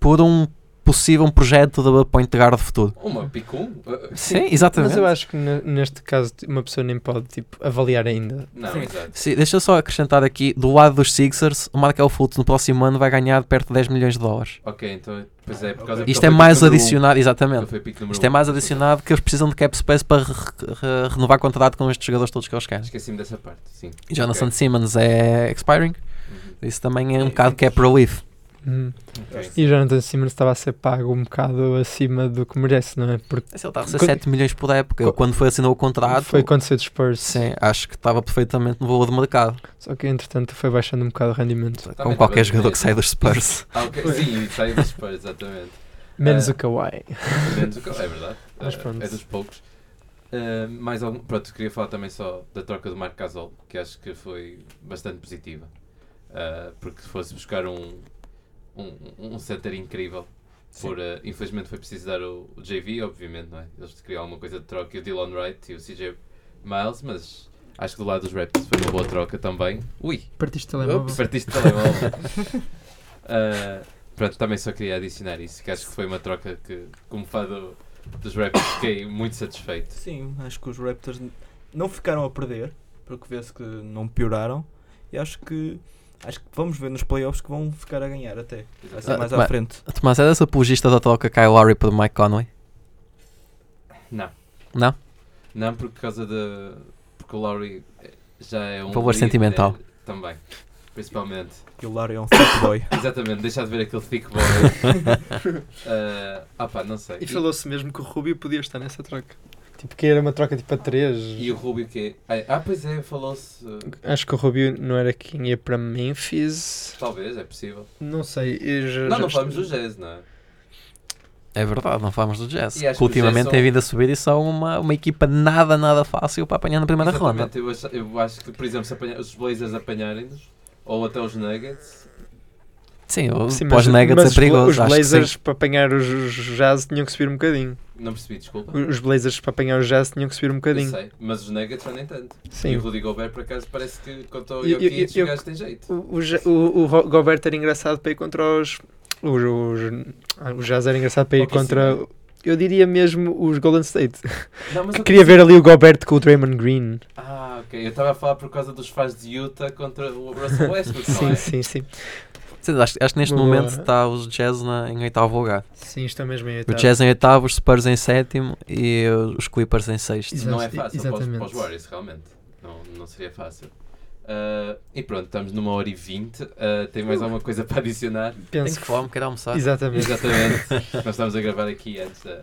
B: por um possível um projeto de point guard futuro.
A: Uma um? Uh, picum?
B: Sim, exatamente.
D: Mas eu acho que ne- neste caso t- uma pessoa nem pode tipo, avaliar ainda.
A: Não,
E: Sim.
A: exato.
B: Sim, deixa eu só acrescentar aqui, do lado dos Sixers, o Markel Fultz no próximo ano vai ganhar perto de 10 milhões de dólares.
A: Ok, então, pois é, por causa
B: Isto é mais adicionado, exatamente.
A: um
B: Isto é mais
A: adicionado.
B: adicionado que eles precisam de cap space para re- re- renovar contrato com estes jogadores todos que eles querem.
A: Esqueci-me dessa parte, sim. Uhum.
B: E Jonathan Simmons é expiring, isso também é um bocado cap relief. Uhum.
D: Hum.
A: Ok.
D: E o Jonathan Simmons estava a ser pago um bocado acima do que merece, não é? Porque
B: Ele está a receber
D: Quando-
B: 7 milhões por época.
D: Co-
B: Quando foi assinou o contrato,
D: foi quando saiu dos Spurs.
B: sim, acho que estava perfeitamente no valor de mercado.
D: Só que entretanto foi baixando um bocado o rendimento.
B: Como
A: Exatamente,
B: qualquer
A: mas-
B: jogador que sai dos Spurs.
A: Ah, ok, Sim, e sai dos Spurs, exatamente.
D: Menos
A: Ah.
D: o Kawhi.
A: Menos o que- É verdade.
D: Mas
A: É-
D: pronto.
A: É dos poucos. Ah, mais algum. Pronto, queria falar também só da troca do Marco Gasol, que acho que foi bastante positiva. Ah, porque se fosse buscar um, um, um center incrível. Por, ah, infelizmente foi preciso dar o, o JV, obviamente, não é? Eles queriam alguma coisa de troca e o Dylan Wright e o CJ Miles, mas acho que do lado dos Raptors foi uma boa troca também. Ui!
F: Partiste
A: Ops,
F: telemóvel.
A: partiste o telemóvel. Ah, pronto, também só queria adicionar isso, que acho que foi uma troca que, como fã do- dos rappers, fiquei muito satisfeito.
E: Sim, acho que os Raptors n- não ficaram a perder, porque vê-se que não pioraram. E acho que acho que vamos ver nos playoffs que vão ficar a ganhar até. Vai ser
B: Ah,
E: mais
B: bem.
E: à frente.
B: Tomás, és apologista da troca Kyle Lowry por Mike Conley?
A: Não.
B: Não?
A: Não por causa de. Porque o Lowry eh, já é um.
B: Valor
A: líder,
B: sentimental.
A: eh, também. Principalmente.
E: E o Larry é um fat boy.
A: Exatamente, deixar de ver aquele thick boy. Ah, ah pá, não sei.
D: E falou-se mesmo que o Rubio podia estar nessa troca. Tipo, que era uma troca tipo a 3.
A: E o Rubio que é. Ah, pois é, falou-se. eh,
D: Acho que o Rubio não era quem ia para Memphis.
A: Talvez, é possível.
D: Não sei. eu já-
A: Não,
D: já
A: não falamos do
D: estou-
A: Jazz, não é?
B: É verdade, não falamos do Jazz.
A: E é
B: Que
A: acho que os Jazz
B: ultimamente
A: são-
B: tem vindo a subir e são uma, uma equipa nada, nada fácil para apanhar na primeira ronda.
A: Exatamente, Eu acho, eu acho que, por exemplo, se apanhar- os Blazers apanharem-nos, ou até os Nuggets,
B: Sim,
D: Sim,
B: o
D: mas-
B: pós-Nuggets
D: mas
B: é
D: os Bla-
B: perigoso.
D: Os
B: acho que sim.
D: Blazers para apanhar os os Jazz tinham que subir um bocadinho.
A: não percebi, desculpa.
D: Os Blazers para apanhar os Jazz tinham que subir um
A: Eu
D: bocadinho.
A: sei, mas os Nuggets já nem tanto. E o
D: Sim.
A: Rudy Gobert, por acaso, parece que quanto ao
D: Eu- eu-
A: Jokic,
D: eu-
A: o gajo tem jeito.
D: O, o, Ja- o, o Ro- Gobert era engraçado para ir contra os. Os, os, ah, os Jazz era engraçado para ir
A: Ok, sim.
D: contra. Eu diria mesmo os Golden State.
A: Não, mas eu-
D: Queria ver ali o Gobert com o Draymond Green.
A: Ah, ok. Eu estava a falar por causa dos fãs de Utah contra o Russell Westbrook, não
D: Sim,
A: é?
D: sim, sim.
B: Sim, acho, acho que neste
D: Boa.
B: momento está os Jazz na- em oitavo lugar.
D: Sim, está mesmo em
B: O Jazz em oitavo, os Spurs em sétimo e os Clippers em sexto.
A: Não é
D: Exato,
A: fácil para os, para os
D: exatamente.
A: Warriors, realmente. Não, não seria fácil. Ah, e pronto, estamos numa hora e vinte. Ah, tem
D: Uh.
A: mais alguma coisa para adicionar?
B: Tenho
D: Penso.
B: fome, quero almoçar.
D: Exatamente.
A: Exatamente. Nós estamos a gravar aqui antes da,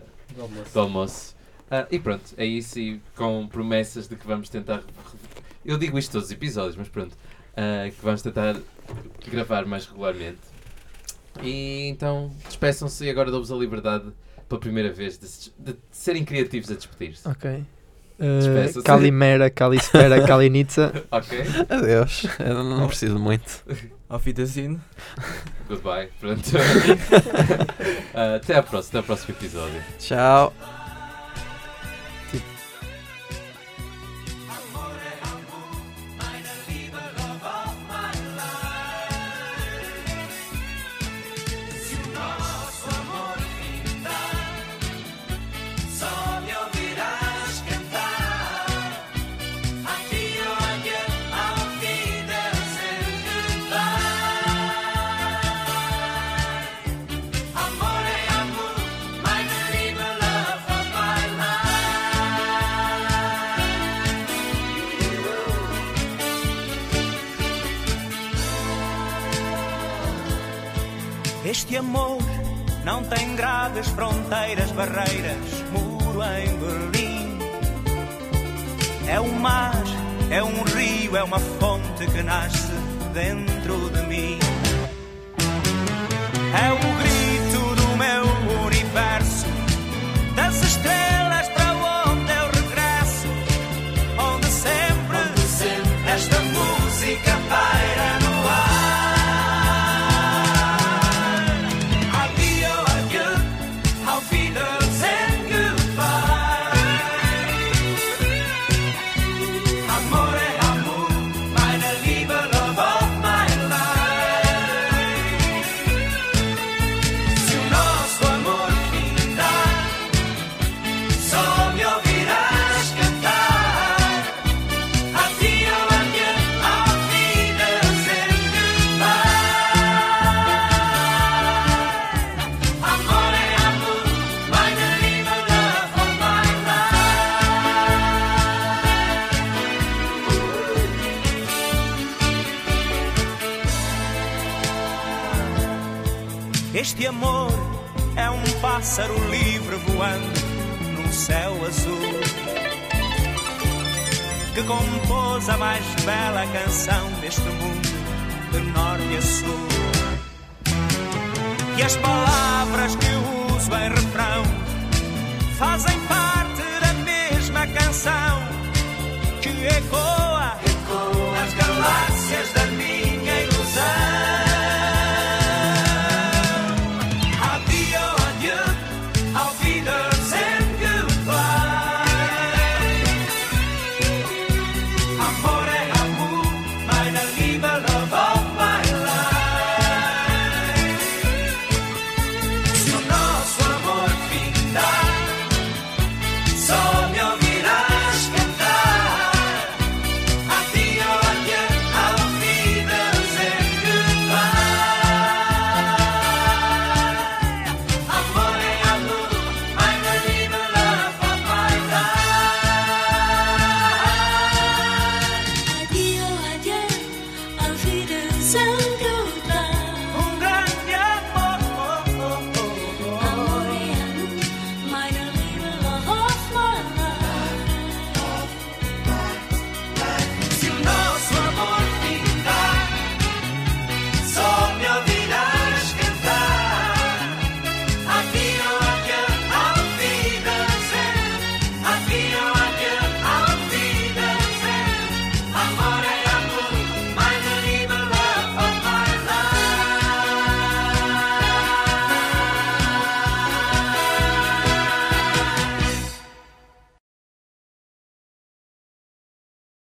A: do almoço. Ah, e pronto, é isso. E com promessas de que vamos tentar. Eu digo isto todos os episódios, mas pronto. ah, que vamos tentar gravar mais regularmente. E então, despeçam-se e agora dou-vos a liberdade pela primeira vez de, se- de serem criativos a despedir-se.
D: Ok.
A: Despeça-se.
D: Uh, Calimera, Calispera, Kalinitsa.
A: Ok?
B: Adeus. Eu não não preciso de muito.
E: Auf Wiedersehen.
A: Goodbye. Pronto. Ah, até, à próxima, até ao próximo episódio.
B: Tchau.
G: Este amor não tem graves fronteiras, barreiras, muro em Berlim. É um mar, é um rio, é uma fonte que nasce dentro de mim. É o grito do meu universo, das estrelas para onde eu regresso, onde sempre, esta música paira no ar. Adieu, adieu, auf Wiedersehen, goodbye. Amore, amor, meine Liebe, love of my life.
H: é Este amor é um pássaro livre voando num céu azul que compôs a mais bela canção deste mundo, de norte a sul. E as palavras que o
G: é